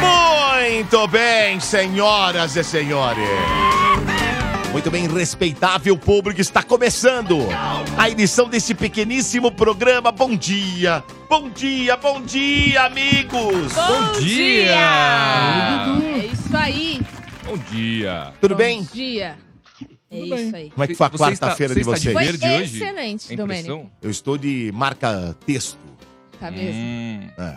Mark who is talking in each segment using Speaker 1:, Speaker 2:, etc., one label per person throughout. Speaker 1: Muito bem, senhoras e senhores. Muito bem, respeitável público, está começando a edição desse pequeníssimo programa. Bom dia, bom dia, bom dia, amigos.
Speaker 2: Bom dia!
Speaker 3: É isso aí.
Speaker 4: Bom dia.
Speaker 1: Tudo bem?
Speaker 3: Bom dia. É isso aí.
Speaker 1: Como é que foi a
Speaker 4: Você
Speaker 1: quarta-feira
Speaker 4: está-
Speaker 1: de
Speaker 4: você está de
Speaker 1: vocês?
Speaker 3: Foi
Speaker 4: verde hoje?
Speaker 3: excelente,
Speaker 4: É
Speaker 3: Domênico.
Speaker 4: impressão?
Speaker 1: Eu estou de marca texto.
Speaker 3: Tá mesmo?
Speaker 4: Hum,
Speaker 1: É.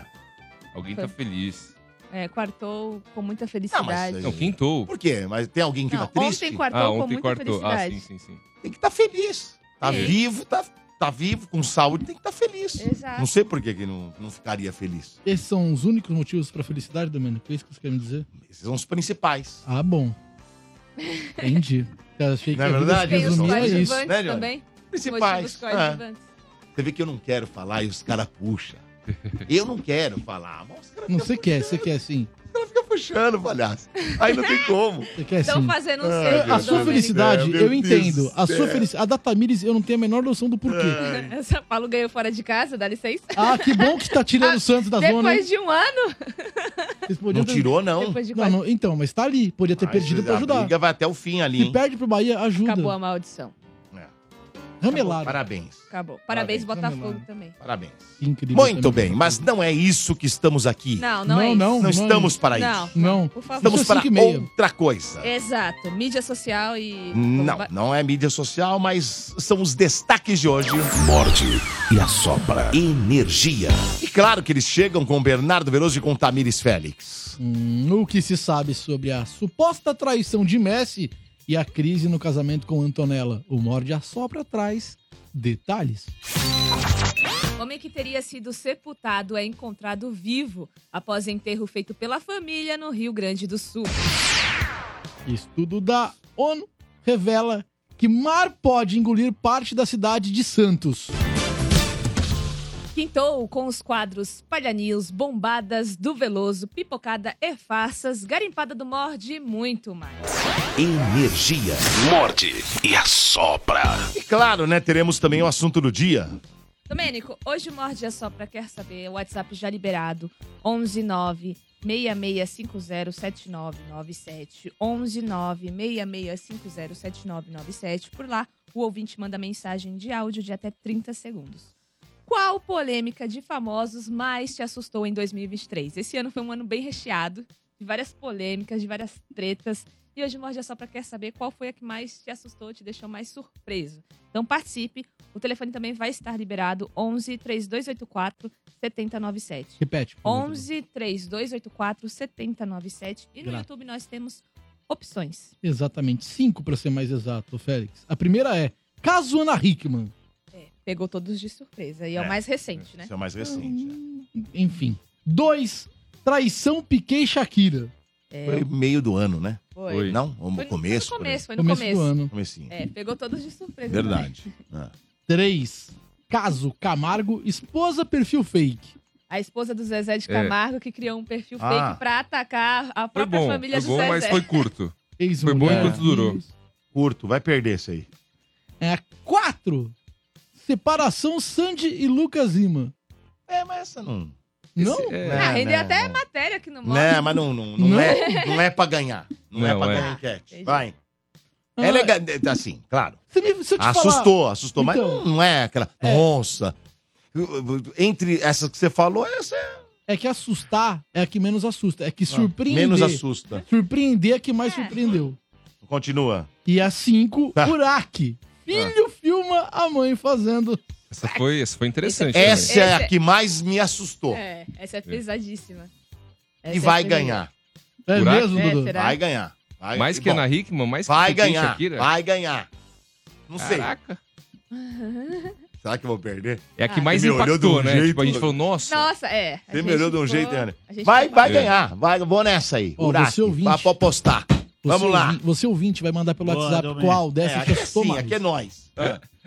Speaker 4: alguém tá feliz.
Speaker 3: É, quartou com muita
Speaker 1: Não, mas-
Speaker 3: felicidade.
Speaker 4: Não, quintou.
Speaker 1: Por quê? Mas tem alguém que
Speaker 3: Não,
Speaker 1: tá triste?
Speaker 3: ontem quartou
Speaker 4: Ah,
Speaker 3: com
Speaker 4: ontem
Speaker 3: muita
Speaker 4: quartou. Ah,
Speaker 3: felicidade.
Speaker 4: sim, sim, sim.
Speaker 1: Tem que estar feliz. Tá
Speaker 3: É.
Speaker 1: vivo, tá, tá vivo, com saúde, tem que estar feliz.
Speaker 3: Exato.
Speaker 1: Não sei por que, que não, não ficaria feliz.
Speaker 2: Esses são os únicos motivos pra felicidade, Domênico? É isso que você quer me dizer?
Speaker 1: Esses são os principais.
Speaker 2: Ah, bom. Entendi. Eu achei que
Speaker 1: Não é
Speaker 2: a vida assim.
Speaker 1: verdade?
Speaker 2: se
Speaker 3: Tem os
Speaker 1: Resumir
Speaker 2: resumia a
Speaker 1: coadjuvantes.
Speaker 2: isso.
Speaker 3: coadjuvantes
Speaker 1: né, Leandro?
Speaker 3: também. Motivos
Speaker 1: Principais. É.
Speaker 3: coadjuvantes.
Speaker 1: Você vê que eu não quero falar e os caras puxam. Eu não quero falar. Mas os caras
Speaker 2: Não,
Speaker 1: ficam
Speaker 2: você quer, você quer sim.
Speaker 1: ficam puxando, palhaço. Aí não tem como.
Speaker 2: Você
Speaker 5: É,
Speaker 2: quer
Speaker 3: Estão
Speaker 2: sim.
Speaker 3: fazendo um
Speaker 1: Ah,
Speaker 3: cerco.
Speaker 2: É, A sua
Speaker 3: Domênico.
Speaker 2: felicidade,
Speaker 1: É, Meu Deus
Speaker 2: eu
Speaker 1: do
Speaker 2: entendo. A
Speaker 1: céu. É.
Speaker 2: sua felicidade. A da Tamires, eu não tenho a menor noção do porquê.
Speaker 1: Ai,
Speaker 3: São Paulo ganhou fora de casa, dá licença.
Speaker 2: Ah, que bom que tá tirando o Santos da zona. hein?
Speaker 3: Depois de um ano,
Speaker 2: Vocês podiam
Speaker 1: Não
Speaker 2: ter-
Speaker 1: tirou, não.
Speaker 3: depois de
Speaker 2: Não,
Speaker 3: quase
Speaker 2: não, então, mas tá ali. Podia ter
Speaker 1: Mas
Speaker 2: perdido pra
Speaker 1: A
Speaker 2: ajudar.
Speaker 1: briga vai até o fim ali,
Speaker 2: Se
Speaker 1: hein?
Speaker 2: perde pro Bahia,
Speaker 3: acabou a
Speaker 2: ajuda.
Speaker 3: maldição.
Speaker 2: Ramelaram.
Speaker 1: Parabéns.
Speaker 3: Acabou.
Speaker 1: Parabéns,
Speaker 3: Parabéns, Botafogo
Speaker 2: Amelado.
Speaker 3: também.
Speaker 1: Parabéns.
Speaker 2: Que incrível
Speaker 1: Muito
Speaker 2: também. né?
Speaker 1: bem, mas não é isso que estamos aqui.
Speaker 3: Não, não,
Speaker 2: Não,
Speaker 3: é isso.
Speaker 2: não.
Speaker 1: Não, estamos para
Speaker 3: Não,
Speaker 1: isso.
Speaker 2: Não.
Speaker 3: por favor.
Speaker 1: Estamos
Speaker 2: Isso é
Speaker 1: para
Speaker 2: cinco e meia.
Speaker 1: outra coisa.
Speaker 3: Exato. Mídia social e...
Speaker 1: Não, não é mídia social, mas são os destaques de hoje.
Speaker 4: Morde e a Sopra.
Speaker 1: Energia. E claro que eles chegam com Bernardo Veloso e com Tamires Félix.
Speaker 2: Hum, o que se sabe sobre a suposta traição de Messi e a crise no casamento com Antonella? O Morde assopra traz detalhes.
Speaker 3: Homem que teria sido sepultado é encontrado vivo após enterro feito pela família no Rio Grande do Sul.
Speaker 2: Estudo da ONU revela que mar pode engolir parte da cidade de Santos.
Speaker 3: Quintou com os quadros Palhanios, Bombadas, do Veloso, Pipocada e Farsas, Garimpada do Morde e muito mais.
Speaker 1: Energia.
Speaker 4: Morde e a Sopra.
Speaker 1: E claro, né, teremos também o assunto do dia.
Speaker 3: Domênico, hoje o Morde é só pra quer saber, o WhatsApp já liberado, 119 66507997, 119 66507997. Por lá, o ouvinte manda mensagem de áudio de até 30 segundos. Qual polêmica de famosos mais te assustou em 2023? Esse ano foi um ano bem recheado, de várias polêmicas, de várias tretas. E hoje o Morde é só pra quer saber qual foi a que mais te assustou, te deixou mais surpreso. Então participe, o telefone também vai estar liberado 11 3284 7097.
Speaker 2: Repete. por favor.
Speaker 3: 11 3284 7097 e no
Speaker 2: Grato.
Speaker 3: YouTube nós temos opções.
Speaker 2: Exatamente. Cinco, pra ser mais exato, Félix. A primeira é caso Ana Hickman.
Speaker 3: Pegou todos de surpresa e é, o
Speaker 1: É.
Speaker 3: mais recente, né?
Speaker 1: Isso é o mais recente. né?
Speaker 2: Enfim. Dois, traição Piquet e Shakira.
Speaker 1: Foi meio do ano, né?
Speaker 4: Foi.
Speaker 1: Não? Ou
Speaker 3: É. Foi
Speaker 1: no
Speaker 3: no-
Speaker 1: começo?
Speaker 3: Foi no
Speaker 1: por aí.
Speaker 3: começo, foi no
Speaker 2: Começo,
Speaker 3: começo.
Speaker 2: do ano.
Speaker 1: Comecinho.
Speaker 3: É, pegou todos de surpresa. né? também.
Speaker 1: Verdade. Ah.
Speaker 2: Três, caso Camargo, esposa perfil fake.
Speaker 3: A esposa do Zezé de
Speaker 4: É.
Speaker 3: Camargo que criou um perfil
Speaker 1: Ah.
Speaker 3: fake pra atacar a
Speaker 4: Foi
Speaker 3: própria
Speaker 4: bom,
Speaker 3: família do
Speaker 4: foi bom,
Speaker 3: Zezé.
Speaker 4: mas foi curto.
Speaker 2: Ex-mulher.
Speaker 4: Foi bom
Speaker 1: enquanto
Speaker 4: durou.
Speaker 1: Curto, vai perder isso aí.
Speaker 2: É, quatro. Separação Sandy e Lucas Lima.
Speaker 1: É, mas essa não.
Speaker 2: Não?
Speaker 4: Esse- é,
Speaker 3: Ah,
Speaker 1: É,
Speaker 3: rendeu
Speaker 1: né,
Speaker 3: até
Speaker 1: né.
Speaker 3: matéria aqui no Morde.
Speaker 1: Não, mas não, não, não
Speaker 2: Não?
Speaker 1: É, não é pra ganhar. Não, é
Speaker 4: Não,
Speaker 1: pra
Speaker 4: é.
Speaker 1: ganhar enquete.
Speaker 3: Entendi.
Speaker 1: Vai.
Speaker 2: Ah,
Speaker 1: É legal, é, assim, claro.
Speaker 2: Se, me- se eu te falar...
Speaker 1: Assustou, assustou, mas
Speaker 2: Então.
Speaker 1: não é aquela.
Speaker 2: É.
Speaker 1: Nossa. Entre essas que você falou, essa é
Speaker 2: É que assustar é a que menos assusta. É que surpreender...
Speaker 1: Ah, menos assusta.
Speaker 2: Surpreender é a que mais
Speaker 3: É.
Speaker 2: surpreendeu.
Speaker 1: Continua.
Speaker 2: E a cinco,
Speaker 1: Tá.
Speaker 2: Uraque. Filho filma a mãe fazendo...
Speaker 4: Essa foi, essa foi interessante. também.
Speaker 1: Essa é
Speaker 3: Esse-
Speaker 1: a que mais me assustou.
Speaker 3: É, essa é pesadíssima. Essa
Speaker 1: E
Speaker 3: é
Speaker 1: vai
Speaker 3: pesada.
Speaker 1: ganhar.
Speaker 2: É
Speaker 4: Uraque?
Speaker 2: mesmo,
Speaker 3: É,
Speaker 2: Dudu?
Speaker 3: será?
Speaker 1: Vai ganhar. Vai-
Speaker 4: Mais que
Speaker 1: bom,
Speaker 4: Ana Hickman, mais
Speaker 1: Vai
Speaker 4: que Piquet e
Speaker 1: ganhar.
Speaker 4: Shakira.
Speaker 1: Vai ganhar. Não sei. Será que eu vou perder?
Speaker 4: É a que
Speaker 1: Ah.
Speaker 4: mais
Speaker 1: Ele me olhou de
Speaker 4: impactou,
Speaker 1: um
Speaker 4: né?
Speaker 1: jeito-
Speaker 4: Tipo, a gente falou, nossa.
Speaker 3: Nossa, é. a
Speaker 1: Você
Speaker 3: gente
Speaker 1: me olhou de um
Speaker 3: ficou-
Speaker 1: jeito, Ana.
Speaker 3: a gente
Speaker 1: Vai,
Speaker 3: ficou
Speaker 1: vai
Speaker 3: mal.
Speaker 1: ganhar. Vai, vou nessa aí.
Speaker 2: Ó,
Speaker 1: Uraque,
Speaker 2: você ouvinte.
Speaker 1: vai pra apostar. Vamos lá.
Speaker 2: ouvi- Você ouvinte vai mandar pelo
Speaker 1: Boa,
Speaker 2: WhatsApp
Speaker 1: Domênico.
Speaker 2: qual
Speaker 1: É,
Speaker 2: dessa
Speaker 1: aqui
Speaker 2: que
Speaker 1: é
Speaker 2: assustou
Speaker 1: assim,
Speaker 2: mais.
Speaker 1: aqui é nós.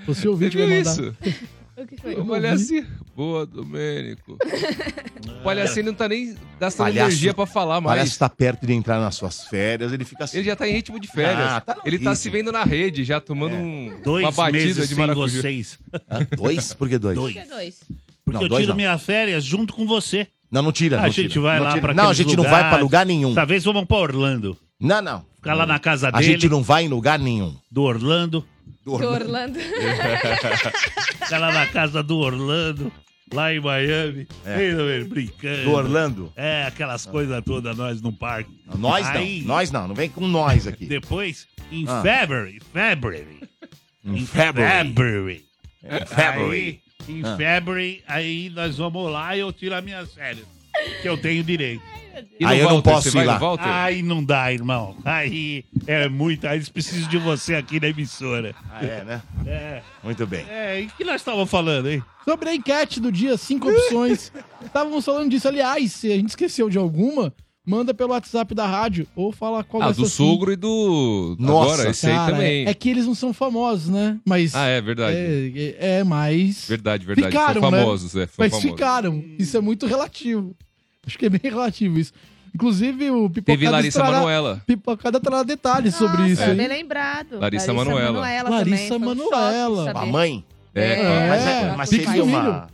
Speaker 2: Você ouvinte vai
Speaker 4: viu
Speaker 2: mandar.
Speaker 4: isso?
Speaker 3: O que foi?
Speaker 4: O Palhaci... assim, Boa, Domênico. O Palhaci não tá nem gastando
Speaker 1: Palhaço-
Speaker 4: energia pra falar mais.
Speaker 1: Parece que tá perto de entrar nas suas férias, ele fica assim.
Speaker 4: Ele já tá em ritmo de férias.
Speaker 1: Ah, tá É. no
Speaker 4: ele tá
Speaker 1: ritmo.
Speaker 4: se vendo na rede, já tomando um-
Speaker 6: Dois
Speaker 4: uma batida
Speaker 6: meses
Speaker 4: de
Speaker 6: sem
Speaker 4: maracujá. Ah,
Speaker 6: vocês.
Speaker 1: Hã? dois? Por que dois?
Speaker 6: Dois.
Speaker 3: Que é dois.
Speaker 6: Porque
Speaker 1: Não,
Speaker 6: eu
Speaker 1: dois
Speaker 6: tiro
Speaker 1: não.
Speaker 6: minha férias junto com você.
Speaker 1: Não, não tira.
Speaker 6: A
Speaker 1: não
Speaker 6: gente
Speaker 1: tira.
Speaker 6: vai
Speaker 1: não
Speaker 6: lá
Speaker 1: tira.
Speaker 6: pra
Speaker 1: Não, a
Speaker 6: aqueles
Speaker 1: gente não vai pra
Speaker 6: lugares.
Speaker 1: lugar nenhum.
Speaker 6: Talvez vamos pra Orlando.
Speaker 1: Não, não.
Speaker 6: Ficar lá na casa
Speaker 1: A
Speaker 6: dele,
Speaker 1: gente não vai em lugar nenhum.
Speaker 6: do Orlando.
Speaker 1: Do
Speaker 3: Do
Speaker 1: Orlando.
Speaker 3: Orlando.
Speaker 6: Ficar lá na casa do Orlando, lá em Miami. Ei, meu bem, brincando.
Speaker 1: É. Do Orlando.
Speaker 6: É, aquelas coisas todas nós no parque.
Speaker 1: Nós
Speaker 6: Aí-
Speaker 1: não. Nós não. Não vem com nós aqui.
Speaker 6: Depois, em
Speaker 1: Ah.
Speaker 6: February. February.
Speaker 1: Em February.
Speaker 6: February.
Speaker 1: February.
Speaker 6: É, Aí, em
Speaker 1: Ah.
Speaker 6: February, aí nós vamos lá e eu tiro as minhas férias. Que eu tenho direito.
Speaker 4: E no
Speaker 1: Aí eu não
Speaker 4: Walter,
Speaker 1: posso
Speaker 4: você vai
Speaker 1: ir lá.
Speaker 4: no Walter?
Speaker 6: Aí não dá, irmão. Aí é muito. Aí eles precisam de você aqui na emissora.
Speaker 1: Ah, é, né?
Speaker 6: É.
Speaker 1: Muito bem.
Speaker 6: É, e o que nós estávamos falando, hein?
Speaker 2: Sobre a enquete do dia, cinco opções. Estávamos falando disso. Aliás, se a gente esqueceu de alguma, manda pelo WhatsApp da rádio ou fala qual
Speaker 4: Ah,
Speaker 2: dessas
Speaker 4: do
Speaker 2: cinco.
Speaker 4: sogro e do.
Speaker 1: assim. Nossa,
Speaker 4: Agora, esse aí
Speaker 2: Cara,
Speaker 4: também.
Speaker 2: É, é que eles não são famosos, né? Mas.
Speaker 4: Ah, é verdade.
Speaker 2: É, é, mas.
Speaker 4: Verdade, verdade.
Speaker 2: Ficaram,
Speaker 4: são
Speaker 2: né?
Speaker 4: famosos, é. São
Speaker 2: mas
Speaker 4: famosos.
Speaker 2: ficaram. Isso é muito relativo. Acho que é bem relativo isso. Inclusive, o Pipocada
Speaker 4: Teve Larissa
Speaker 2: trará-
Speaker 4: Manoela.
Speaker 2: Pipocada trará detalhes sobre isso
Speaker 3: Nossa,
Speaker 2: aí.
Speaker 3: Bem lembrado.
Speaker 4: Larissa Manoela.
Speaker 2: Larissa
Speaker 3: também, foi um choque
Speaker 2: Manoela.
Speaker 3: saber.
Speaker 1: Com a mãe?
Speaker 4: É,
Speaker 3: É,
Speaker 4: cara,
Speaker 1: mas,
Speaker 2: é,
Speaker 1: mas
Speaker 2: Pix
Speaker 1: seria
Speaker 2: do
Speaker 1: uma...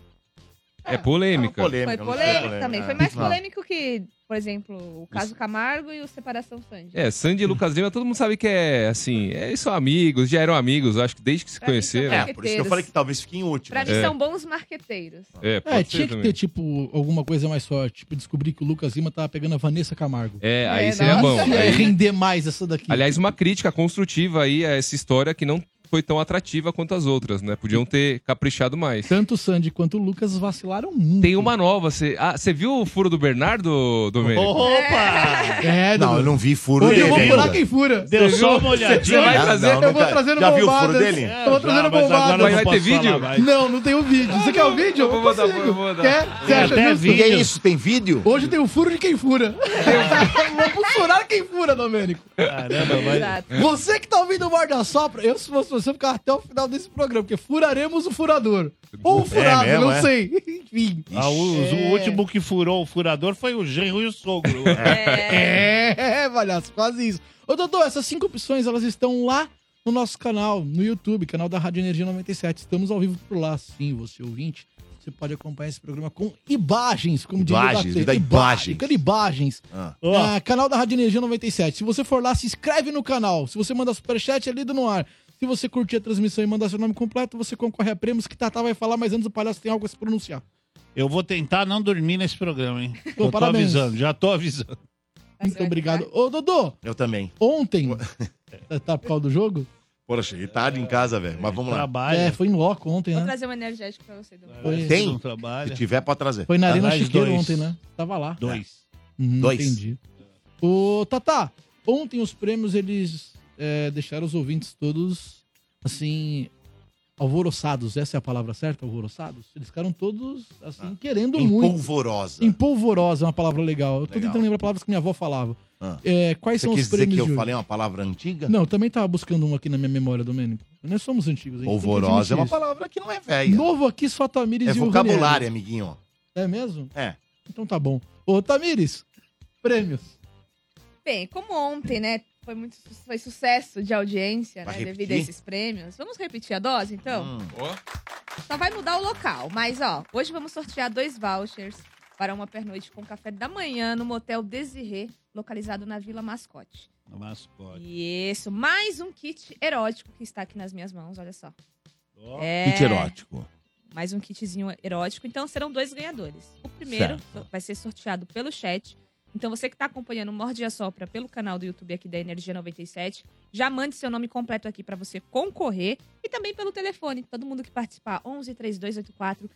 Speaker 4: é polêmica.
Speaker 3: Foi
Speaker 1: polêmica. não seria
Speaker 3: polêmico também. Foi mais
Speaker 1: Não.
Speaker 3: polêmico que, por exemplo, o caso Camargo e o Separação Sandy.
Speaker 4: É, Sandy e Lucas Lima, todo mundo sabe que é assim, é, eles são amigos, já eram amigos, acho que desde que se
Speaker 3: Pra mim,
Speaker 4: conheceram.
Speaker 3: também.
Speaker 1: É, por isso que eu falei que talvez né? fique em último.
Speaker 3: Pra mim,
Speaker 4: É.
Speaker 3: são bons marqueteiros.
Speaker 4: É, pode
Speaker 2: É,
Speaker 4: ser
Speaker 2: tinha que
Speaker 4: também.
Speaker 2: ter, tipo, alguma coisa mais forte. Tipo, descobrir que o Lucas Lima tava pegando a Vanessa Camargo.
Speaker 4: É, aí
Speaker 3: É,
Speaker 4: seria
Speaker 3: nossa.
Speaker 4: bom.
Speaker 2: Ia
Speaker 4: Aí-
Speaker 2: render mais essa daqui.
Speaker 4: aliás, uma crítica construtiva aí a essa história que não foi tão atrativa quanto as outras, né? Podiam ter caprichado mais.
Speaker 2: Tanto o Sandy quanto o Lucas vacilaram muito.
Speaker 4: Tem uma nova, você ah, você viu o furo do Bernardo, Domênico?
Speaker 6: Opa!
Speaker 2: É,
Speaker 1: Oh, Não, eu não vi furo
Speaker 2: Hoje
Speaker 1: dele
Speaker 2: eu vou
Speaker 1: ainda.
Speaker 2: furar quem fura.
Speaker 6: Deu só uma
Speaker 4: Você vai
Speaker 6: olhadinha.
Speaker 4: trazer?
Speaker 2: Eu vou trazendo
Speaker 1: Já viu o furo
Speaker 2: bombadas.
Speaker 1: dele?
Speaker 2: É. Eu vou trazendo
Speaker 6: mas
Speaker 2: bombada.
Speaker 6: agora eu
Speaker 4: Vai-
Speaker 6: não
Speaker 4: vai
Speaker 6: posso
Speaker 4: ter vídeo?
Speaker 6: falar mais.
Speaker 2: Não, não tem o vídeo. Você quer o vídeo?
Speaker 4: eu vou mandar,
Speaker 2: consigo.
Speaker 4: eu vou mandar.
Speaker 2: Quer? Você
Speaker 6: Tem
Speaker 2: acha
Speaker 6: até
Speaker 2: justo?
Speaker 1: Que
Speaker 6: vídeo.
Speaker 1: isso? Tem vídeo?
Speaker 2: Hoje tem o furo de quem fura. Vamos furar quem fura, Domênico.
Speaker 6: Caramba, vai.
Speaker 3: Exato.
Speaker 2: Você que tá ouvindo o Morda Sopra, eu se fosse você ficar até o final desse programa, porque furaremos o furador. Ou o furado,
Speaker 1: mesmo,
Speaker 2: não
Speaker 1: é?
Speaker 2: sei. Enfim.
Speaker 6: Ah, os- O último que furou o furador foi o genro e o sogro.
Speaker 2: É, palhaço, quase isso. Ô, Dodô, essas cinco opções, elas estão lá no nosso canal, no YouTube, canal da Rádio Energia 97. Estamos ao vivo por lá, sim, você ouvinte. Você pode acompanhar esse programa com imagens, como diria o
Speaker 1: Imagens,
Speaker 2: Datena.
Speaker 1: da imagens.
Speaker 2: Iba- imagens.
Speaker 1: Ah.
Speaker 2: Ah, canal da Rádio Energia 97. Se você for lá, se inscreve no canal. Se você mandar superchat, é lido no ar. Se você curtir a transmissão e mandar seu nome completo, você concorre a prêmios que Tatá vai falar, mas antes o palhaço tem algo a se pronunciar.
Speaker 6: Eu vou tentar não dormir nesse programa, hein?
Speaker 2: Pô,
Speaker 6: eu tô
Speaker 2: parabéns.
Speaker 6: avisando, já tô avisando.
Speaker 2: Muito obrigado. Ô, Dodô,
Speaker 1: Eu também.
Speaker 2: ontem... Tá por causa do jogo?
Speaker 1: Poxa, ele tá em casa, velho. Mas vamos lá.
Speaker 6: Trabalha.
Speaker 2: É, foi em loco ontem,
Speaker 3: Vou
Speaker 2: né?
Speaker 3: trazer um energético pra você. Domingos.
Speaker 2: Foi,
Speaker 1: Tem?
Speaker 6: Não
Speaker 1: Se
Speaker 6: trabalha.
Speaker 1: tiver, pode trazer.
Speaker 2: foi na Arena
Speaker 6: Nós
Speaker 2: Chiqueiro
Speaker 6: dois.
Speaker 2: ontem, né? Tava lá.
Speaker 6: Dois.
Speaker 2: Hum,
Speaker 1: Tá Dois.
Speaker 2: Entendi. Ô, Tata, ontem os prêmios, eles é, deixaram os ouvintes todos, assim, alvoroçados. Essa é a palavra certa, alvoroçados? Eles ficaram todos, assim,
Speaker 1: Ah.
Speaker 2: querendo
Speaker 1: Em
Speaker 2: muito.
Speaker 1: polvorosa.
Speaker 2: Empolvorosa é uma palavra legal. Eu tô
Speaker 1: Legal.
Speaker 2: tentando lembrar palavras que minha avó falava.
Speaker 1: Ah.
Speaker 2: É, quais
Speaker 1: Você
Speaker 2: são
Speaker 1: quer
Speaker 2: os
Speaker 1: dizer
Speaker 2: prêmios
Speaker 1: que
Speaker 2: de
Speaker 1: eu
Speaker 2: hoje?
Speaker 1: falei uma palavra antiga?
Speaker 2: Não, eu também tava buscando um aqui na minha memória, Domênico. Nós somos antigos. a gente tem que
Speaker 1: Polvorosa é uma
Speaker 2: admitir isso.
Speaker 1: palavra que não é velha.
Speaker 2: Novo aqui, só Tamires
Speaker 1: É
Speaker 2: e o Ranieri.
Speaker 1: vocabulário, amiguinho.
Speaker 2: É mesmo?
Speaker 1: É.
Speaker 2: Então tá bom. Ô, Tamires, prêmios.
Speaker 3: Bem, como ontem, né? Foi muito su- foi sucesso de audiência,
Speaker 1: Vai
Speaker 3: né? Devido a
Speaker 1: repetir?
Speaker 3: esses prêmios. Vamos repetir a dose, então?
Speaker 1: Hum.
Speaker 3: Só vai mudar o local, mas ó, hoje vamos sortear dois vouchers para uma pernoite com café da manhã no Motel Desirê, localizado na Vila Mascote.
Speaker 6: Um Mascote.
Speaker 3: Isso, mais um kit erótico que está aqui nas minhas mãos, olha só.
Speaker 6: Ó.
Speaker 3: É,
Speaker 1: Kit erótico.
Speaker 3: Mais um kitzinho erótico, então serão dois ganhadores. O primeiro
Speaker 1: Certo.
Speaker 3: vai ser sorteado pelo chat. Então você que está acompanhando o Morde e a Sopra pelo canal do YouTube aqui da Energia 97, já mande seu nome completo aqui para você concorrer e também pelo telefone. Todo mundo que participar 11 3284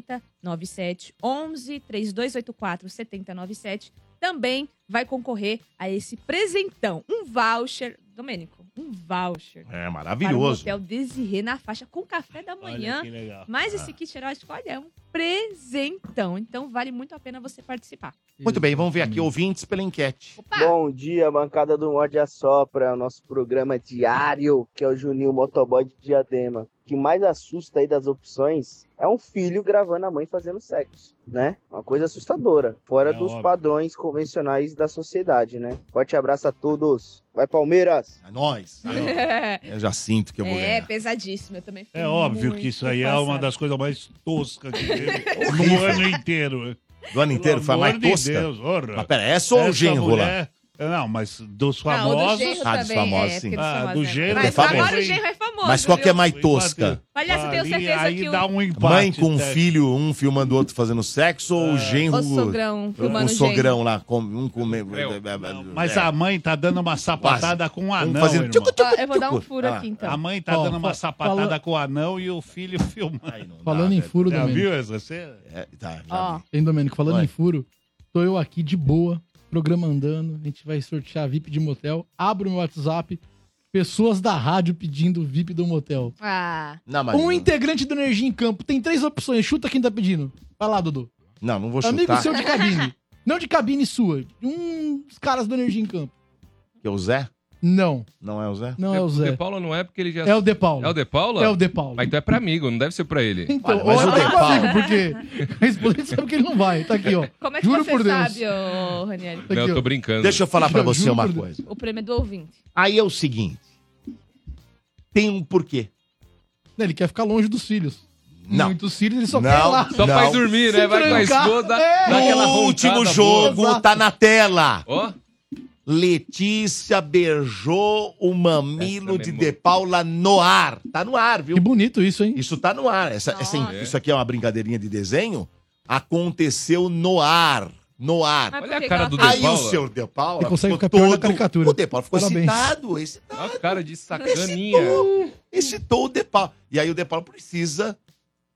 Speaker 3: 7097 11 3284 7097 também vai concorrer a esse presentão, um voucher, Domênico, um voucher.
Speaker 1: É
Speaker 3: Para um o
Speaker 1: maravilhoso.
Speaker 3: hotel Desirê na faixa com café da manhã.
Speaker 6: Olha que legal.
Speaker 3: Mas
Speaker 1: Ah.
Speaker 3: esse kit erótico, olha, é um presentão. Então vale muito a pena você participar.
Speaker 1: Muito bem, vamos ver aqui, ouvintes pela enquete.
Speaker 5: Bom dia, bancada do Morde Assopra, nosso programa diário, que é o Juninho Motoboy de Diadema. O que mais assusta aí das opções é um filho gravando a mãe fazendo sexo, né? Uma coisa assustadora, fora
Speaker 6: É
Speaker 5: dos
Speaker 6: óbvio.
Speaker 5: padrões convencionais da sociedade, né? Forte abraço a todos. Vai, Palmeiras!
Speaker 1: É nós. Eu já sinto que eu vou
Speaker 3: É,
Speaker 1: ganhar.
Speaker 3: pesadíssimo. Eu também fiquei
Speaker 6: É óbvio
Speaker 3: muito
Speaker 6: que isso aí é uma
Speaker 3: passada.
Speaker 6: das coisas mais toscas que teve no ano inteiro.
Speaker 1: Do ano inteiro foi a
Speaker 6: Pelo
Speaker 1: mais
Speaker 6: amor de
Speaker 1: tosca.
Speaker 6: Deus, orra.
Speaker 1: Mas pera, é só o
Speaker 6: Essa
Speaker 1: genro lá.
Speaker 6: mulher- Não, mas dos
Speaker 3: Não, Ah, o do
Speaker 6: famosos...
Speaker 3: genro
Speaker 1: Ah, dos
Speaker 3: também.
Speaker 1: famosos,
Speaker 3: é,
Speaker 1: sim.
Speaker 3: porque dos
Speaker 6: Ah, do
Speaker 3: famosos, né?
Speaker 6: gênero
Speaker 3: Mas
Speaker 1: também.
Speaker 3: agora o genro é famoso.
Speaker 1: Mas qual que é
Speaker 3: viu?
Speaker 1: mais tosca?
Speaker 3: Aliás, eu tenho
Speaker 6: Ali-
Speaker 3: certeza
Speaker 6: aí
Speaker 3: que o...
Speaker 6: dá um empate.
Speaker 1: Mãe com um
Speaker 6: tá?
Speaker 1: filho, um filmando o outro fazendo sexo, ou o genro.
Speaker 3: O sogrão,
Speaker 1: um
Speaker 3: filmando o
Speaker 1: sogrão lá, com, um com.
Speaker 6: Não, Mas a mãe tá dando uma sapatada com o
Speaker 1: É. Um
Speaker 6: anão,
Speaker 1: fazendo.
Speaker 6: irmão.
Speaker 1: tchucu, tchucu,
Speaker 3: genro. Ó, Eu vou dar um
Speaker 1: tchucu.
Speaker 3: furo
Speaker 1: Ah,
Speaker 3: aqui,
Speaker 6: A
Speaker 3: então.
Speaker 6: mãe tá
Speaker 2: Ó,
Speaker 6: dando uma
Speaker 2: fa-
Speaker 6: sapatada
Speaker 2: fala-
Speaker 6: com o anão e o filho filmando.
Speaker 1: aí não dá,
Speaker 2: Falando em
Speaker 1: velho.
Speaker 2: furo,
Speaker 6: Já
Speaker 2: Domênico.
Speaker 6: viu essa cena?
Speaker 1: É, tá, já
Speaker 3: Ó,
Speaker 1: vi.
Speaker 2: Hein, Domênico? Falando
Speaker 1: Vai.
Speaker 2: em furo, tô eu aqui de boa, programa andando. A gente vai sortear VIP de motel. Abro meu WhatsApp. Pessoas da rádio pedindo VIP do motel.
Speaker 3: ah,
Speaker 1: Não, mas.
Speaker 2: Um integrante do Energia em Campo. Tem três opções. Chuta quem tá pedindo. Vai lá, Dudu.
Speaker 1: Não, não vou
Speaker 2: Amigo
Speaker 1: chutar.
Speaker 2: seu de cabine. Não de cabine sua. Um dos caras do Energia em Campo.
Speaker 1: Que é o Zé?
Speaker 2: Não,
Speaker 1: Não é o Zé?
Speaker 2: não é o
Speaker 4: O
Speaker 2: Zé.
Speaker 4: De Paula não é porque ele já.
Speaker 2: É o De Paulo.
Speaker 4: É o De Paula?
Speaker 2: É o De Paulo.
Speaker 4: Mas então é pra amigo, não deve ser pra ele.
Speaker 2: Então,
Speaker 1: Olha, mas
Speaker 2: olha
Speaker 1: o De
Speaker 2: pro
Speaker 1: Paulo-
Speaker 2: amigo, porque a esposa sabe que ele não vai. Tá aqui, ó.
Speaker 3: como é que
Speaker 2: Juro
Speaker 3: você
Speaker 2: por Deus.
Speaker 3: sabe, ô, Ranieri?
Speaker 2: Tá
Speaker 4: não,
Speaker 2: aqui,
Speaker 4: eu tô
Speaker 2: ó.
Speaker 4: brincando.
Speaker 1: Deixa eu falar pra
Speaker 2: Eu
Speaker 1: você
Speaker 2: juro
Speaker 1: uma
Speaker 2: por Deus.
Speaker 1: coisa.
Speaker 3: O prêmio é do ouvinte.
Speaker 1: Aí é o seguinte: tem um porquê.
Speaker 2: Ele quer ficar longe dos filhos.
Speaker 1: Não.
Speaker 2: Muitos filhos, ele só
Speaker 1: Não.
Speaker 2: quer ir lá.
Speaker 4: Só
Speaker 1: Não.
Speaker 4: faz dormir, né?
Speaker 2: Se
Speaker 4: Vai com a
Speaker 2: trancar.
Speaker 4: esposa,
Speaker 2: É.
Speaker 4: dá aquela
Speaker 1: o último
Speaker 4: roncada
Speaker 1: jogo
Speaker 2: boa.
Speaker 1: tá na tela.
Speaker 4: boa. Ó,
Speaker 1: Letícia beijou o mamilo
Speaker 4: Essa é
Speaker 1: de
Speaker 4: mesmo.
Speaker 1: De Paula no ar. Tá no ar, viu?
Speaker 2: Que bonito isso, hein?
Speaker 1: Isso tá no ar. Essa, essa-
Speaker 3: Nossa.
Speaker 1: isso aqui é uma brincadeirinha de desenho. Aconteceu no ar. No ar.
Speaker 3: Mas por
Speaker 4: Olha a
Speaker 3: que
Speaker 4: cara
Speaker 3: que
Speaker 4: do
Speaker 3: ela
Speaker 4: Deus.
Speaker 1: Aí
Speaker 3: faz?
Speaker 4: Paula.
Speaker 1: o senhor De Paula.
Speaker 2: Ele consegue
Speaker 1: ficou
Speaker 2: ficar pior na
Speaker 1: todo-
Speaker 2: caricatura.
Speaker 1: O De Paula ficou
Speaker 2: Parabéns.
Speaker 1: excitado. excitado.
Speaker 4: ó a cara de sacaninha.
Speaker 1: Excitou o De Paula. E aí o De Paula precisa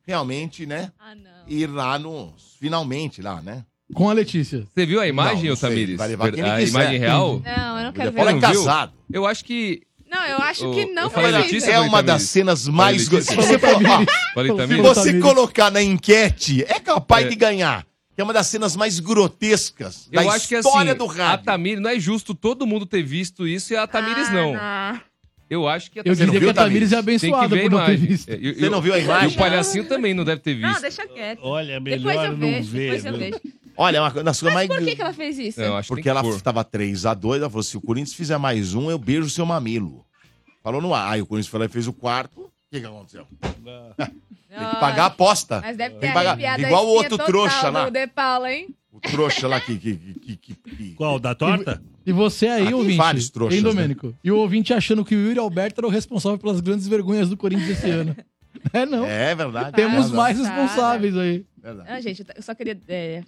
Speaker 1: realmente, né?
Speaker 3: Ah, não.
Speaker 1: Ir lá no. Finalmente lá, né?
Speaker 2: Com a Letícia.
Speaker 4: Você viu a
Speaker 1: Não,
Speaker 4: imagem,
Speaker 1: não sei.
Speaker 4: Otamires?
Speaker 1: Vai levar quem ele é
Speaker 4: A
Speaker 1: quiser.
Speaker 4: imagem real?
Speaker 3: Não, eu não
Speaker 1: O
Speaker 3: quero
Speaker 1: De
Speaker 3: ver.
Speaker 1: Paula é
Speaker 4: Não viu?
Speaker 1: casado.
Speaker 4: Eu acho que.
Speaker 3: Não, eu acho
Speaker 4: Eu-
Speaker 3: que não
Speaker 4: eu falei
Speaker 3: precisa.
Speaker 4: Letícia,
Speaker 1: é
Speaker 4: Falei,
Speaker 1: uma
Speaker 4: Tamires.
Speaker 1: das cenas mais
Speaker 4: Falei,
Speaker 1: gostosas. Você
Speaker 4: Letícia.
Speaker 1: falou, ó,
Speaker 4: Falei
Speaker 2: Falou,
Speaker 4: também.
Speaker 2: filho.
Speaker 1: você
Speaker 2: Tamires.
Speaker 1: colocar na enquete é capaz
Speaker 4: É.
Speaker 1: de ganhar. Que é uma das cenas mais grotescas da
Speaker 4: Eu acho que assim,
Speaker 1: história do
Speaker 4: a
Speaker 1: rádio.
Speaker 4: Tamires, não é justo todo mundo ter visto isso e a Tamires
Speaker 3: Ah,
Speaker 4: não. Eu acho que a
Speaker 2: Eu
Speaker 1: Você não
Speaker 2: diria
Speaker 1: viu,
Speaker 2: que a Tamires
Speaker 1: Tamires?
Speaker 4: tem
Speaker 2: é
Speaker 4: que
Speaker 2: abençoada
Speaker 4: ver a
Speaker 2: por não ter
Speaker 4: imagem.
Speaker 2: visto.
Speaker 4: É, eu-
Speaker 1: Você
Speaker 4: eu-
Speaker 1: não viu a
Speaker 4: E
Speaker 1: imagem?
Speaker 4: o palhacinho também não deve ter visto.
Speaker 3: Não, deixa quieto.
Speaker 6: Olha,
Speaker 3: Depois
Speaker 6: melhor
Speaker 3: eu
Speaker 6: não
Speaker 3: vejo,
Speaker 6: ver.
Speaker 3: depois eu
Speaker 6: viu?
Speaker 3: vejo.
Speaker 1: Olha, é uma coisa- das coisas mais.
Speaker 3: Por que, que ela fez isso?
Speaker 4: Não, eu acho que
Speaker 1: Porque
Speaker 4: tem que
Speaker 1: ela
Speaker 4: pôr.
Speaker 1: estava 3x2, ela falou: se o Corinthians fizer mais um, eu beijo seu mamilo. Falou no ar. Aí o Corinthians foi lá e fez o quarto. O que, que aconteceu? Tem que pagar a aposta.
Speaker 3: Mas deve
Speaker 1: Tem
Speaker 3: ter
Speaker 1: que pagar.
Speaker 3: arrepiado a
Speaker 1: Igual o
Speaker 3: espinha
Speaker 1: outro
Speaker 3: total
Speaker 1: trouxa
Speaker 3: do
Speaker 1: lá.
Speaker 3: De Paula, hein?
Speaker 1: O trouxa lá que. que, que, que, que-
Speaker 6: Qual, da torta?
Speaker 2: E você aí,
Speaker 1: Ah, tem
Speaker 2: ouvinte.
Speaker 1: vários trouxas,
Speaker 2: hein,
Speaker 1: né?
Speaker 2: Domênico? E o ouvinte achando que o Yuri Alberto era o responsável pelas grandes vergonhas do Corinthians esse ano. É, não.
Speaker 1: É verdade.
Speaker 2: Temos
Speaker 1: Verdade,
Speaker 2: mais
Speaker 3: Cara.
Speaker 2: responsáveis aí.
Speaker 1: verdade.
Speaker 3: Ah, gente, eu t- eu só queria. é,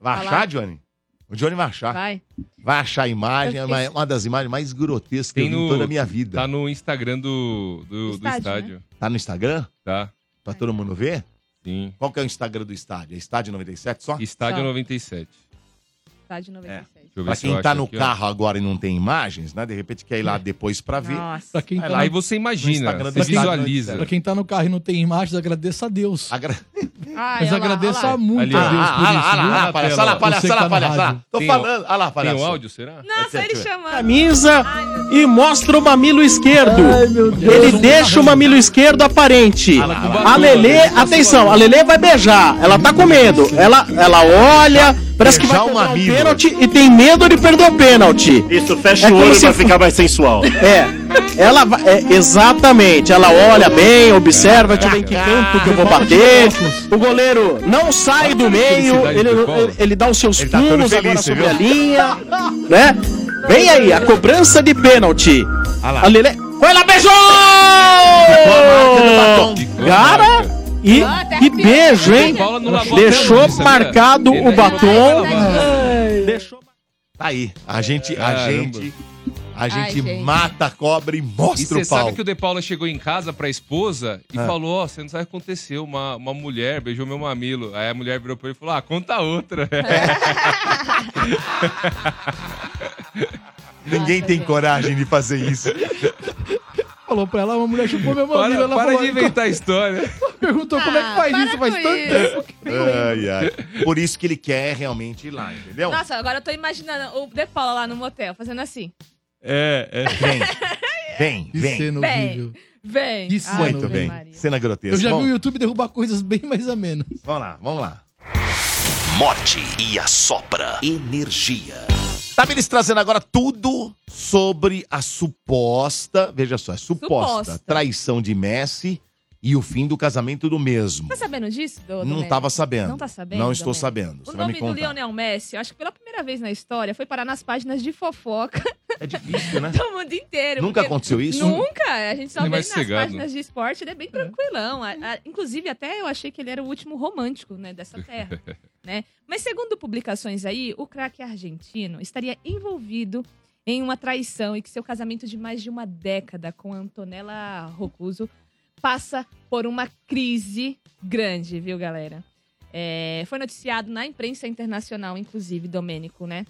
Speaker 1: Vai achar, Johnny? O Johnny vai achar.
Speaker 3: vai.
Speaker 1: Vai achar a imagem, é
Speaker 3: Eu
Speaker 1: uma,
Speaker 3: fiquei-
Speaker 1: uma das imagens mais grotescas que
Speaker 4: Tem
Speaker 1: eu vi em
Speaker 4: no-
Speaker 1: toda a minha vida.
Speaker 4: Tá no Instagram do, do, do
Speaker 3: Estádio, né?
Speaker 4: estádio.
Speaker 1: Tá no Instagram?
Speaker 4: Tá.
Speaker 1: Pra todo mundo ver?
Speaker 4: Sim.
Speaker 1: Qual que é o Instagram do estádio? É estádio 97 só?
Speaker 4: Estádio
Speaker 3: Só.
Speaker 4: 97. Deixa
Speaker 3: Tá de 97.
Speaker 4: eu ver
Speaker 1: Pra
Speaker 4: se eu
Speaker 1: quem tá
Speaker 4: acho
Speaker 1: no
Speaker 4: aqui, ó.
Speaker 1: carro agora e não tem imagens, né? De repente quer ir lá depois pra ver.
Speaker 2: Pra
Speaker 3: É. Nossa.
Speaker 2: quem, tá
Speaker 1: Vai
Speaker 2: no,
Speaker 1: lá.
Speaker 4: Aí você imagina,
Speaker 1: Instagram do
Speaker 4: você
Speaker 1: estádio,
Speaker 4: visualiza.
Speaker 2: pra quem tá no carro e não tem imagens, agradeça a Deus.
Speaker 1: Agra...
Speaker 3: Ai, olha
Speaker 2: Mas
Speaker 3: lá,
Speaker 2: agradeço
Speaker 3: olha
Speaker 2: a
Speaker 3: lá.
Speaker 2: muito
Speaker 4: Ah,
Speaker 2: a Deus por
Speaker 1: ah lá,
Speaker 2: isso.
Speaker 1: ah lá,
Speaker 2: viu?
Speaker 1: ah lá,
Speaker 4: Na
Speaker 1: palhaço,
Speaker 4: tela.
Speaker 1: ah lá, palhaço,
Speaker 2: Você
Speaker 1: ah
Speaker 2: que
Speaker 1: lá,
Speaker 2: tá na
Speaker 1: palhaço. ah lá.
Speaker 2: rádio.
Speaker 1: Tô
Speaker 4: Tem o-
Speaker 1: falando, ah lá,
Speaker 4: Tem
Speaker 1: palhaço.
Speaker 4: o áudio, será?
Speaker 3: Nossa, Ah, ele
Speaker 1: Deixa eu ver.
Speaker 3: chamando.
Speaker 7: camisa e mostra o mamilo esquerdo. Ele deixa o mamilo esquerdo aparente. A Lelê, atenção, a Lelê vai beijar. Ela tá com medo. Ela, ela olha, parece
Speaker 1: Beijar
Speaker 7: que
Speaker 1: o
Speaker 7: vai perder
Speaker 1: mamilo.
Speaker 7: um pênalti e tem medo de perder o pênalti.
Speaker 8: Isso, fecha
Speaker 7: É
Speaker 8: o
Speaker 7: como
Speaker 8: olho
Speaker 7: se
Speaker 8: pra
Speaker 7: fo-
Speaker 8: ficar mais sensual.
Speaker 7: É. Ela vai, é, exatamente, ela olha bem, observa, deixa eu ver em que canto que eu vou bater. O goleiro não sai do meio, ele, ele- ele dá os seus
Speaker 1: Ele tá todo
Speaker 7: pulos
Speaker 1: feliz,
Speaker 7: agora
Speaker 1: você
Speaker 7: sobre
Speaker 1: viu?
Speaker 7: a linha, né? Vem aí, a cobrança de pênalti. A Lele... Foi lá, beijou!
Speaker 1: Ficou a
Speaker 7: Cara,
Speaker 4: marca.
Speaker 7: e
Speaker 3: Ah, até
Speaker 7: que
Speaker 3: arrepiou.
Speaker 7: beijo, hein?
Speaker 4: Paula não lavou a
Speaker 7: Deixou
Speaker 4: pênalti, sabia?
Speaker 7: marcado
Speaker 4: Ele
Speaker 7: o
Speaker 4: tá
Speaker 7: batom.
Speaker 4: lavando a mão.
Speaker 7: Deixou
Speaker 1: Tá aí. A gente, a
Speaker 4: Caramba.
Speaker 1: gente, a gente
Speaker 3: gente.
Speaker 1: mata a cobra e
Speaker 4: E
Speaker 1: mostra
Speaker 4: você
Speaker 1: o pau. Ah.
Speaker 4: sabe que o De Paula chegou em casa pra esposa e falou: Ó, você não sabe o que aconteceu. Uma, uma mulher beijou meu mamilo. Aí a mulher virou pra ele e
Speaker 3: É.
Speaker 4: falou: Ah, conta outra.
Speaker 1: Ninguém tem coragem de fazer isso.
Speaker 2: Falou pra ela, uma mulher chupou meu
Speaker 4: Para,
Speaker 2: mamilo. Ela
Speaker 4: para
Speaker 2: falou,
Speaker 4: de inventar a história.
Speaker 2: perguntou como é que faz
Speaker 3: Ah,
Speaker 2: isso,
Speaker 3: para
Speaker 2: faz
Speaker 3: com
Speaker 2: tanto
Speaker 3: isso.
Speaker 2: tempo. que-
Speaker 1: Ai, ai. Por isso que ele quer realmente ir lá, entendeu?
Speaker 3: Nossa, agora eu tô imaginando o De Paula lá no motel, fazendo assim.
Speaker 4: É, é.
Speaker 1: Vem. Vem,
Speaker 2: Que
Speaker 1: vem.
Speaker 2: cena
Speaker 3: Bem.
Speaker 2: horrível.
Speaker 3: Vem.
Speaker 2: Isso,
Speaker 3: Ave
Speaker 1: Muito
Speaker 2: Ave
Speaker 1: bem.
Speaker 3: Maria.
Speaker 1: Cena grotesca.
Speaker 2: Eu já
Speaker 1: Bom,
Speaker 3: um-
Speaker 2: vi o YouTube derrubar coisas bem mais amenas.
Speaker 1: Vamos lá, vamos lá.
Speaker 9: Morte e assopra energia.
Speaker 1: Tá me trazendo agora tudo sobre a suposta, veja só, é suposta,
Speaker 3: Suposta.
Speaker 1: traição de Messi e o fim do casamento do mesmo.
Speaker 3: Tá sabendo disso, do, do
Speaker 1: Não
Speaker 3: Messi?
Speaker 1: estava sabendo.
Speaker 3: Não tá sabendo,
Speaker 1: Não estou
Speaker 3: Domênico?
Speaker 1: sabendo.
Speaker 3: O
Speaker 1: Você vai me
Speaker 3: nome do
Speaker 1: contar.
Speaker 3: Lionel Messi, eu acho que pela primeira vez na história, foi parar nas páginas de fofoca
Speaker 1: É difícil, né?
Speaker 3: do mundo inteiro.
Speaker 1: Nunca
Speaker 3: porque-
Speaker 1: aconteceu isso?
Speaker 3: Nunca! A gente só
Speaker 4: Ele
Speaker 3: vê
Speaker 4: é
Speaker 3: nas
Speaker 4: mais sossegado.
Speaker 3: páginas de esporte, ele é bem tranquilão. A- a- inclusive, até eu achei que ele era o último romântico né, dessa terra. né? Mas segundo publicações aí, o craque argentino estaria envolvido em uma traição e que seu casamento de mais de uma década com Antonella Rocuso passa por uma crise grande, viu, galera? É, foi noticiado na imprensa internacional, inclusive, Domênico, né?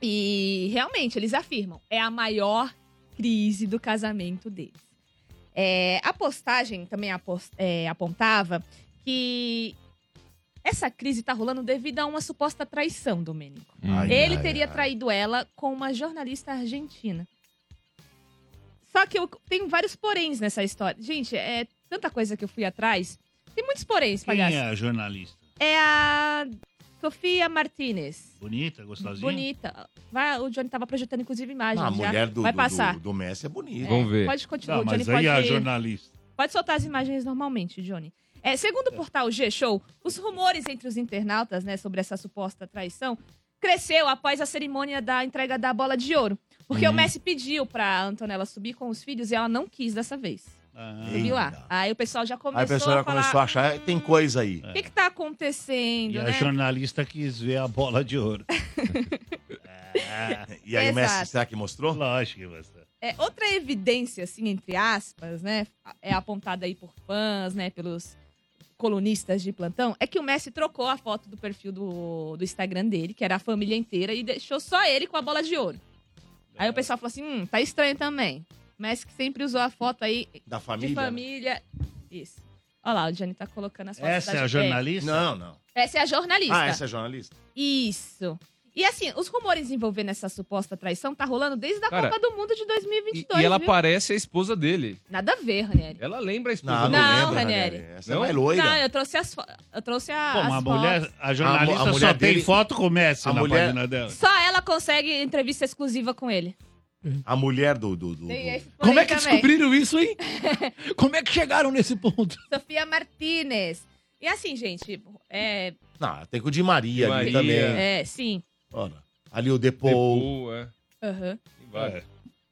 Speaker 3: E realmente, eles afirmam, é a maior crise do casamento deles. É, a postagem também apos- é, apontava que essa crise está rolando devido a uma suposta traição, Domênico.
Speaker 1: Ai,
Speaker 3: Ele
Speaker 1: ai,
Speaker 3: teria
Speaker 1: ai.
Speaker 3: traído ela com uma jornalista argentina. Só que eu tem vários poréns nessa história. Gente, é tanta coisa que eu fui atrás. Tem muitos poréns,
Speaker 6: Quem
Speaker 3: palhaço.
Speaker 6: é a jornalista?
Speaker 3: É a Sofia Martinez.
Speaker 6: Bonita, gostosinha?
Speaker 3: Bonita. Vai, o Johnny tava projetando, inclusive, imagens.
Speaker 1: Ah, a
Speaker 3: já.
Speaker 1: mulher do,
Speaker 3: Vai
Speaker 1: do-
Speaker 3: passar.
Speaker 1: do- do Messi é bonita.
Speaker 4: Vamos ver.
Speaker 3: Pode continuar,
Speaker 6: Não,
Speaker 3: o Johnny
Speaker 6: mas aí
Speaker 3: pode...
Speaker 6: a jornalista.
Speaker 3: Pode soltar as imagens normalmente, Johnny. É, segundo o portal G-Show, os rumores entre os internautas né, sobre essa suposta traição cresceu após a cerimônia da entrega da bola de ouro. Porque o Messi pediu pra Antonella subir com os filhos e ela não quis dessa vez.
Speaker 6: Ah,
Speaker 3: Você viu
Speaker 1: Eita.
Speaker 3: lá? Aí o pessoal já começou
Speaker 1: Aí a pessoa já
Speaker 3: a falar...
Speaker 1: começou a achar, "É, tem coisa aí.
Speaker 3: O que, que tá acontecendo,
Speaker 6: e a
Speaker 3: né?
Speaker 6: jornalista quis ver a bola de ouro. ah,
Speaker 1: E aí o Messi,
Speaker 3: Exato.
Speaker 1: será que mostrou?
Speaker 6: lógico que você.
Speaker 3: É, outra evidência, assim, entre aspas, né, é apontada aí por fãs, né, pelos colunistas de plantão, é que o Messi trocou a foto do perfil do, do Instagram dele, que era a família inteira, e deixou só ele com a bola de ouro. Aí o pessoal falou assim, hum, tá estranho também. Messi que sempre usou a foto aí
Speaker 1: Da
Speaker 3: de
Speaker 1: família? né?"
Speaker 3: família. Isso. Olha lá, o Gianni tá colocando as fotos.
Speaker 6: Essa
Speaker 3: da-
Speaker 6: é a jornalista?
Speaker 1: Não, não.
Speaker 3: É, essa é a jornalista.
Speaker 1: Ah, essa é jornalista?
Speaker 3: Isso. E assim, os rumores envolvendo essa suposta traição tá rolando desde a
Speaker 4: Cara,
Speaker 3: Copa do Mundo de
Speaker 4: E,
Speaker 3: 2022,
Speaker 4: e ela
Speaker 3: viu?
Speaker 4: parece a esposa dele.
Speaker 3: Nada a ver, Ranieri.
Speaker 4: Ela lembra a
Speaker 1: Não,
Speaker 4: esposa
Speaker 1: não,
Speaker 4: dele.
Speaker 3: Não,
Speaker 1: lembro,
Speaker 3: Ranieri.
Speaker 1: Essa é
Speaker 4: Não?
Speaker 1: mais loira.
Speaker 3: Não, eu trouxe as, fo- eu trouxe a,
Speaker 6: Pô,
Speaker 3: as
Speaker 6: uma
Speaker 3: fotos.
Speaker 6: mulher, a jornalista
Speaker 1: A mu- a mulher
Speaker 6: só
Speaker 1: dele-
Speaker 6: tem foto com o Messi
Speaker 1: a
Speaker 6: na
Speaker 1: mulher-
Speaker 6: página dela.
Speaker 3: Só ela consegue entrevista exclusiva com ele.
Speaker 1: A mulher do... do, do- do-
Speaker 2: Como é que
Speaker 3: descobri?
Speaker 2: descobriram isso, hein? Como é que chegaram nesse ponto?
Speaker 3: Sofia Martinez. E assim, gente, é,
Speaker 1: Não, tem com o Di Maria
Speaker 4: Di
Speaker 1: ali
Speaker 4: Maria.
Speaker 1: também.
Speaker 3: é, sim.
Speaker 1: Olha, ali o Depou.
Speaker 4: Depois, é.
Speaker 3: Aham.
Speaker 4: Tem várias.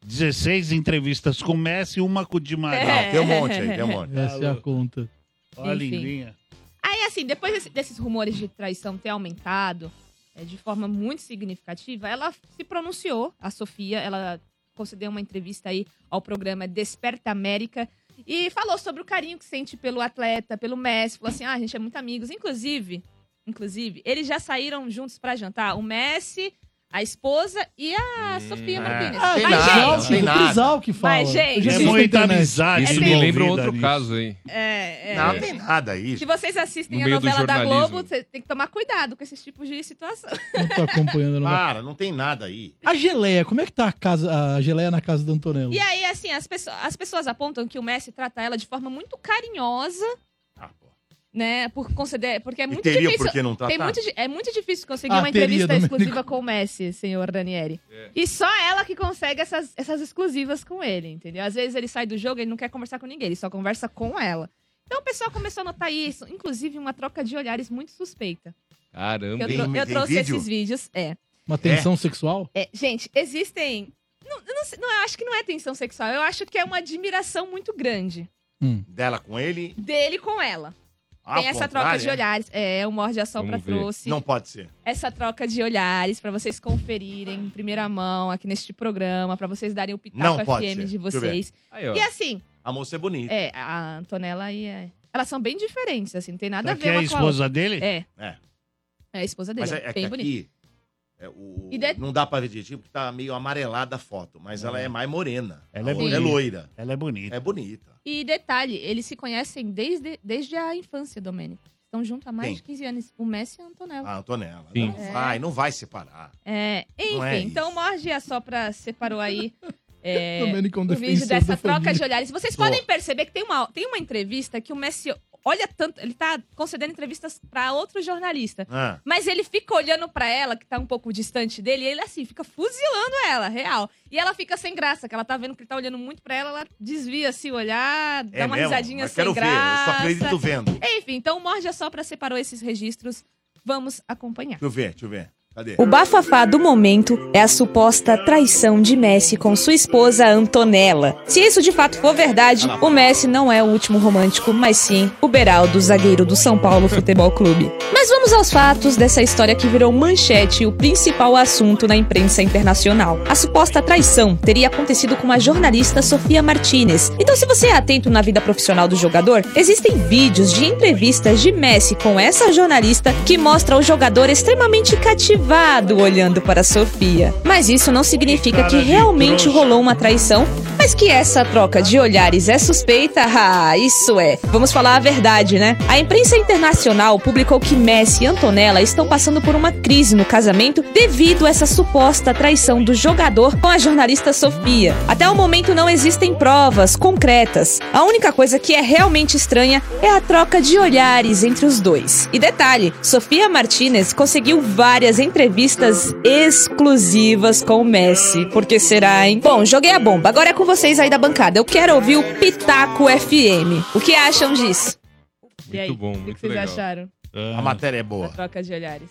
Speaker 6: 16 entrevistas com o Messi, uma com o Di Maria. Tá
Speaker 3: É.
Speaker 1: Não, tem um monte aí, tem um monte.
Speaker 2: Essa é a conta.
Speaker 6: Olha a
Speaker 3: Enfim.
Speaker 6: linguinha.
Speaker 3: Aí, assim, depois desse- desses rumores de traição ter aumentado é, de forma muito significativa, ela se pronunciou, a Sofia, ela concedeu uma entrevista aí ao programa Desperta América e falou sobre o carinho que sente pelo atleta, pelo Messi, falou assim, ah, a gente é muito amigos, inclusive, inclusive, eles já saíram juntos pra jantar, o Messi, a esposa e a Sofia
Speaker 4: é.
Speaker 3: Martínez.
Speaker 1: Ah,
Speaker 3: Ai,
Speaker 1: tem nada,
Speaker 3: gente,
Speaker 1: tem nada.
Speaker 2: Trisal que fala.
Speaker 3: Mas, gente,
Speaker 2: Eu já
Speaker 6: É
Speaker 2: vi isso na
Speaker 6: muita
Speaker 2: internet.
Speaker 6: amizade.
Speaker 4: Isso
Speaker 3: é
Speaker 4: me
Speaker 3: bem-
Speaker 4: lembra um
Speaker 6: envolvida
Speaker 4: outro
Speaker 6: nisso.
Speaker 4: caso, hein?
Speaker 3: é, é.
Speaker 1: Não, tem nada aí.
Speaker 3: Se vocês assistem
Speaker 4: No
Speaker 3: a
Speaker 4: meio do
Speaker 3: novela da
Speaker 4: jornalismo.
Speaker 3: Globo, você tem que tomar cuidado com esses tipos de situação.
Speaker 2: Não tô acompanhando. Não.
Speaker 1: Para, não tem nada aí.
Speaker 2: A geleia, como é que tá a, casa, a geleia na casa do Antonello?
Speaker 3: E aí, assim, as pessoas, as pessoas apontam que o Messi trata ela de forma muito carinhosa,
Speaker 1: Ah, pô.
Speaker 3: né? Por conceder, porque é
Speaker 1: E
Speaker 3: muito
Speaker 1: teria
Speaker 3: difícil.
Speaker 1: por que não tratar?
Speaker 3: Tem muito, di- é muito difícil conseguir
Speaker 2: Ah,
Speaker 3: uma
Speaker 2: teria,
Speaker 3: entrevista
Speaker 2: Domênico.
Speaker 3: exclusiva com o Messi, senhor Ranieri.
Speaker 1: É.
Speaker 3: E só ela que consegue essas, essas exclusivas com ele, entendeu? Às vezes ele sai do jogo e ele não quer conversar com ninguém, ele só conversa com ela. Então o pessoal começou a notar isso, inclusive uma troca de olhares muito suspeita. Eu,
Speaker 4: Caramba.
Speaker 3: tro-
Speaker 1: Tem-
Speaker 3: eu
Speaker 1: tem
Speaker 3: trouxe
Speaker 1: vídeo?
Speaker 3: esses vídeos, é.
Speaker 2: Uma tensão sexual?
Speaker 3: É, gente, existem. Não, eu não sei- não, eu acho que não é tensão sexual. Eu acho que é uma admiração muito grande
Speaker 1: Dela com ele.
Speaker 3: dele com ela.
Speaker 1: ao
Speaker 3: Tem essa troca
Speaker 1: contrário,
Speaker 3: de
Speaker 1: né?
Speaker 3: olhares. É, o Morde a Sopra
Speaker 4: Vamos ver.
Speaker 3: trouxe.
Speaker 1: Não pode ser.
Speaker 3: Essa troca de olhares pra vocês conferirem em primeira mão aqui neste programa, pra vocês darem o
Speaker 1: Não
Speaker 3: pitaco
Speaker 1: pode
Speaker 3: FM
Speaker 1: ser.
Speaker 3: de
Speaker 1: Deixa eu ver.
Speaker 3: vocês.
Speaker 4: Aí, ó.
Speaker 3: E assim,
Speaker 1: A moça é bonita.
Speaker 3: é, a Antonella e a... Elas são bem diferentes, assim, não tem nada
Speaker 6: Será
Speaker 3: a
Speaker 6: que
Speaker 3: ver
Speaker 6: é a
Speaker 3: uma com a outra.
Speaker 6: esposa dele?
Speaker 3: É.
Speaker 1: É.
Speaker 3: É a esposa dele,
Speaker 1: Mas é, é que
Speaker 3: bem bonita.
Speaker 1: aqui É, o-
Speaker 3: E de-
Speaker 1: Não dá pra ver direitinho porque tá meio amarelada a foto, mas ela é mais morena.
Speaker 8: Ela
Speaker 1: A
Speaker 8: é
Speaker 1: outra
Speaker 3: bonita.
Speaker 1: loira.
Speaker 8: Ela é bonita.
Speaker 1: É bonita.
Speaker 3: E detalhe, eles se conhecem desde, desde a infância, Domênico. Estão juntos há mais
Speaker 1: Quem?
Speaker 3: de 15 anos. O Messi e a Antonella.
Speaker 1: A Antonella.
Speaker 4: Sim.
Speaker 1: Não vai, não vai separar.
Speaker 3: É, enfim,
Speaker 1: Não é isso.
Speaker 3: então Morge a Sopra separou aí é,
Speaker 2: Também
Speaker 3: o
Speaker 2: com
Speaker 3: vídeo
Speaker 2: defensor
Speaker 3: dessa
Speaker 2: da
Speaker 3: troca
Speaker 2: família.
Speaker 3: de olhares. Vocês
Speaker 1: Boa.
Speaker 3: podem perceber que tem uma, tem uma entrevista que o Messi olha tanto. Ele tá concedendo entrevistas pra outro jornalista.
Speaker 1: Ah,
Speaker 3: Mas ele fica olhando pra ela, que tá um pouco distante dele, e ele assim, fica fuzilando ela, real. E ela fica sem graça, que ela tá vendo que ele tá olhando muito pra ela, ela desvia assim, o olhar, dá
Speaker 1: é
Speaker 3: uma
Speaker 1: mesmo?
Speaker 3: risadinha
Speaker 1: Mas
Speaker 3: sem
Speaker 1: quero ver. Eu
Speaker 3: graça.
Speaker 1: só acredito vendo.
Speaker 3: Enfim, então o Morde só pra separou esses registros. Vamos acompanhar.
Speaker 1: Deixa eu ver, deixa eu ver. Cadê?
Speaker 10: O bafafá do momento é a suposta traição de Messi com sua esposa Antonella. Se isso de fato for verdade, o Messi não é o último romântico, mas sim o Beraldo, zagueiro do São Paulo Futebol Clube. Mas vamos aos fatos dessa história que virou manchete e o principal assunto na imprensa internacional. A suposta traição teria acontecido com a jornalista Sofia Martinez. Então, se você é atento na vida profissional do jogador, existem vídeos de entrevistas de Messi com essa jornalista que mostra o jogador extremamente cativado olhando para Sofia. Mas isso não significa que
Speaker 6: Cara de
Speaker 10: realmente
Speaker 6: trouxa.
Speaker 10: rolou uma traição, mas que essa troca de olhares é suspeita? Ah, isso é. Vamos falar a verdade, né? A imprensa internacional publicou que Messi e Antonella estão passando por uma crise no casamento devido a essa suposta traição do jogador com a jornalista Sofia. Até o momento não existem provas concretas. A única coisa que é realmente estranha é a troca de olhares entre os dois. E detalhe, Sofia Martinez conseguiu várias entrevistas exclusivas com o Messi. Por que será, hein? Bom, joguei a bomba. Agora é com vocês aí da bancada. Eu quero ouvir o Pitaco FM. O que acham disso?
Speaker 3: e aí,
Speaker 4: Muito bom,
Speaker 3: o que
Speaker 4: muito
Speaker 3: vocês
Speaker 4: legal.
Speaker 3: acharam
Speaker 1: A matéria é boa.
Speaker 3: da troca de olhares?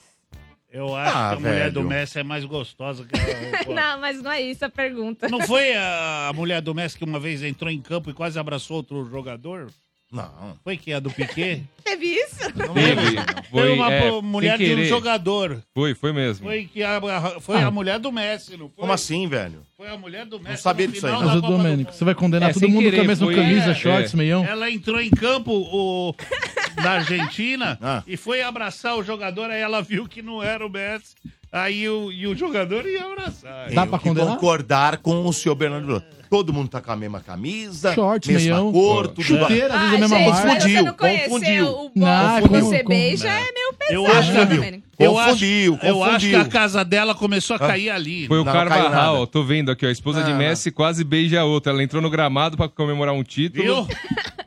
Speaker 8: Eu acho
Speaker 1: Ah,
Speaker 8: que a mulher do
Speaker 1: velho.
Speaker 8: Messi é mais gostosa que a...
Speaker 3: Não, mas não é isso a pergunta.
Speaker 8: Não foi a a mulher do Messi que uma vez entrou em campo e quase abraçou outro jogador?
Speaker 1: Não.
Speaker 8: Foi que a do Piquet?
Speaker 3: Teve isso?
Speaker 1: não
Speaker 4: Teve.
Speaker 1: lembro.
Speaker 8: foi
Speaker 4: Foi,
Speaker 8: uma
Speaker 4: é,
Speaker 8: pô-
Speaker 4: sem
Speaker 8: mulher de um
Speaker 4: querer.
Speaker 8: jogador.
Speaker 4: Foi, foi mesmo.
Speaker 8: Foi que a, a- foi a mulher do Messi, não foi?
Speaker 1: Ah. Como assim, velho?
Speaker 8: Foi a mulher do Messi.
Speaker 1: sabia
Speaker 8: no
Speaker 1: disso
Speaker 8: final
Speaker 1: aí.
Speaker 8: da
Speaker 2: Mas, ô,
Speaker 8: Copa do
Speaker 2: Domênico,
Speaker 8: Mundo.
Speaker 2: você vai condenar
Speaker 4: É,
Speaker 2: todo
Speaker 4: sem
Speaker 2: mundo com a
Speaker 4: querer,
Speaker 2: mesma
Speaker 4: foi-
Speaker 2: camisa,
Speaker 4: é,
Speaker 2: shorts,
Speaker 4: é.
Speaker 2: meião?
Speaker 8: Ela entrou em campo o, na Argentina
Speaker 1: Ah.
Speaker 8: e foi abraçar o jogador, aí ela viu que não era o Messi. Aí o, e o jogador ia abraçar.
Speaker 2: Dá
Speaker 1: Tenho
Speaker 2: pra
Speaker 1: que
Speaker 2: condenar?
Speaker 1: concordar com o senhor Bernardo Veloso. Todo mundo tá com a mesma camisa,
Speaker 2: Shorts,
Speaker 1: mesma
Speaker 2: meião.
Speaker 1: cor, tudo
Speaker 2: Chuteira, às vezes a mesma
Speaker 3: Ah, gente,
Speaker 2: marca.
Speaker 3: mas você
Speaker 1: Confundiu,
Speaker 3: não conheceu
Speaker 1: confundiu.
Speaker 3: o
Speaker 2: Não,
Speaker 3: bom que você
Speaker 2: confundiu.
Speaker 3: beija, é meio
Speaker 8: Eu
Speaker 3: pesado,
Speaker 8: acho,
Speaker 3: né,
Speaker 1: Confundiu.
Speaker 3: Domênico?
Speaker 8: eu acho,
Speaker 1: Confundiu,
Speaker 8: eu acho que a
Speaker 1: confundiu. Ah.
Speaker 8: casa dela começou a cair ali.
Speaker 4: Foi o
Speaker 1: Não, não caiu
Speaker 4: Carvajal,
Speaker 1: nada.
Speaker 4: ó, tô vendo aqui, ó, a esposa de
Speaker 1: Ah.
Speaker 4: Messi quase beija a outra. Ela entrou no gramado pra comemorar um título
Speaker 8: Viu?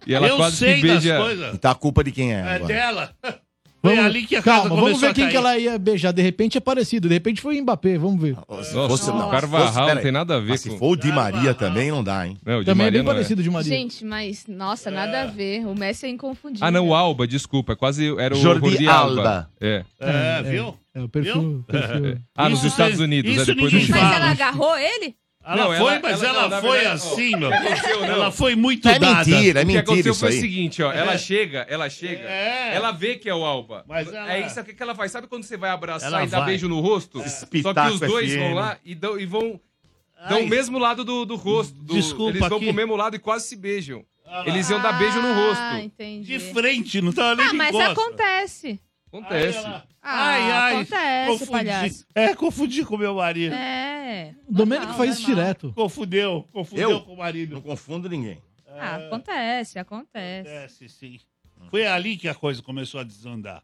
Speaker 4: e ela
Speaker 8: eu
Speaker 4: quase
Speaker 8: sei
Speaker 4: que beija.
Speaker 8: das coisas.
Speaker 1: Tá a culpa de quem é
Speaker 8: É
Speaker 1: agora.
Speaker 8: dela. Foi ali que a casa
Speaker 2: calma, vamos
Speaker 8: começou
Speaker 2: ver
Speaker 8: a
Speaker 2: quem
Speaker 8: cair.
Speaker 2: que ela ia beijar. De repente é parecido, de repente foi o Mbappé, vamos ver.
Speaker 1: Se
Speaker 4: Nossa,
Speaker 1: fosse-
Speaker 4: o
Speaker 1: não, se fosse-
Speaker 4: Carvajal não
Speaker 1: peraí.
Speaker 4: tem nada a ver
Speaker 1: Mas
Speaker 4: com...
Speaker 1: se for o Di Maria
Speaker 8: Carvajal.
Speaker 1: também, não dá, hein?
Speaker 4: Não, o Di
Speaker 2: Também é
Speaker 4: Maria
Speaker 2: bem
Speaker 4: não
Speaker 2: parecido de Maria.
Speaker 3: Gente, mas, nossa, nada a ver. O Messi é inconfundível.
Speaker 4: Ah, não, o Alba, desculpa. Quase era o
Speaker 1: Jordi
Speaker 4: Alba.
Speaker 1: Alba.
Speaker 4: É.
Speaker 8: É, viu?
Speaker 2: É, o perfil.
Speaker 8: Viu?
Speaker 2: perfil.
Speaker 4: Ah, nos
Speaker 8: Isso
Speaker 4: Estados
Speaker 8: é-
Speaker 4: Unidos,
Speaker 8: isso
Speaker 4: é depois do
Speaker 8: ninguém
Speaker 3: Mas
Speaker 8: fala. Ah,
Speaker 3: ela agarrou ele?
Speaker 8: Ela
Speaker 4: Não,
Speaker 8: foi,
Speaker 4: ela-
Speaker 8: mas
Speaker 4: ela-
Speaker 8: ela,
Speaker 4: não, na
Speaker 8: foi
Speaker 4: verdade, ó,
Speaker 8: assim, meu.
Speaker 4: aconteceu, não.
Speaker 8: Ela foi muito
Speaker 1: É
Speaker 8: dada.
Speaker 1: mentira, é
Speaker 4: o que
Speaker 1: mentira
Speaker 4: aconteceu
Speaker 1: isso
Speaker 4: foi o
Speaker 1: aí.
Speaker 4: seguinte, ó. Ela chega, ela chega.
Speaker 8: É.
Speaker 4: Ela vê que é o Alba.
Speaker 8: Mas ela-
Speaker 4: É isso aqui que ela faz. Sabe quando você vai abraçar
Speaker 8: Ela
Speaker 4: e dar
Speaker 8: vai. É.
Speaker 4: beijo no rosto? Só que os
Speaker 1: Espetáculo
Speaker 4: dois
Speaker 1: FM.
Speaker 4: vão lá e, dão- e vão. Dão o mesmo lado do, do rosto. do-
Speaker 8: Desculpa
Speaker 4: Eles vão
Speaker 8: aqui.
Speaker 4: pro mesmo lado e quase se beijam. Eles iam dar beijo no
Speaker 3: Ah,
Speaker 4: rosto.
Speaker 3: entendi.
Speaker 8: De frente, tá não tava nem
Speaker 3: Ah,
Speaker 8: de
Speaker 3: mas
Speaker 8: costas.
Speaker 3: acontece.
Speaker 8: Aí
Speaker 4: Acontece.
Speaker 8: ela-
Speaker 3: Ah,
Speaker 8: Ai, ai.
Speaker 3: acontece,
Speaker 8: confundi.
Speaker 3: palhaço.
Speaker 8: É, confundi com meu marido.
Speaker 3: É.
Speaker 2: O Domênico
Speaker 3: normal,
Speaker 2: faz isso
Speaker 3: normal.
Speaker 2: direto.
Speaker 8: Confundeu, confundeu
Speaker 1: Eu?
Speaker 8: com o marido.
Speaker 1: Não confundo ninguém.
Speaker 3: Ah, acontece, acontece.
Speaker 8: Acontece, sim. Foi ali que a coisa começou a desandar.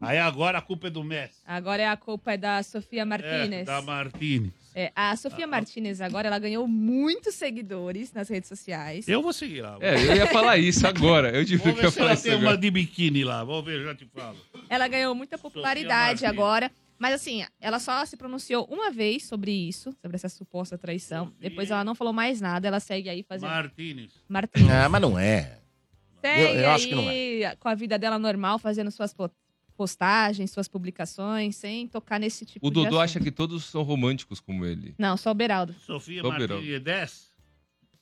Speaker 8: Aí agora a culpa é do Messi.
Speaker 3: Agora é a culpa é da Sofia
Speaker 8: É,
Speaker 3: Martinez.
Speaker 8: da Ah, Martínez.
Speaker 3: É, a Sofia Martinez agora, ela ganhou muitos seguidores nas redes sociais.
Speaker 8: Eu vou seguir lá.
Speaker 4: É, eu ia falar isso agora. Eu digo
Speaker 8: Vou
Speaker 4: que
Speaker 8: ver
Speaker 4: eu
Speaker 8: se ela
Speaker 4: falei isso
Speaker 8: tem
Speaker 4: agora.
Speaker 8: uma de biquíni lá. Vou ver, já te falo.
Speaker 3: Ela ganhou muita popularidade
Speaker 8: Sofia Martinez.
Speaker 3: agora. Mas assim, ela só se pronunciou uma vez sobre isso, sobre essa suposta traição.
Speaker 8: Sofia.
Speaker 3: Depois ela não falou mais nada, ela segue aí fazendo.
Speaker 8: Martínez.
Speaker 3: Martinez.
Speaker 1: Ah, mas não é.
Speaker 3: Segue
Speaker 1: Eu- eu acho que não é.
Speaker 3: aí com a vida dela normal, fazendo suas po- postagens, suas publicações, sem tocar nesse tipo
Speaker 4: O
Speaker 3: de
Speaker 4: Dodô
Speaker 3: assunto.
Speaker 4: acha que todos são românticos como ele.
Speaker 3: Não, só o Beraldo.
Speaker 8: Sofia
Speaker 4: Soberano.
Speaker 8: Martínez é 10?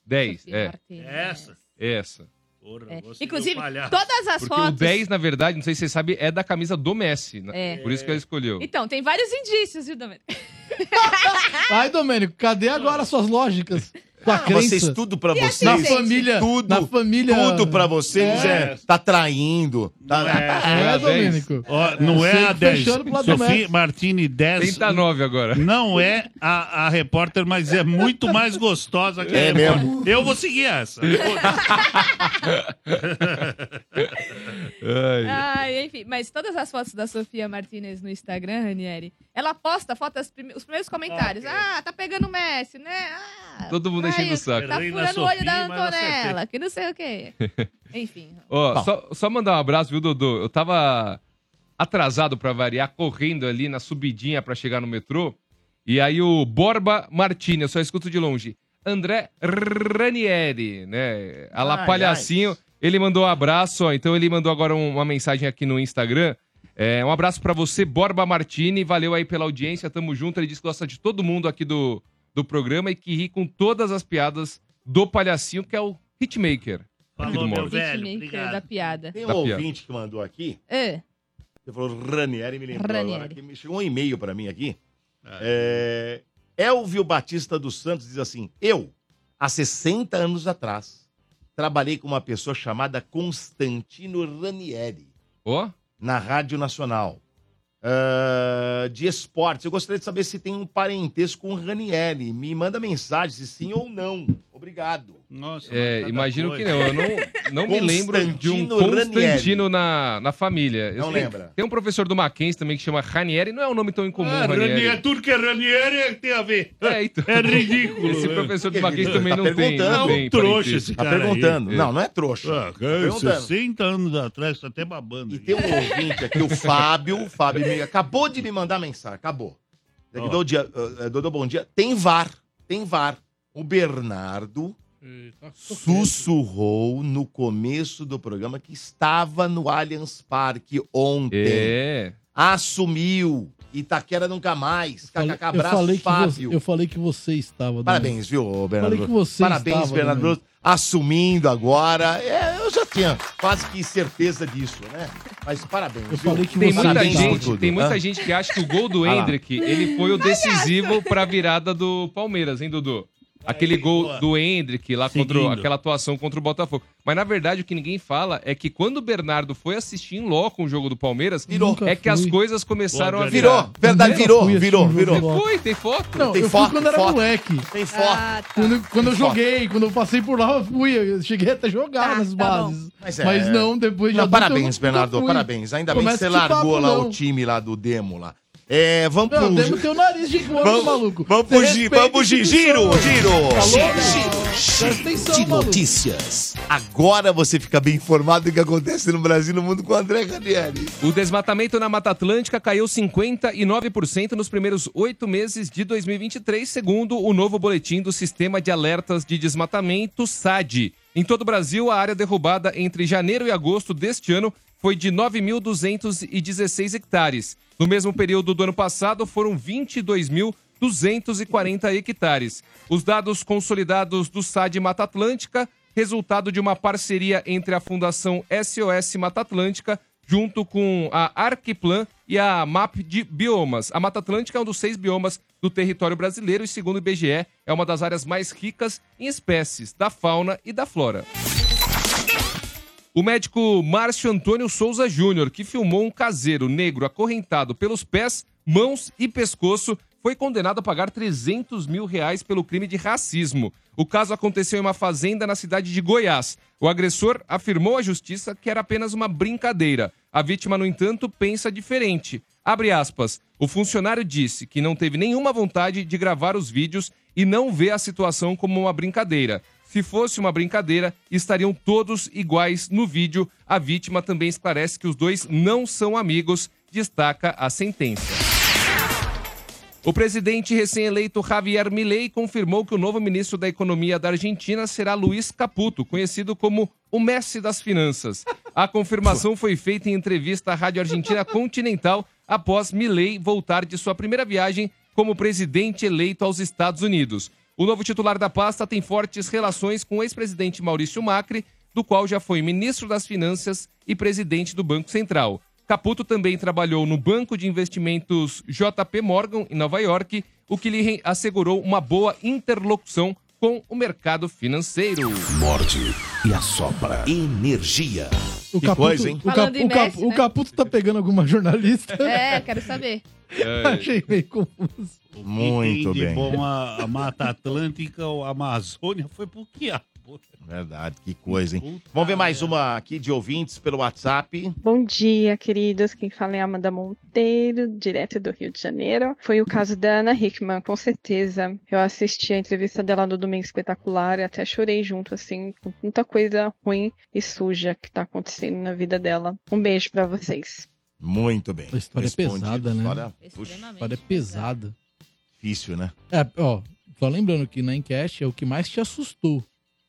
Speaker 4: 10,
Speaker 3: Sofia
Speaker 4: é.
Speaker 3: Martinez.
Speaker 8: Essa?
Speaker 4: Essa.
Speaker 8: Porra,
Speaker 3: É.
Speaker 8: vou seguir o
Speaker 3: Inclusive,
Speaker 8: palhaço.
Speaker 3: todas as
Speaker 4: Porque o
Speaker 3: fotos.
Speaker 4: 10, na verdade, não sei se você sabe, é da camisa do Messi. né?
Speaker 3: É.
Speaker 4: Por isso que ele escolheu.
Speaker 3: Então, tem vários indícios, viu, Domênico?
Speaker 2: Ai, Domênico, cadê agora as suas lógicas? Tua crença.
Speaker 1: Ah, Vocês tudo pra
Speaker 2: E
Speaker 1: vocês.
Speaker 2: assim, Na gente? família-
Speaker 1: Tudo.
Speaker 2: na família-
Speaker 1: Tudo pra vocês.
Speaker 2: É.
Speaker 1: É. Tá traindo. Tá...
Speaker 2: é, Domênico.
Speaker 8: Ó, não é a 10.
Speaker 2: Fechando pro lado do
Speaker 8: Sofia
Speaker 2: Messi.
Speaker 8: Martini 10.
Speaker 4: Tenta nove agora.
Speaker 8: Não é a, a repórter, mas é muito mais gostosa que a
Speaker 1: É
Speaker 8: repórter.
Speaker 1: mesmo.
Speaker 8: Eu vou seguir essa.
Speaker 4: É
Speaker 3: Ai, enfim, mas todas as fotos da Sofia Martinez no Instagram, Ranieri, ela posta fotos, os primeiros comentários. Ah, tá pegando o Messi, né? Ah,
Speaker 4: Todo mundo
Speaker 3: vai-
Speaker 4: enchendo o saco.
Speaker 3: Tá
Speaker 4: Errei
Speaker 3: furando
Speaker 4: na
Speaker 3: o olho
Speaker 4: Sofia,
Speaker 3: da
Speaker 4: mas acertei.
Speaker 3: Antonella, que não sei o quê. Enfim.
Speaker 4: Ó,
Speaker 3: Bom.
Speaker 4: só, só mandar um abraço, viu, Dodô? Eu tava atrasado pra variar, correndo ali na subidinha pra chegar no metrô. E aí o Borba Martini, eu só escuto de longe. André Ranieri, né?
Speaker 8: Ah,
Speaker 4: A
Speaker 11: Ai,
Speaker 4: la
Speaker 11: ai.
Speaker 4: palhacinho. Ele mandou um abraço, ó. Então ele mandou agora um- uma mensagem aqui no Instagram. É, um abraço pra você, Borba Martini. Valeu aí pela audiência, tamo junto. Ele diz que gosta de todo mundo aqui do, do programa e que ri com todas as piadas do palhacinho, que é o hitmaker. aqui do
Speaker 8: Falou, meu
Speaker 4: Morro.
Speaker 8: velho.
Speaker 3: Hitmaker
Speaker 8: obrigado.
Speaker 3: da piada.
Speaker 1: Tem um
Speaker 4: Da piada.
Speaker 1: ouvinte que mandou aqui.
Speaker 3: É.
Speaker 1: Você falou Ranieri, me lembrou
Speaker 3: Ranieri.
Speaker 1: agora. Que me chegou um e-mail pra mim aqui.
Speaker 4: Ah.
Speaker 1: É, Elvio Batista dos Santos diz assim: Eu, há 60 anos atrás, trabalhei com uma pessoa chamada Constantino Ranieri. Na Rádio Nacional. Ah, de esportes. Eu gostaria de saber se tem um parentesco com o Ranieri. Me manda mensagem se sim ou não. Obrigado.
Speaker 8: Nossa,
Speaker 4: É, imagino que não. Eu não, não me lembro de um
Speaker 1: Constantino
Speaker 4: Constantino na, na família. Eu
Speaker 1: Não
Speaker 4: sei-
Speaker 1: lembra.
Speaker 4: Tem um professor do Mackenzie também que chama Ranieri. Não é um nome tão incomum,
Speaker 8: Ah,
Speaker 4: Ranieri.
Speaker 8: Ranieri, tudo que é Ranieri é que tem a ver.
Speaker 4: É,
Speaker 8: ridículo.
Speaker 4: Esse
Speaker 8: né?
Speaker 4: professor do Mackenzie também não tem. Não
Speaker 8: É
Speaker 4: tem
Speaker 8: um trouxa
Speaker 4: parentesco.
Speaker 8: esse
Speaker 1: Tá
Speaker 8: cara.
Speaker 1: perguntando.
Speaker 8: aí.
Speaker 1: Não, não é trouxa.
Speaker 8: Ah,
Speaker 1: Tá
Speaker 8: cara,
Speaker 1: perguntando.
Speaker 8: 60 anos atrás, tô até babando. E
Speaker 1: Tem um ouvinte aqui, o Fábio. O Fábio me- acabou de me mandar mensagem. Acabou. É que
Speaker 8: Ó.
Speaker 1: dou dia- eh, eh, Dodô, bom dia. Tem VAR. Tem VAR. O Bernardo
Speaker 5: Hum.
Speaker 1: sussurrou no começo do programa que estava no Allianz Parque ontem.
Speaker 4: É.
Speaker 1: Assumiu. Itaquera nunca mais. KKK,
Speaker 2: Eu
Speaker 1: abraço,
Speaker 2: falei, que
Speaker 1: Fábio.
Speaker 2: você, eu falei que você estava. Domênico.
Speaker 1: Parabéns, viu, Bernardo?
Speaker 2: Falei que você
Speaker 1: Parabéns,
Speaker 2: estava, né?
Speaker 1: Bernardo
Speaker 2: Domênico.
Speaker 1: Bruno, assumindo agora. É, eu já tinha quase que certeza disso, né? Mas parabéns. Eu
Speaker 2: falei que
Speaker 4: Tem muita, gente, tem muita gente que acha que o gol do
Speaker 1: Ah lá.
Speaker 4: Hendrick ele foi o decisivo pra virada do Palmeiras, hein, Dudu? Aquele gol do Hendrick lá contra o-
Speaker 8: Seguindo.
Speaker 4: aquela atuação contra o Botafogo. Mas na verdade o que ninguém fala é que quando o Bernardo foi assistir em loco um jogo do Palmeiras, é que as coisas começaram a virar.
Speaker 1: Virou, verdade, virou,
Speaker 4: um
Speaker 1: virou, virou.
Speaker 4: Foi, tem foto.
Speaker 2: Não, eu fui quando era moleque.
Speaker 1: Tem foto.
Speaker 3: Ah, tá.
Speaker 2: Quando, quando eu
Speaker 1: Tem foto.
Speaker 2: joguei, quando eu passei por lá, eu fui. Eu cheguei até jogar
Speaker 3: Tá,
Speaker 2: nas bases. Mas, não, depois
Speaker 1: é. Não,
Speaker 2: adulto, eu
Speaker 1: Parabéns,
Speaker 2: nunca
Speaker 1: Bernardo,
Speaker 2: fui.
Speaker 1: parabéns. Ainda bem que
Speaker 2: Começa
Speaker 1: você
Speaker 2: esse
Speaker 1: largou
Speaker 2: papo,
Speaker 1: lá
Speaker 2: não.
Speaker 1: o time lá do Demo lá. É, vamos
Speaker 2: Não,
Speaker 1: pro...
Speaker 2: demo teu nariz de gordo,
Speaker 1: Vamos-
Speaker 2: maluco.
Speaker 1: vamos
Speaker 2: Você
Speaker 1: pro gi-
Speaker 2: respeita
Speaker 1: vamos gi-
Speaker 2: a
Speaker 1: giro,
Speaker 2: instituição.
Speaker 1: giro.
Speaker 2: Falou?
Speaker 1: Giro,
Speaker 2: Presta atenção,
Speaker 1: de
Speaker 2: maluco.
Speaker 1: notícias. Agora você fica bem informado do que acontece no Brasil e no mundo com o André Ranieri.
Speaker 4: O desmatamento na Mata Atlântica caiu 59% nos primeiros oito meses de 2023, segundo o novo boletim do Sistema de Alertas de Desmatamento, SAD. Em todo o Brasil, a área derrubada entre janeiro e agosto deste ano foi de 9.216 hectares. No mesmo período do ano passado, foram 22.240 hectares. Os dados consolidados do SAD Mata Atlântica, resultado de uma parceria entre a Fundação SOS Mata Atlântica junto com a Arquiplan e a MAP de biomas. A Mata Atlântica é um dos seis biomas do território brasileiro e, segundo o IBGE, é uma das áreas mais ricas em espécies da fauna e da flora. O médico Márcio Antônio Souza Júnior, que filmou um caseiro negro acorrentado pelos pés, mãos e pescoço, foi condenado a pagar 300 mil reais pelo crime de racismo. O caso aconteceu em uma fazenda na cidade de Goiás. O agressor afirmou à justiça que era apenas uma brincadeira. A vítima, no entanto, pensa diferente. Abre aspas. O funcionário disse que não teve nenhuma vontade de gravar os vídeos e não vê a situação como uma brincadeira. Se fosse uma brincadeira, estariam todos iguais no vídeo. A vítima também esclarece que os dois não são amigos, destaca a sentença. O presidente recém-eleito Javier Milei confirmou que o novo ministro da Economia da Argentina será Luiz Caputo, conhecido como o Messi das Finanças. A confirmação foi feita em entrevista à Rádio Argentina Continental após Milei voltar de sua primeira viagem como presidente eleito aos Estados Unidos. O novo titular da pasta tem fortes relações com o ex-presidente Maurício Macri, do qual já foi ministro das Finanças e presidente do Banco Central. Caputo também trabalhou no banco de investimentos JP Morgan, em Nova York, o que lhe re- assegurou uma boa interlocução com o mercado financeiro.
Speaker 9: Morde e assopra. Energia.
Speaker 2: O
Speaker 9: Que
Speaker 2: Caputo,
Speaker 9: coisa, hein?
Speaker 2: O, Cap-
Speaker 3: Falando em
Speaker 2: o Cap-
Speaker 3: Messi,
Speaker 2: o
Speaker 3: né?
Speaker 2: Caputo tá pegando alguma jornalista. né?
Speaker 3: É, quero saber.
Speaker 4: É.
Speaker 2: Achei meio confuso.
Speaker 1: Muito
Speaker 8: de
Speaker 1: bem.
Speaker 8: bom a, a Mata Atlântica ou a Amazônia foi pro quiabo.
Speaker 1: Verdade, que coisa, hein? Vamos ver mais uma aqui de ouvintes pelo WhatsApp.
Speaker 11: Bom dia, queridos. Quem fala é Amanda Monteiro, direto do Rio de Janeiro. Foi o caso da Ana Hickman, com certeza. Eu assisti a entrevista dela no Domingo Espetacular e até chorei junto, assim, com muita coisa ruim e suja que tá acontecendo na vida dela. Um beijo pra vocês.
Speaker 1: Muito bem.
Speaker 2: A história é
Speaker 1: Respondido.
Speaker 2: pesada, né?
Speaker 1: História,
Speaker 2: A história é pesada.
Speaker 1: Tá, difícil, né?
Speaker 2: É, ó, só lembrando que na enquete é o que mais te assustou.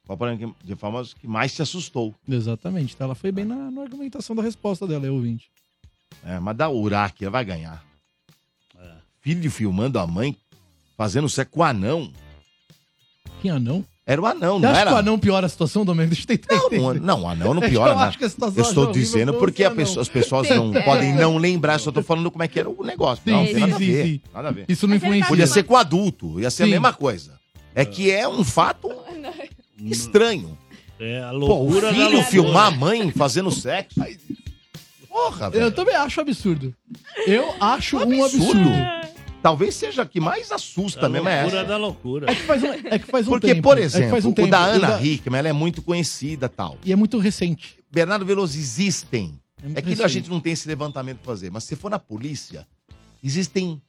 Speaker 1: Qual o problema que- de famosos que mais te assustou?
Speaker 2: Exatamente, tá? Ela foi bem na, na argumentação da resposta dela, eu ouvinte.
Speaker 1: É, mas dá o Uraque, ela vai ganhar. Filho filmando a mãe, fazendo sexo com o anão.
Speaker 2: Quem é anão?
Speaker 1: Era o anão,
Speaker 2: Você
Speaker 1: não
Speaker 2: acha
Speaker 1: era?
Speaker 2: que o anão piora a situação, Domingo? Deixa eu tentar
Speaker 1: Não,
Speaker 2: entender.
Speaker 1: o an- não, o anão não
Speaker 2: É que
Speaker 1: piora,
Speaker 2: eu
Speaker 1: né?
Speaker 2: acho que a situação
Speaker 1: Eu estou
Speaker 2: é horrível
Speaker 1: dizendo
Speaker 2: com o
Speaker 1: porque a
Speaker 2: anão.
Speaker 1: pessoa- as pessoas não
Speaker 2: É.
Speaker 1: podem não lembrar, só tô falando como é que era o negócio.
Speaker 2: Sim,
Speaker 1: não, não tem
Speaker 2: sim,
Speaker 1: nada a
Speaker 2: sim,
Speaker 1: ver.
Speaker 2: sim.
Speaker 1: Nada a ver.
Speaker 2: Isso não influencia.
Speaker 1: Podia ser com adulto, ia ser a
Speaker 2: Sim.
Speaker 1: mesma coisa. É que é um fato estranho.
Speaker 8: É, a
Speaker 1: Pô, o
Speaker 8: loucura da
Speaker 1: filho
Speaker 8: loucura.
Speaker 1: filmar a mãe fazendo sexo. Porra,
Speaker 2: Eu
Speaker 1: velho.
Speaker 2: também acho absurdo. Eu acho um absurdo.
Speaker 1: É Absurdo. Talvez seja a que mais assusta
Speaker 8: A
Speaker 1: mesmo é
Speaker 8: loucura
Speaker 1: essa.
Speaker 8: da loucura.
Speaker 2: É que faz um, é que faz um
Speaker 1: Porque,
Speaker 2: tempo.
Speaker 1: por
Speaker 2: é que faz
Speaker 1: exemplo,
Speaker 2: um
Speaker 1: o
Speaker 2: tempo.
Speaker 1: da Ana
Speaker 2: Eu
Speaker 1: Hickman, ela é muito conhecida tal.
Speaker 2: E é muito recente.
Speaker 1: Bernardo Veloso existem.
Speaker 2: muito
Speaker 1: É que a
Speaker 2: recente.
Speaker 1: gente não tem esse levantamento pra fazer, mas se for na polícia, existem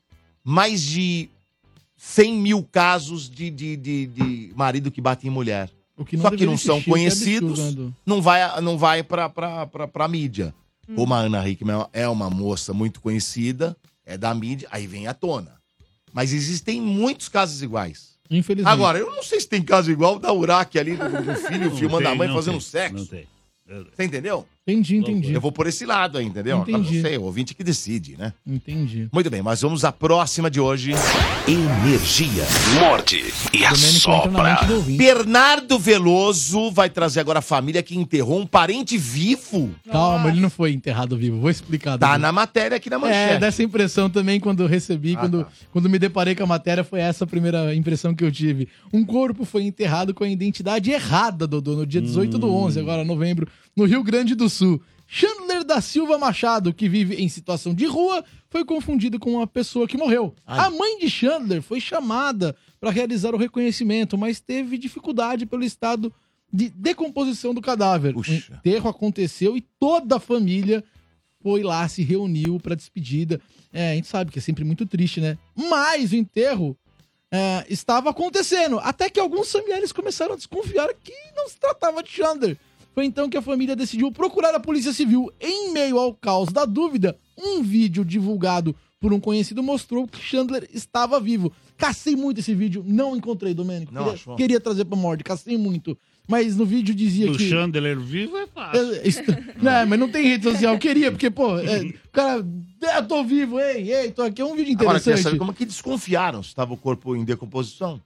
Speaker 1: mais de 100 mil casos de, de, de, de marido que bate em mulher.
Speaker 2: O que
Speaker 1: Só que
Speaker 2: deveria
Speaker 1: não são
Speaker 2: existir, que é absurdo,
Speaker 1: conhecidos,
Speaker 2: Ando.
Speaker 1: não vai, não vai pra, pra, pra, pra mídia. Como a Ana Hickman é uma moça muito conhecida, é da mídia, aí vem à tona. Mas existem muitos casos iguais.
Speaker 2: Infelizmente.
Speaker 1: Agora, eu não sei se tem caso igual da Uraque ali, do, do filho
Speaker 8: Não
Speaker 1: filmando
Speaker 8: tem,
Speaker 1: a mãe
Speaker 8: não
Speaker 1: fazendo
Speaker 8: tem,
Speaker 1: sexo.
Speaker 8: Não tem.
Speaker 1: Você entendeu?
Speaker 2: Entendi, entendi.
Speaker 1: Eu vou por esse lado aí, entendeu? Agora
Speaker 2: Entendi.
Speaker 1: não sei, o ouvinte que decide, né?
Speaker 2: Entendi.
Speaker 1: Muito bem, mas vamos à próxima de hoje. Energia. Morde e
Speaker 2: Domênico entra na mente do ouvinte.
Speaker 1: Bernardo Veloso vai trazer agora a família que enterrou um parente vivo.
Speaker 2: Calma, ele não foi enterrado vivo. Vou explicar.
Speaker 1: Tá
Speaker 2: depois.
Speaker 1: na matéria aqui na
Speaker 2: É,
Speaker 1: manchete.
Speaker 2: dessa impressão também quando eu recebi,
Speaker 1: Ah,
Speaker 2: quando,
Speaker 1: tá.
Speaker 2: quando me deparei com a matéria, foi essa a primeira impressão que eu tive. Um corpo foi enterrado com a identidade errada, Dodô, no dia 18 do
Speaker 1: Hum.
Speaker 2: 11, agora novembro, no Rio Grande do Sul. Chandler da Silva Machado, que vive em situação de rua, foi confundido com uma pessoa que morreu. A mãe de Chandler foi chamada para realizar o reconhecimento, mas teve dificuldade pelo estado de decomposição do cadáver.
Speaker 1: Puxa.
Speaker 2: O enterro aconteceu e toda a família foi lá, se reuniu pra despedida. É, a gente sabe que é sempre muito triste, né? Mas o enterro é, estava acontecendo. Até que alguns familiares começaram a desconfiar que não se tratava de Chandler. Foi então que a família decidiu procurar a Polícia Civil. Em meio ao caos da dúvida, um vídeo divulgado por um conhecido mostrou que Chandler estava vivo. Cacei muito esse vídeo, não encontrei, Domênico.
Speaker 1: Não
Speaker 2: queria,
Speaker 1: achou?
Speaker 2: queria trazer pra morde, cacei muito. Mas no vídeo dizia
Speaker 8: Do
Speaker 2: que.
Speaker 8: Chandler vivo é fácil.
Speaker 2: É, isso- Não, mas não tem rede social. Eu queria, porque, pô, é, o cara. "É, Eu tô vivo, ei, ei, tô aqui. É um vídeo
Speaker 1: Agora, eu queria
Speaker 2: interessante.
Speaker 1: saber como é que desconfiaram se estava o corpo em decomposição.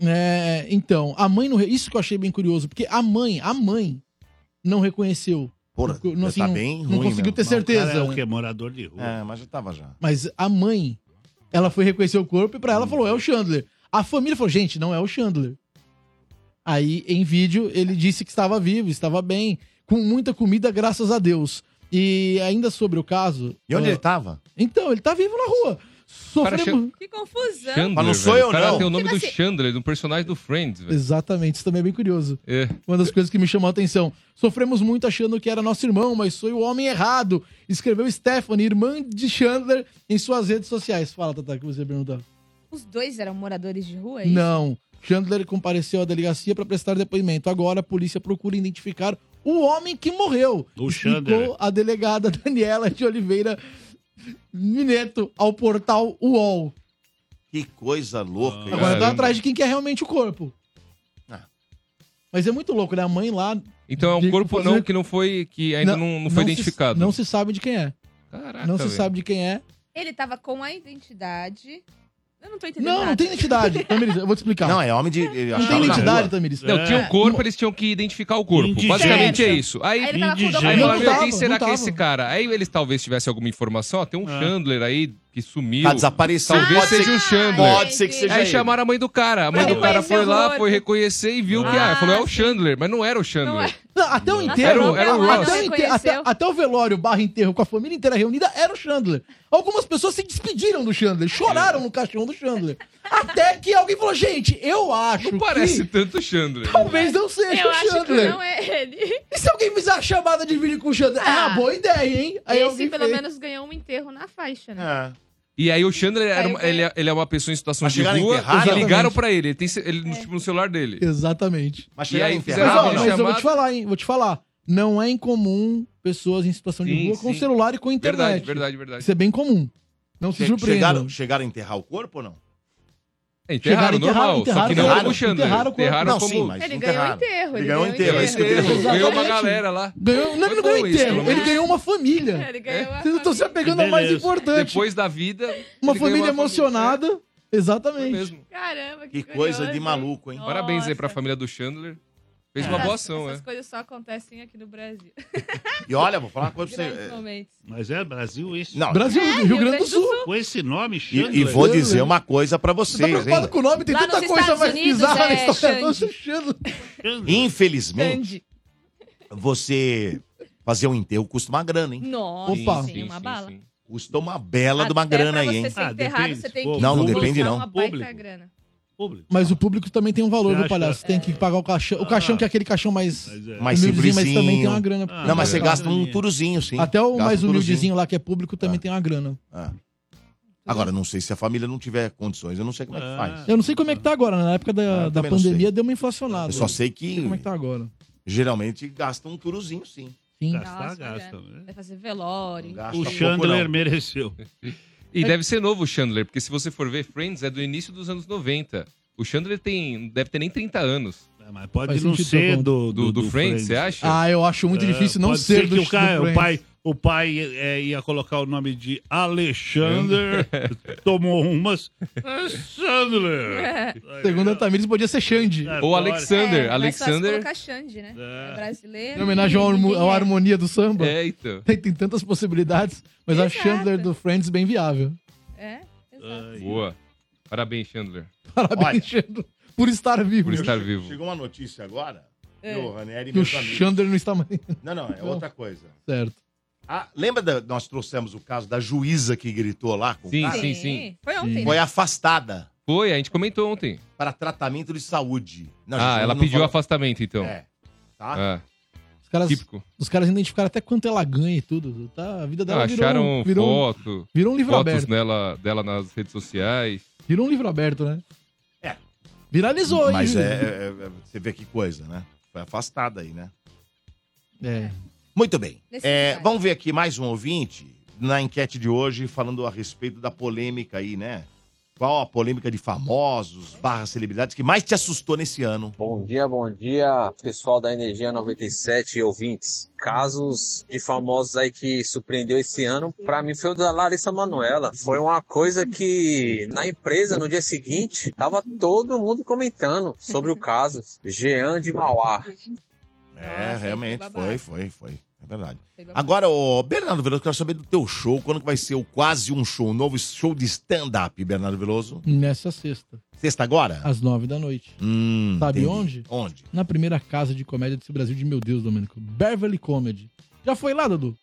Speaker 2: É, então, a mãe não. re- Isso que eu achei bem curioso, porque a mãe, a mãe, não reconheceu.
Speaker 1: Porra,
Speaker 2: Não, assim,
Speaker 1: já tá
Speaker 2: não-
Speaker 1: bem
Speaker 2: não
Speaker 1: ruim
Speaker 2: conseguiu
Speaker 1: mesmo.
Speaker 2: ter
Speaker 8: Mas o cara
Speaker 2: certeza,
Speaker 8: É o
Speaker 2: né?
Speaker 8: que? Morador de rua.
Speaker 1: É, mas já tava já.
Speaker 2: Mas a mãe, ela foi reconhecer o corpo e pra ela falou: é o Chandler. A família falou: gente, não é o Chandler. Aí, em vídeo, ele disse que estava vivo, estava bem, com muita comida, graças a Deus. E ainda sobre o caso.
Speaker 1: E onde
Speaker 2: ah,
Speaker 1: ele tava?
Speaker 2: Então, ele tá vivo na rua.
Speaker 4: Cara,
Speaker 2: Sofremos.
Speaker 4: Chan-
Speaker 3: Que confusão.
Speaker 4: Chandler,
Speaker 1: Mas não sou
Speaker 4: velho.
Speaker 1: eu,
Speaker 4: O cara
Speaker 1: não.
Speaker 4: tem o nome
Speaker 3: Tipo
Speaker 4: do
Speaker 3: assim-
Speaker 4: Chandler, do personagem do Friends, velho.
Speaker 2: Exatamente, isso também é bem curioso.
Speaker 4: É.
Speaker 2: Uma das coisas que me chamou a atenção. Sofremos muito achando que era nosso irmão, mas foi o homem errado. Escreveu Stephanie, irmã de Chandler, em suas redes sociais. Fala, Tata, que você perguntou.
Speaker 3: Os dois eram moradores de rua? é isso?
Speaker 2: Não. Chandler compareceu à delegacia para prestar depoimento. Agora a polícia procura identificar o homem que morreu.
Speaker 8: O Chandler.
Speaker 2: Explicou a delegada Daniela de Oliveira Mineto ao portal UOL.
Speaker 1: Que coisa louca.
Speaker 4: Ah.
Speaker 1: hein?
Speaker 2: Agora tá
Speaker 4: Caramba.
Speaker 2: atrás de quem que é realmente o corpo.
Speaker 1: Ah.
Speaker 2: Mas é muito louco, né? A mãe lá
Speaker 4: Então é um
Speaker 2: Digo,
Speaker 4: corpo
Speaker 2: fazer-
Speaker 4: não que não foi que ainda não, não foi
Speaker 2: se-
Speaker 4: identificado.
Speaker 2: não se sabe de quem é.
Speaker 4: Caraca,
Speaker 2: não se
Speaker 4: velho.
Speaker 2: sabe de quem é.
Speaker 3: Ele tava com a identidade. Eu não tô entendendo.
Speaker 2: Não, não
Speaker 3: nada.
Speaker 2: tem identidade. Tamiris, eu vou te explicar.
Speaker 1: Não,
Speaker 2: Não,
Speaker 1: é homem de. eu achava
Speaker 2: tem
Speaker 1: na
Speaker 2: identidade, É.
Speaker 1: rua.
Speaker 2: Tamiris.
Speaker 4: Não, tinha um corpo, eles tinham que identificar o corpo.
Speaker 8: Indigência.
Speaker 4: Basicamente é isso. Aí,
Speaker 3: Aí ele tava com o
Speaker 8: Indigente.
Speaker 4: aí
Speaker 2: Não
Speaker 4: falaram, meu,
Speaker 2: tava, É.
Speaker 4: quem será
Speaker 2: não
Speaker 4: que é esse
Speaker 2: tava.
Speaker 4: cara? Aí eles talvez tivessem alguma informação, ó, tem um
Speaker 8: Ah.
Speaker 4: Chandler aí que que sumiu.
Speaker 1: Tá desaparecido.
Speaker 4: Talvez
Speaker 1: Pode ser
Speaker 4: seja
Speaker 1: que-
Speaker 4: o Chandler.
Speaker 1: pode ser que seja
Speaker 4: Aí
Speaker 1: ele.
Speaker 4: chamaram a mãe do cara. A mãe
Speaker 1: Pra
Speaker 4: do cara
Speaker 1: reconhecer
Speaker 4: foi
Speaker 1: o
Speaker 4: lá,
Speaker 1: rosto.
Speaker 4: foi reconhecer e viu que ah, falou, é o Chandler. Mas não era o Chandler.
Speaker 2: Não, até o
Speaker 4: Não.
Speaker 2: enterro.
Speaker 4: Era o- era o
Speaker 2: até,
Speaker 4: Ross.
Speaker 2: o enterro- até- até o velório barra enterro com a família inteira reunida era o Chandler. Algumas pessoas se despediram do Chandler, choraram no caixão do Chandler. Até que alguém falou, gente, eu acho
Speaker 4: Não parece
Speaker 2: que
Speaker 4: tanto o Chandler.
Speaker 2: talvez não seja
Speaker 3: Eu
Speaker 2: o
Speaker 3: acho
Speaker 2: Chandler.
Speaker 3: que não é ele.
Speaker 2: E se alguém fizer a chamada de vídeo com o Chandler? Ah, boa ideia, hein? Aí
Speaker 3: Esse
Speaker 2: alguém
Speaker 3: pelo
Speaker 2: fez.
Speaker 3: menos ganhou um enterro na faixa, né?
Speaker 4: E aí o Chandler era uma- ele, é- ele é uma pessoa em situação
Speaker 1: Mas
Speaker 4: de
Speaker 1: chegaram a
Speaker 4: rua
Speaker 1: enterrar,
Speaker 4: e
Speaker 1: não?
Speaker 4: ligaram pra ele. Ele tem ce- ele no- tipo, no celular dele.
Speaker 2: Exatamente.
Speaker 4: Mas
Speaker 1: chegaram
Speaker 4: e aí
Speaker 1: a
Speaker 2: Mas,
Speaker 4: fizeram
Speaker 2: ó,
Speaker 4: uma
Speaker 2: mas eu vou te
Speaker 4: chamada.
Speaker 2: falar, hein? Vou te falar. Não é incomum pessoas em situação de
Speaker 1: Sim,
Speaker 2: rua com
Speaker 1: sim.
Speaker 2: celular e com internet.
Speaker 1: Verdade, verdade, verdade.
Speaker 2: Isso é bem comum. Não se
Speaker 1: Che-
Speaker 2: surpreendam.
Speaker 1: Chegaram, chegaram a enterrar o corpo ou não?
Speaker 4: Enterraram,
Speaker 2: Chegaram, normal, enterraram, só que não enterraram, como o Chandler. enterraram o corpo.
Speaker 1: enterraram não,
Speaker 2: como-
Speaker 1: sim, mas
Speaker 2: Ele
Speaker 1: não
Speaker 2: ganhou
Speaker 1: enterraram.
Speaker 2: enterro,
Speaker 1: Ele
Speaker 2: ele
Speaker 1: ganhou
Speaker 2: ganhou
Speaker 1: enterro, é isso que eu
Speaker 4: enterro.
Speaker 1: tô dizendo.
Speaker 4: Ganhou uma
Speaker 2: Exatamente.
Speaker 4: galera lá.
Speaker 2: Ganhou, não,
Speaker 4: Foi
Speaker 2: ele não ganhou
Speaker 4: bom isso,
Speaker 2: enterro,
Speaker 4: pelo
Speaker 2: ele
Speaker 4: menos.
Speaker 2: ganhou uma família.
Speaker 3: É,
Speaker 2: É.
Speaker 3: Ele ganhou uma
Speaker 2: Vocês estão se apegando ao mais importante.
Speaker 4: Depois da vida.
Speaker 2: uma
Speaker 4: ele ganhou É.
Speaker 2: família emocionada. Exatamente.
Speaker 3: Caramba,
Speaker 4: Que
Speaker 1: coisa de maluco, hein?
Speaker 4: Parabéns aí pra família do Chandler. Fez uma boa ação,
Speaker 3: Essas
Speaker 4: é.
Speaker 3: coisas só acontecem aqui no Brasil.
Speaker 1: E olha, vou falar uma coisa pra
Speaker 3: Grandes
Speaker 1: você.
Speaker 3: momentos.
Speaker 8: Mas é Brasil isso.
Speaker 1: Não. Brasil,
Speaker 3: É, Rio Rio Grande do Sul. Sul.
Speaker 8: Com esse nome,
Speaker 1: E,
Speaker 8: Chandler.
Speaker 1: e vou dizer uma coisa pra vocês,
Speaker 2: Tá preocupado
Speaker 1: hein?
Speaker 2: com o nome? Tem
Speaker 3: Lá
Speaker 2: tanta
Speaker 3: nos
Speaker 2: coisa
Speaker 3: Estados
Speaker 2: mais
Speaker 3: Unidos
Speaker 2: bizarra
Speaker 3: é
Speaker 2: na história.
Speaker 3: Xande.
Speaker 2: Nossa, Xande.
Speaker 1: um Infelizmente, você fazer um enterro custa uma grana, hein?
Speaker 3: Nossa,
Speaker 1: Opa.
Speaker 3: sim, uma bala.
Speaker 1: Custa uma bela de uma
Speaker 3: Ah, Até
Speaker 1: grana
Speaker 3: pra
Speaker 1: aí,
Speaker 3: você
Speaker 1: hein?
Speaker 3: ser
Speaker 8: Ah,
Speaker 3: enterrado, você tem que
Speaker 1: Não, não
Speaker 3: desembolsar
Speaker 1: depende,
Speaker 3: Uma
Speaker 1: não.
Speaker 3: baita grana.
Speaker 2: Mas o público também tem um valor,
Speaker 1: Você
Speaker 2: viu,
Speaker 1: acha? Ah.
Speaker 2: palhaço? Tem
Speaker 3: É.
Speaker 2: que pagar o caixão. O caixão que é aquele caixão mais.
Speaker 1: Mais
Speaker 2: humildezinho, Mas
Speaker 1: simplesinho.
Speaker 2: também tem uma grana.
Speaker 1: Não, Ah, mas você gasta um turuzinho, sim.
Speaker 2: Até o
Speaker 1: Gasta
Speaker 2: mais
Speaker 1: um turuzinho.
Speaker 2: humildezinho lá que é público também tem uma grana.
Speaker 1: É. Agora, não sei se a família não tiver condições, eu não sei como é que faz.
Speaker 2: Eu não sei como é que tá agora. Na época da, da
Speaker 1: também não
Speaker 2: pandemia deu uma inflacionada.
Speaker 1: Eu só sei que-
Speaker 2: Não Como é que tá agora?
Speaker 1: Geralmente gasta um turuzinho, sim.
Speaker 2: Sim.
Speaker 3: Nossa, grana.
Speaker 1: né?
Speaker 3: Vai fazer velório.
Speaker 1: Gasta
Speaker 8: O
Speaker 1: tá pouco,
Speaker 8: Chandler
Speaker 1: não.
Speaker 8: mereceu.
Speaker 4: E deve ser novo o Chandler, porque se você for ver, Friends é do início dos anos 90. O Chandler tem, deve ter nem 30 anos.
Speaker 8: É, mas pode
Speaker 2: Faz não sentido, tá ser Falcão.
Speaker 8: do,
Speaker 4: do,
Speaker 8: do
Speaker 4: Friends,
Speaker 8: Friends.
Speaker 4: você acha?
Speaker 2: Ah, eu acho muito
Speaker 8: É,
Speaker 2: difícil não
Speaker 8: pode
Speaker 2: ser do
Speaker 8: que o, cara-
Speaker 2: do
Speaker 8: o
Speaker 2: Friends.
Speaker 8: pai, o pai é, ia colocar o nome de Alexander, tomou umas. "Ah, Chandler!
Speaker 2: Segundo a Tamires, podia ser Xande.
Speaker 4: Ou Alexander.
Speaker 3: É, mas fácil
Speaker 4: Alexander.
Speaker 3: colocar Xande, né? É brasileiro.
Speaker 2: Em homenagem ao harmo-
Speaker 3: ninguém
Speaker 2: à
Speaker 3: é.
Speaker 2: harmonia do samba.
Speaker 4: É, então.
Speaker 2: Tem, tem tantas possibilidades, mas acho Chandler do Friends bem viável.
Speaker 3: É, exato.
Speaker 4: Boa. Parabéns, Chandler.
Speaker 2: Parabéns,
Speaker 1: Olha.
Speaker 2: Chandler, por estar vivo.
Speaker 4: Por estar vivo.
Speaker 1: Chegou uma notícia agora.
Speaker 3: É.
Speaker 1: Meu, Ranieri,
Speaker 2: Que o
Speaker 1: meus amigos.
Speaker 2: Chandler não está mais.
Speaker 1: Não, não, é
Speaker 2: Não.
Speaker 1: outra coisa.
Speaker 2: Certo.
Speaker 1: Ah, lembra da, nós trouxemos o caso da juíza que gritou lá com o
Speaker 4: Sim,
Speaker 1: cara?
Speaker 4: sim, sim.
Speaker 3: Foi ontem.
Speaker 1: Foi
Speaker 3: né?
Speaker 1: afastada
Speaker 4: Foi, a gente comentou ontem.
Speaker 1: para tratamento de saúde. Não,
Speaker 4: ah,
Speaker 1: gente,
Speaker 4: ela
Speaker 1: não
Speaker 4: pediu
Speaker 1: fala-
Speaker 4: afastamento, então.
Speaker 1: É.
Speaker 4: Ah,
Speaker 2: Os caras,
Speaker 4: típico.
Speaker 2: os caras identificaram até quanto ela ganha e tudo. Tá? A vida
Speaker 4: Ah,
Speaker 2: dela virou,
Speaker 4: acharam
Speaker 2: virou,
Speaker 4: foto.
Speaker 2: virou um livro
Speaker 4: fotos
Speaker 2: aberto.
Speaker 4: Nela, dela nas redes sociais.
Speaker 2: virou um livro aberto, né? É. Viralizou,
Speaker 1: Mas
Speaker 2: hein?
Speaker 1: é, é- é- você vê que coisa, né? Foi afastada aí, né?
Speaker 2: É.
Speaker 1: Muito bem. É,
Speaker 2: Necessidade.
Speaker 1: vamos ver aqui mais um ouvinte na enquete de hoje falando a respeito da polêmica aí, né? Qual a polêmica de famosos barra celebridades que mais te assustou nesse ano?
Speaker 12: Bom dia, bom dia, pessoal da Energia 97 e ouvintes. Casos de famosos aí que surpreendeu esse ano, pra mim foi o da Larissa Manoela. Foi uma coisa que na empresa, no dia seguinte, tava todo mundo comentando sobre o caso. Jean de Mauá.
Speaker 1: É, realmente, foi, foi, foi. É verdade.
Speaker 12: Pegou
Speaker 1: Agora, ô, Bernardo Veloso, quero saber do teu show. Quando que vai ser o quase um show, um novo show de stand-up, Bernardo Veloso?
Speaker 2: Nessa sexta,
Speaker 1: Sexta agora?
Speaker 2: às nove da noite.
Speaker 1: Hum,
Speaker 2: Sabe
Speaker 1: entendi.
Speaker 2: onde?
Speaker 1: Onde?
Speaker 2: Na primeira casa de comédia desse Brasil de meu Deus, Domênico. Beverly Comedy. Já foi lá, Dudu?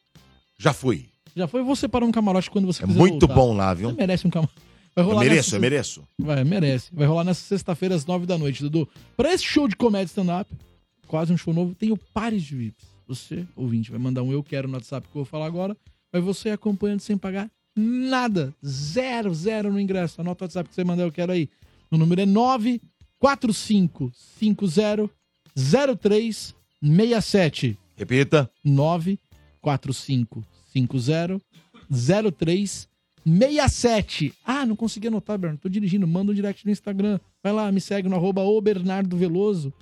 Speaker 1: Já fui.
Speaker 2: Já foi você para um camarote quando você
Speaker 1: É
Speaker 2: quiser
Speaker 1: muito
Speaker 2: voltar.
Speaker 1: bom lá, viu?
Speaker 2: Você merece um camarote. Vai
Speaker 1: Eu
Speaker 2: rolar
Speaker 1: mereço,
Speaker 2: nessa-
Speaker 1: eu mereço.
Speaker 2: Vai, merece. Vai rolar nessa sexta-feira às nove da noite, Dudu. Pra esse show de comédia stand-up, quase um show novo, tem o Pares de VIPs. Você, ouvinte, vai mandar um eu quero no WhatsApp que eu vou falar agora, mas você acompanhando sem pagar nada. Zero, zero no ingresso. Anota o WhatsApp que você mandar eu quero aí. O número é 945500367.
Speaker 1: Repita.
Speaker 2: 945500367. Ah, não consegui anotar, Bernardo. Tô dirigindo. Manda um direct no Instagram. Vai lá, me segue no arroba o Bernardo Veloso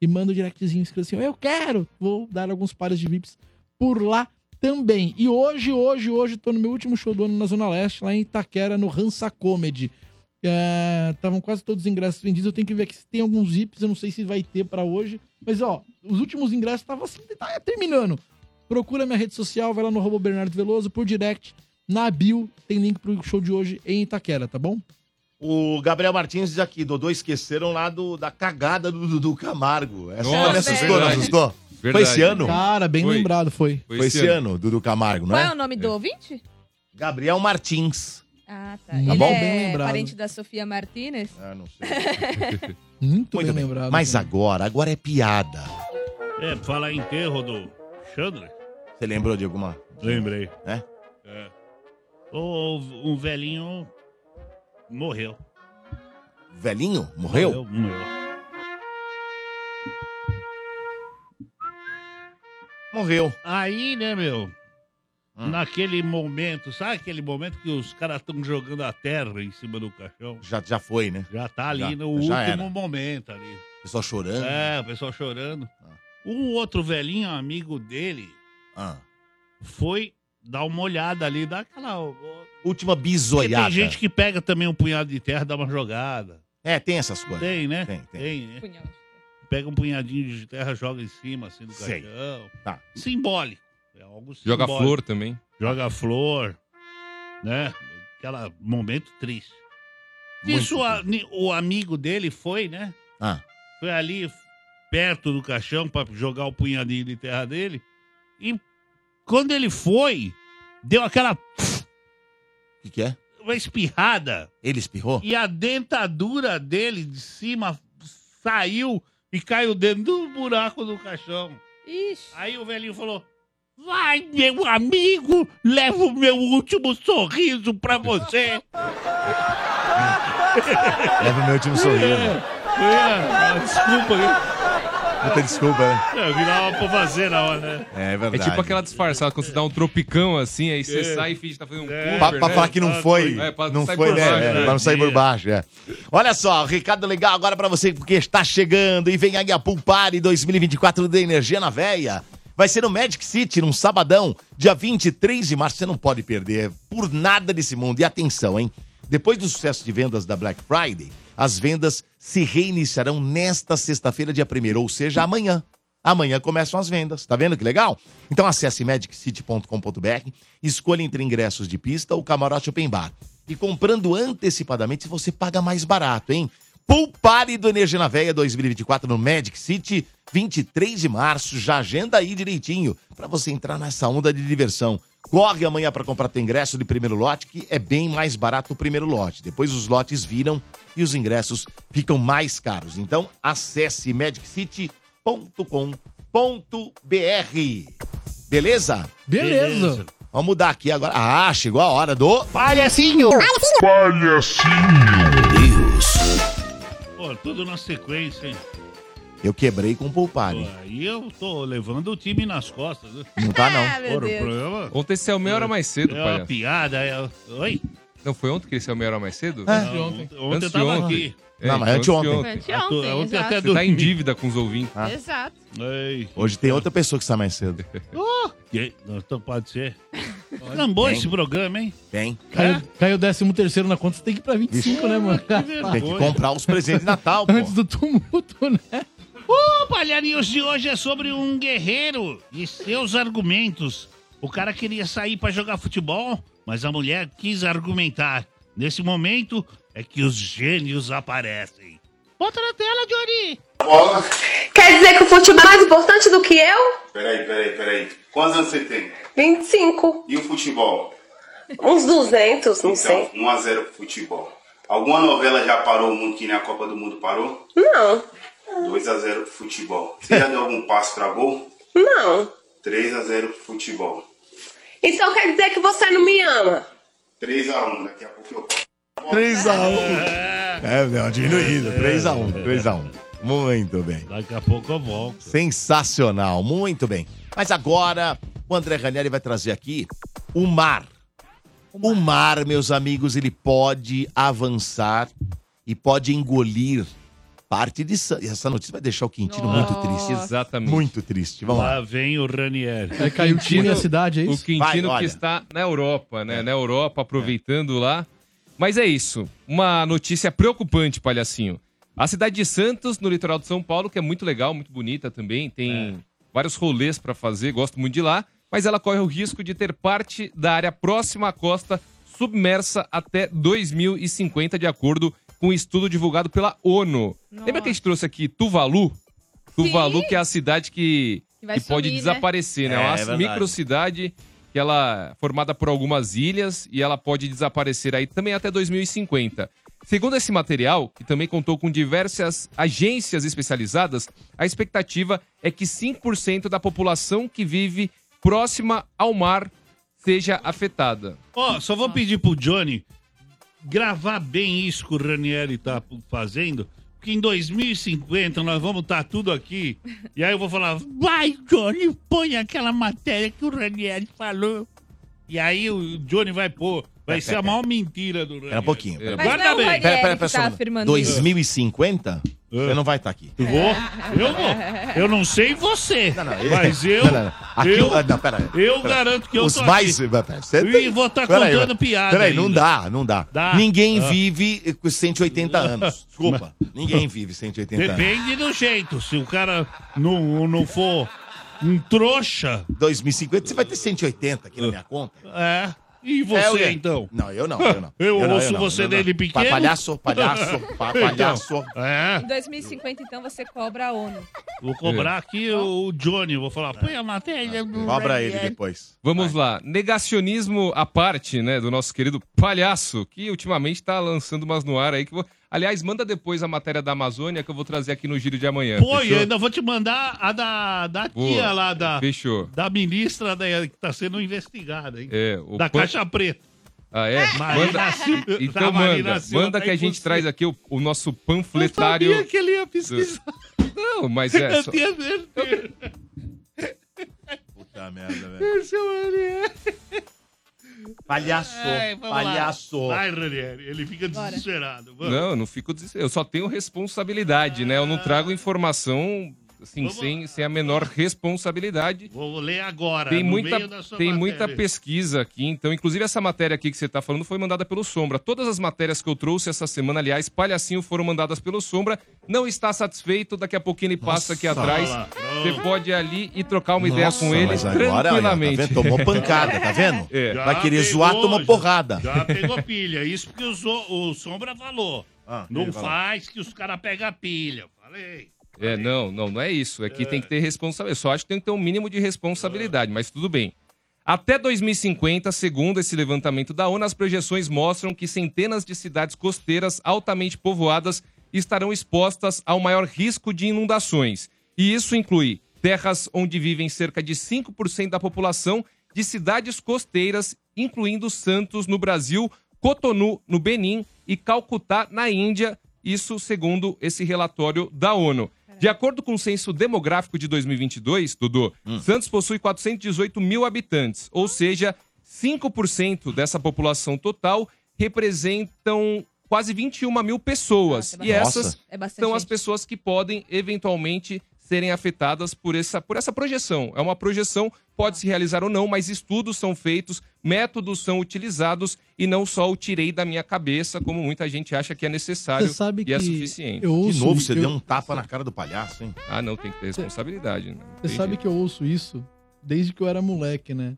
Speaker 2: e manda um directzinho escrito assim, eu quero. Vou dar alguns pares de VIPs por lá também. E hoje, hoje, hoje, tô no meu último show do ano na Zona Leste, lá em Itaquera, no Hansa Comedy. Estavam quase todos os ingressos vendidos. Eu tenho que ver aqui se tem alguns VIPs. Eu não sei se vai ter pra hoje. Mas, ó, os últimos ingressos estavam assim, tá terminando. Procura minha rede social, vai lá no arroba Bernardo Veloso por direct. na bio. Tem link pro show de hoje em Itaquera, tá bom?
Speaker 1: O Gabriel Martins diz aqui, Dodô, esqueceram lá do, da cagada do Dudu Camargo. Essa é
Speaker 2: Nossa,
Speaker 1: me assustou, não
Speaker 2: verdade.
Speaker 1: assustou? Foi
Speaker 2: Verdade.
Speaker 1: esse ano?
Speaker 2: Cara, bem
Speaker 1: Foi.
Speaker 2: lembrado, foi.
Speaker 1: Foi esse ano, Dudu Camargo,
Speaker 3: Qual
Speaker 1: né?
Speaker 3: é o nome do ouvinte?
Speaker 1: Gabriel Martins.
Speaker 3: Ah, tá.
Speaker 1: Tá
Speaker 3: Ele
Speaker 1: bom? Bem
Speaker 3: é
Speaker 1: lembrado.
Speaker 3: parente da Sofia Martinez?
Speaker 1: Ah, não sei.
Speaker 2: Muito,
Speaker 1: bem, lembrado. Mas agora, agora é piada.
Speaker 8: É, falar em terro do Chandler.
Speaker 1: Você lembrou de alguma?
Speaker 8: Lembrei.
Speaker 1: É?
Speaker 8: É. O- um velhinho morreu.
Speaker 1: Velhinho? Morreu? Morreu. Ah.
Speaker 8: Aí, né, meu? Naquele momento, sabe aquele momento que os caras estão jogando a terra em cima do caixão?
Speaker 1: Já, já foi, né?
Speaker 8: Já tá ali
Speaker 1: Já-
Speaker 8: no último
Speaker 1: já era.
Speaker 8: momento ali.
Speaker 1: Pessoal chorando. Ah.
Speaker 8: É, o pessoal chorando. Um outro velhinho amigo dele
Speaker 1: Ah.
Speaker 8: foi dar uma olhada ali, dar aquela.
Speaker 1: Última
Speaker 8: Porque
Speaker 1: bisoiada.
Speaker 8: Tem gente que pega também um punhado de terra, dá uma jogada.
Speaker 1: É, tem essas coisas.
Speaker 8: Tem, né?
Speaker 1: Tem, tem.
Speaker 8: né? Pega um punhadinho de terra, joga em cima, assim, do
Speaker 4: Sei.
Speaker 8: caixão.
Speaker 1: Tá.
Speaker 8: Simbólico. É algo
Speaker 4: Joga
Speaker 8: simbólico.
Speaker 4: flor também.
Speaker 8: Joga flor, né? Aquela momento triste.
Speaker 4: Muito
Speaker 8: Isso a- ni- o amigo dele foi, né?
Speaker 1: Ah.
Speaker 8: Foi ali perto do caixão pra jogar o punhadinho de terra dele. E quando ele foi, deu aquela
Speaker 1: O que, que é?
Speaker 8: uma espirrada.
Speaker 1: Ele espirrou?
Speaker 8: E a dentadura dele de cima saiu e caiu dentro do buraco do caixão. Aí o velhinho falou: Vai, meu amigo, leva o meu último sorriso pra você.
Speaker 1: Leva o meu último um sorriso.
Speaker 8: É, é, desculpa, viu?
Speaker 1: Puta desculpa, né?
Speaker 8: Eu virava pra fazer na hora, né?
Speaker 1: É verdade.
Speaker 4: É tipo aquela disfarçada, quando você dá um tropicão assim, aí você
Speaker 8: É. Tá
Speaker 4: sai e finge que tá fazendo um
Speaker 1: É,
Speaker 4: cover,
Speaker 1: pra, pra
Speaker 4: né?
Speaker 1: falar que não foi.
Speaker 4: É, pra
Speaker 1: não
Speaker 4: sair
Speaker 1: foi,
Speaker 4: por
Speaker 1: né?
Speaker 4: baixo,
Speaker 1: É,
Speaker 4: né?
Speaker 1: pra não sair por baixo, é. Olha só, recado legal agora pra você porque está chegando e vem Águia Pool Party 2024 da Energia na Véia. Vai ser no Magic City, num sabadão, dia 23 de março. Você não pode perder por nada desse mundo. E atenção, hein? Depois do sucesso de vendas da Black Friday, as vendas se reiniciarão nesta sexta-feira, dia 1 ou seja, amanhã. Amanhã começam as vendas, tá vendo que legal? Então acesse magiccity.com.br, escolha entre ingressos de pista ou camarote open bar. E comprando antecipadamente você paga mais barato, hein? Pool Party do Energia na Veia 2024 no Magic City, 23 de março. Já agenda aí direitinho pra você entrar nessa onda de diversão. Corre amanhã pra comprar teu ingresso de primeiro lote, que é bem mais barato o primeiro lote. Depois os lotes viram e os ingressos ficam mais caros. Então acesse magiccity.com.br. Beleza?
Speaker 2: Beleza.
Speaker 1: Vamos mudar aqui agora. Ah, chegou a hora do
Speaker 2: Palhacinho.
Speaker 1: Palhacinho. é Deus.
Speaker 8: Pô, tudo na sequência, hein?
Speaker 1: Eu quebrei com um o Poupari.
Speaker 8: Aí eu tô levando o time nas costas, né?
Speaker 1: Não
Speaker 4: É,
Speaker 1: tá, não.
Speaker 8: Pô, o programa
Speaker 4: Ontem saiu meia hora mais cedo,
Speaker 8: é uma
Speaker 4: palhaço.
Speaker 8: piada. É... Oi?
Speaker 4: Não foi ontem que ele saiu meia hora mais cedo?
Speaker 8: É. Não, ontem. Ontem eu tava aqui.
Speaker 4: É,
Speaker 1: Não, mas é anteontem.
Speaker 3: Anteontem,
Speaker 8: Ah, tu- ontem
Speaker 3: exato.
Speaker 8: até
Speaker 4: Você tá em
Speaker 8: dormi.
Speaker 4: dívida com os ouvintes.
Speaker 3: Exato.
Speaker 1: Ah, Hoje tem outra pessoa que está mais cedo.
Speaker 8: Oh, que- não, então pode ser. Lambou
Speaker 1: Tem.
Speaker 8: esse programa, hein?
Speaker 1: Tem.
Speaker 2: Caiu, caiu 13 terceiro na conta, você tem que ir pra 25, né, mano?
Speaker 8: vergonha. Tem que
Speaker 1: comprar os presentes de Natal, pô.
Speaker 2: Antes do tumulto, né?
Speaker 8: O Palharinhos de hoje é sobre um guerreiro e seus argumentos. O cara queria sair pra jogar futebol, mas a mulher quis argumentar. Nesse momento é que os gênios aparecem. Bota na tela, Jory!
Speaker 13: Quer dizer que o futebol é mais importante do que eu?
Speaker 14: Peraí, peraí, peraí. Quantos anos você tem?
Speaker 13: 25.
Speaker 14: E o futebol?
Speaker 13: Uns 200, não sei.
Speaker 14: 1 a 0 pro futebol. Alguma novela já parou o mundo que nem a Copa do Mundo parou?
Speaker 13: Não,
Speaker 14: 2 a 0 pro futebol. Você já deu algum passo pra gol?
Speaker 13: não.
Speaker 14: 3 a 0 pro futebol.
Speaker 13: Então quer dizer que você não me ama?
Speaker 14: 3 a né? 1 daqui a pouco eu
Speaker 1: 3x1. É, não, diminuído. 3x1, 3x1. Muito bem.
Speaker 8: Daqui a pouco eu volto.
Speaker 1: Sensacional, muito bem. Mas agora o André Ranieri vai trazer aqui o mar. O mar, meus amigos, ele pode avançar e pode engolir parte de. sa- Essa notícia vai deixar o Quintino muito triste.
Speaker 4: Exatamente.
Speaker 1: Muito triste. Vamos lá.
Speaker 8: Lá vem o Ranieri.
Speaker 4: Aí É, caiu o time da cidade,
Speaker 2: é
Speaker 4: O
Speaker 2: isso?
Speaker 4: Quintino
Speaker 2: Vai, olha.
Speaker 4: que está na Europa, né? Na Europa, aproveitando lá. Mas é isso. Uma notícia preocupante, palhacinho. A cidade de Santos, no litoral de São Paulo, que é muito legal, muito bonita também, tem vários rolês para fazer, gosto muito de lá. mas ela corre o risco de ter parte da área próxima à costa submersa até 2050, de acordo com um estudo divulgado pela ONU. Lembra que a gente trouxe aqui Tuvalu? Tuvalu, que é a cidade que,
Speaker 3: Que vai
Speaker 4: que pode
Speaker 3: sumir, né?
Speaker 4: desaparecer, né?
Speaker 3: É,
Speaker 4: É
Speaker 3: é
Speaker 4: uma
Speaker 3: verdade.
Speaker 4: microcidade que ela é formada por algumas ilhas e ela pode desaparecer aí também até 2050. Segundo esse material, que também contou com diversas agências especializadas, a expectativa é que 5% da população que vive próxima ao mar seja afetada.
Speaker 8: Ó, só vou pedir pro Johnny gravar bem isso que o Ranieri tá fazendo, porque em 2050 nós vamos estar tudo aqui, e aí eu vou falar, vai Johnny, põe aquela matéria que o Ranieri falou. E aí o Johnny vai pôr, vai ser a maior mentira do Ranieri.
Speaker 1: Pera um pouquinho. Pera,
Speaker 8: Mas não é o
Speaker 1: pera,
Speaker 8: Ranieri
Speaker 1: pera, pera,
Speaker 8: que
Speaker 1: pera,
Speaker 8: tá
Speaker 1: só um-
Speaker 8: afirmando É.
Speaker 1: 2050? Você não vai estar aqui.
Speaker 8: Eu vou? Eu vou. Eu não sei você, mas eu...
Speaker 1: Não, não, não. Aqui,
Speaker 8: eu-
Speaker 1: ah, não, pera aí.
Speaker 8: eu
Speaker 1: Pera aí.
Speaker 8: garanto que eu
Speaker 1: Os
Speaker 8: tô
Speaker 1: mais,
Speaker 8: aqui.
Speaker 1: pera aí, você
Speaker 8: Ih,
Speaker 1: tem-
Speaker 8: vou tá
Speaker 1: pera aí,
Speaker 8: contando
Speaker 1: pera-
Speaker 8: piada
Speaker 1: Pera aí, não
Speaker 8: ainda.
Speaker 1: dá, não dá.
Speaker 8: Dá.
Speaker 1: Ninguém
Speaker 8: Ah.
Speaker 1: vive com 180 anos. Desculpa. Ninguém vive 180 anos.
Speaker 8: Depende do jeito. Se o cara não, não for um trouxa.
Speaker 1: 2050 você vai ter 180 aqui na minha conta.
Speaker 8: É. E você,
Speaker 1: É, eu-
Speaker 8: então?
Speaker 1: Não, eu não, eu não.
Speaker 8: Eu,
Speaker 1: não,
Speaker 8: ouço
Speaker 1: não,
Speaker 8: você
Speaker 1: eu não.
Speaker 8: dele
Speaker 1: Pa-
Speaker 8: pequeno.
Speaker 1: Palhaço, palhaço, pa-
Speaker 8: Então,
Speaker 1: palhaço.
Speaker 8: é.
Speaker 3: Em 2050, então, você cobra a ONU.
Speaker 8: Vou cobrar aqui o o Johnny. Vou falar, põe
Speaker 1: É.
Speaker 8: a matéria do. Ranieri."
Speaker 1: depois.
Speaker 4: Vamos lá. Negacionismo à parte, né, do nosso querido palhaço, que ultimamente tá lançando umas no ar aí. Que eu vou... Aliás, manda depois a matéria da Amazônia que eu vou trazer aqui no giro de amanhã.
Speaker 8: Põe, eu
Speaker 4: fechou?
Speaker 8: ainda vou te mandar a da, da
Speaker 4: Boa.
Speaker 8: tia é lá, da,
Speaker 4: Fechou.
Speaker 8: da ministra da, que tá sendo investigada, hein?
Speaker 4: É, o
Speaker 8: da
Speaker 4: pan-
Speaker 8: Caixa Preta.
Speaker 4: Ah, é?
Speaker 8: Marina
Speaker 4: Manda-
Speaker 8: Silva- da
Speaker 4: Então
Speaker 8: Marina
Speaker 4: manda.
Speaker 8: Silva
Speaker 4: Manda
Speaker 8: tá
Speaker 4: que a gente
Speaker 8: impossível.
Speaker 4: traz aqui o, o nosso panfletário.
Speaker 8: Eu sabia que ele ia pesquisar.
Speaker 4: do- Não, mas é.
Speaker 8: Eu
Speaker 4: só-
Speaker 8: tinha certeza.
Speaker 1: Puta merda, velho.
Speaker 8: Esse é o Ranieri.
Speaker 1: Palhaço,
Speaker 8: Ai, É, vamos lá.
Speaker 1: palhaço.
Speaker 8: Vai, Ranieri. Ele fica desesperado. Vamos.
Speaker 4: Não, eu não fico desesperado. Eu só tenho responsabilidade, né? Eu não trago informação assim, sem, sem a menor responsabilidade.
Speaker 8: Vou ler agora.
Speaker 4: Tem
Speaker 8: no
Speaker 4: muita,
Speaker 8: meio da sua
Speaker 4: tem muita
Speaker 8: matéria.
Speaker 4: pesquisa aqui, então. Inclusive, essa matéria aqui que você está falando foi mandada pelo Sombra. Todas as matérias que eu trouxe essa semana, aliás, palhacinho, foram mandadas pelo Sombra. Não está satisfeito, daqui a pouquinho ele passa aqui atrás.
Speaker 1: olha lá,
Speaker 4: Você pode ir ali e trocar uma ideia
Speaker 1: Nossa,
Speaker 4: com ele
Speaker 1: mas agora,
Speaker 4: tranquilamente.
Speaker 1: olha, tá vendo? Tomou pancada, tá vendo?
Speaker 4: É.
Speaker 1: Vai querer zoar,
Speaker 8: pegou,
Speaker 1: toma porrada.
Speaker 8: Já pegou pilha. Isso porque o, Zo- o Sombra falou.
Speaker 1: Ah, ele
Speaker 8: não
Speaker 1: falou.
Speaker 8: faz que os caras pegam pilha. Falei.
Speaker 4: É, não, não, não é isso. É que tem que ter responsabilidade. Eu só acho que tem que ter um mínimo de responsabilidade, mas tudo bem. Até 2050, segundo esse levantamento da ONU, as projeções mostram que centenas de cidades costeiras altamente povoadas estarão expostas ao maior risco de inundações. E isso inclui terras onde vivem cerca de 5% da população de cidades costeiras, incluindo Santos no Brasil, Cotonou no Benin e Calcutá na Índia, isso segundo esse relatório da ONU. De acordo com o censo demográfico de 2022, Dudu, Santos possui 418 mil habitantes, ou seja, 5% dessa população total representam quase 21 mil pessoas. e
Speaker 3: bastante.
Speaker 4: essas
Speaker 3: É bastante
Speaker 4: são as
Speaker 3: gente.
Speaker 4: pessoas que podem eventualmente serem afetadas por essa, por essa projeção. É uma projeção,
Speaker 3: Tá.
Speaker 4: pode se realizar ou não, mas estudos são feitos, métodos são utilizados e não só o tirei da minha cabeça, como muita gente acha que é necessário
Speaker 2: Você sabe
Speaker 4: e é
Speaker 2: que
Speaker 4: suficiente.
Speaker 2: eu ouço- De novo, você eu- deu um
Speaker 1: tapa na cara do palhaço, hein?
Speaker 4: Ah, não, tem que ter responsabilidade. Né? Não
Speaker 2: Você
Speaker 4: tem
Speaker 2: sabe
Speaker 4: jeito.
Speaker 2: que eu ouço isso desde que eu era moleque, né?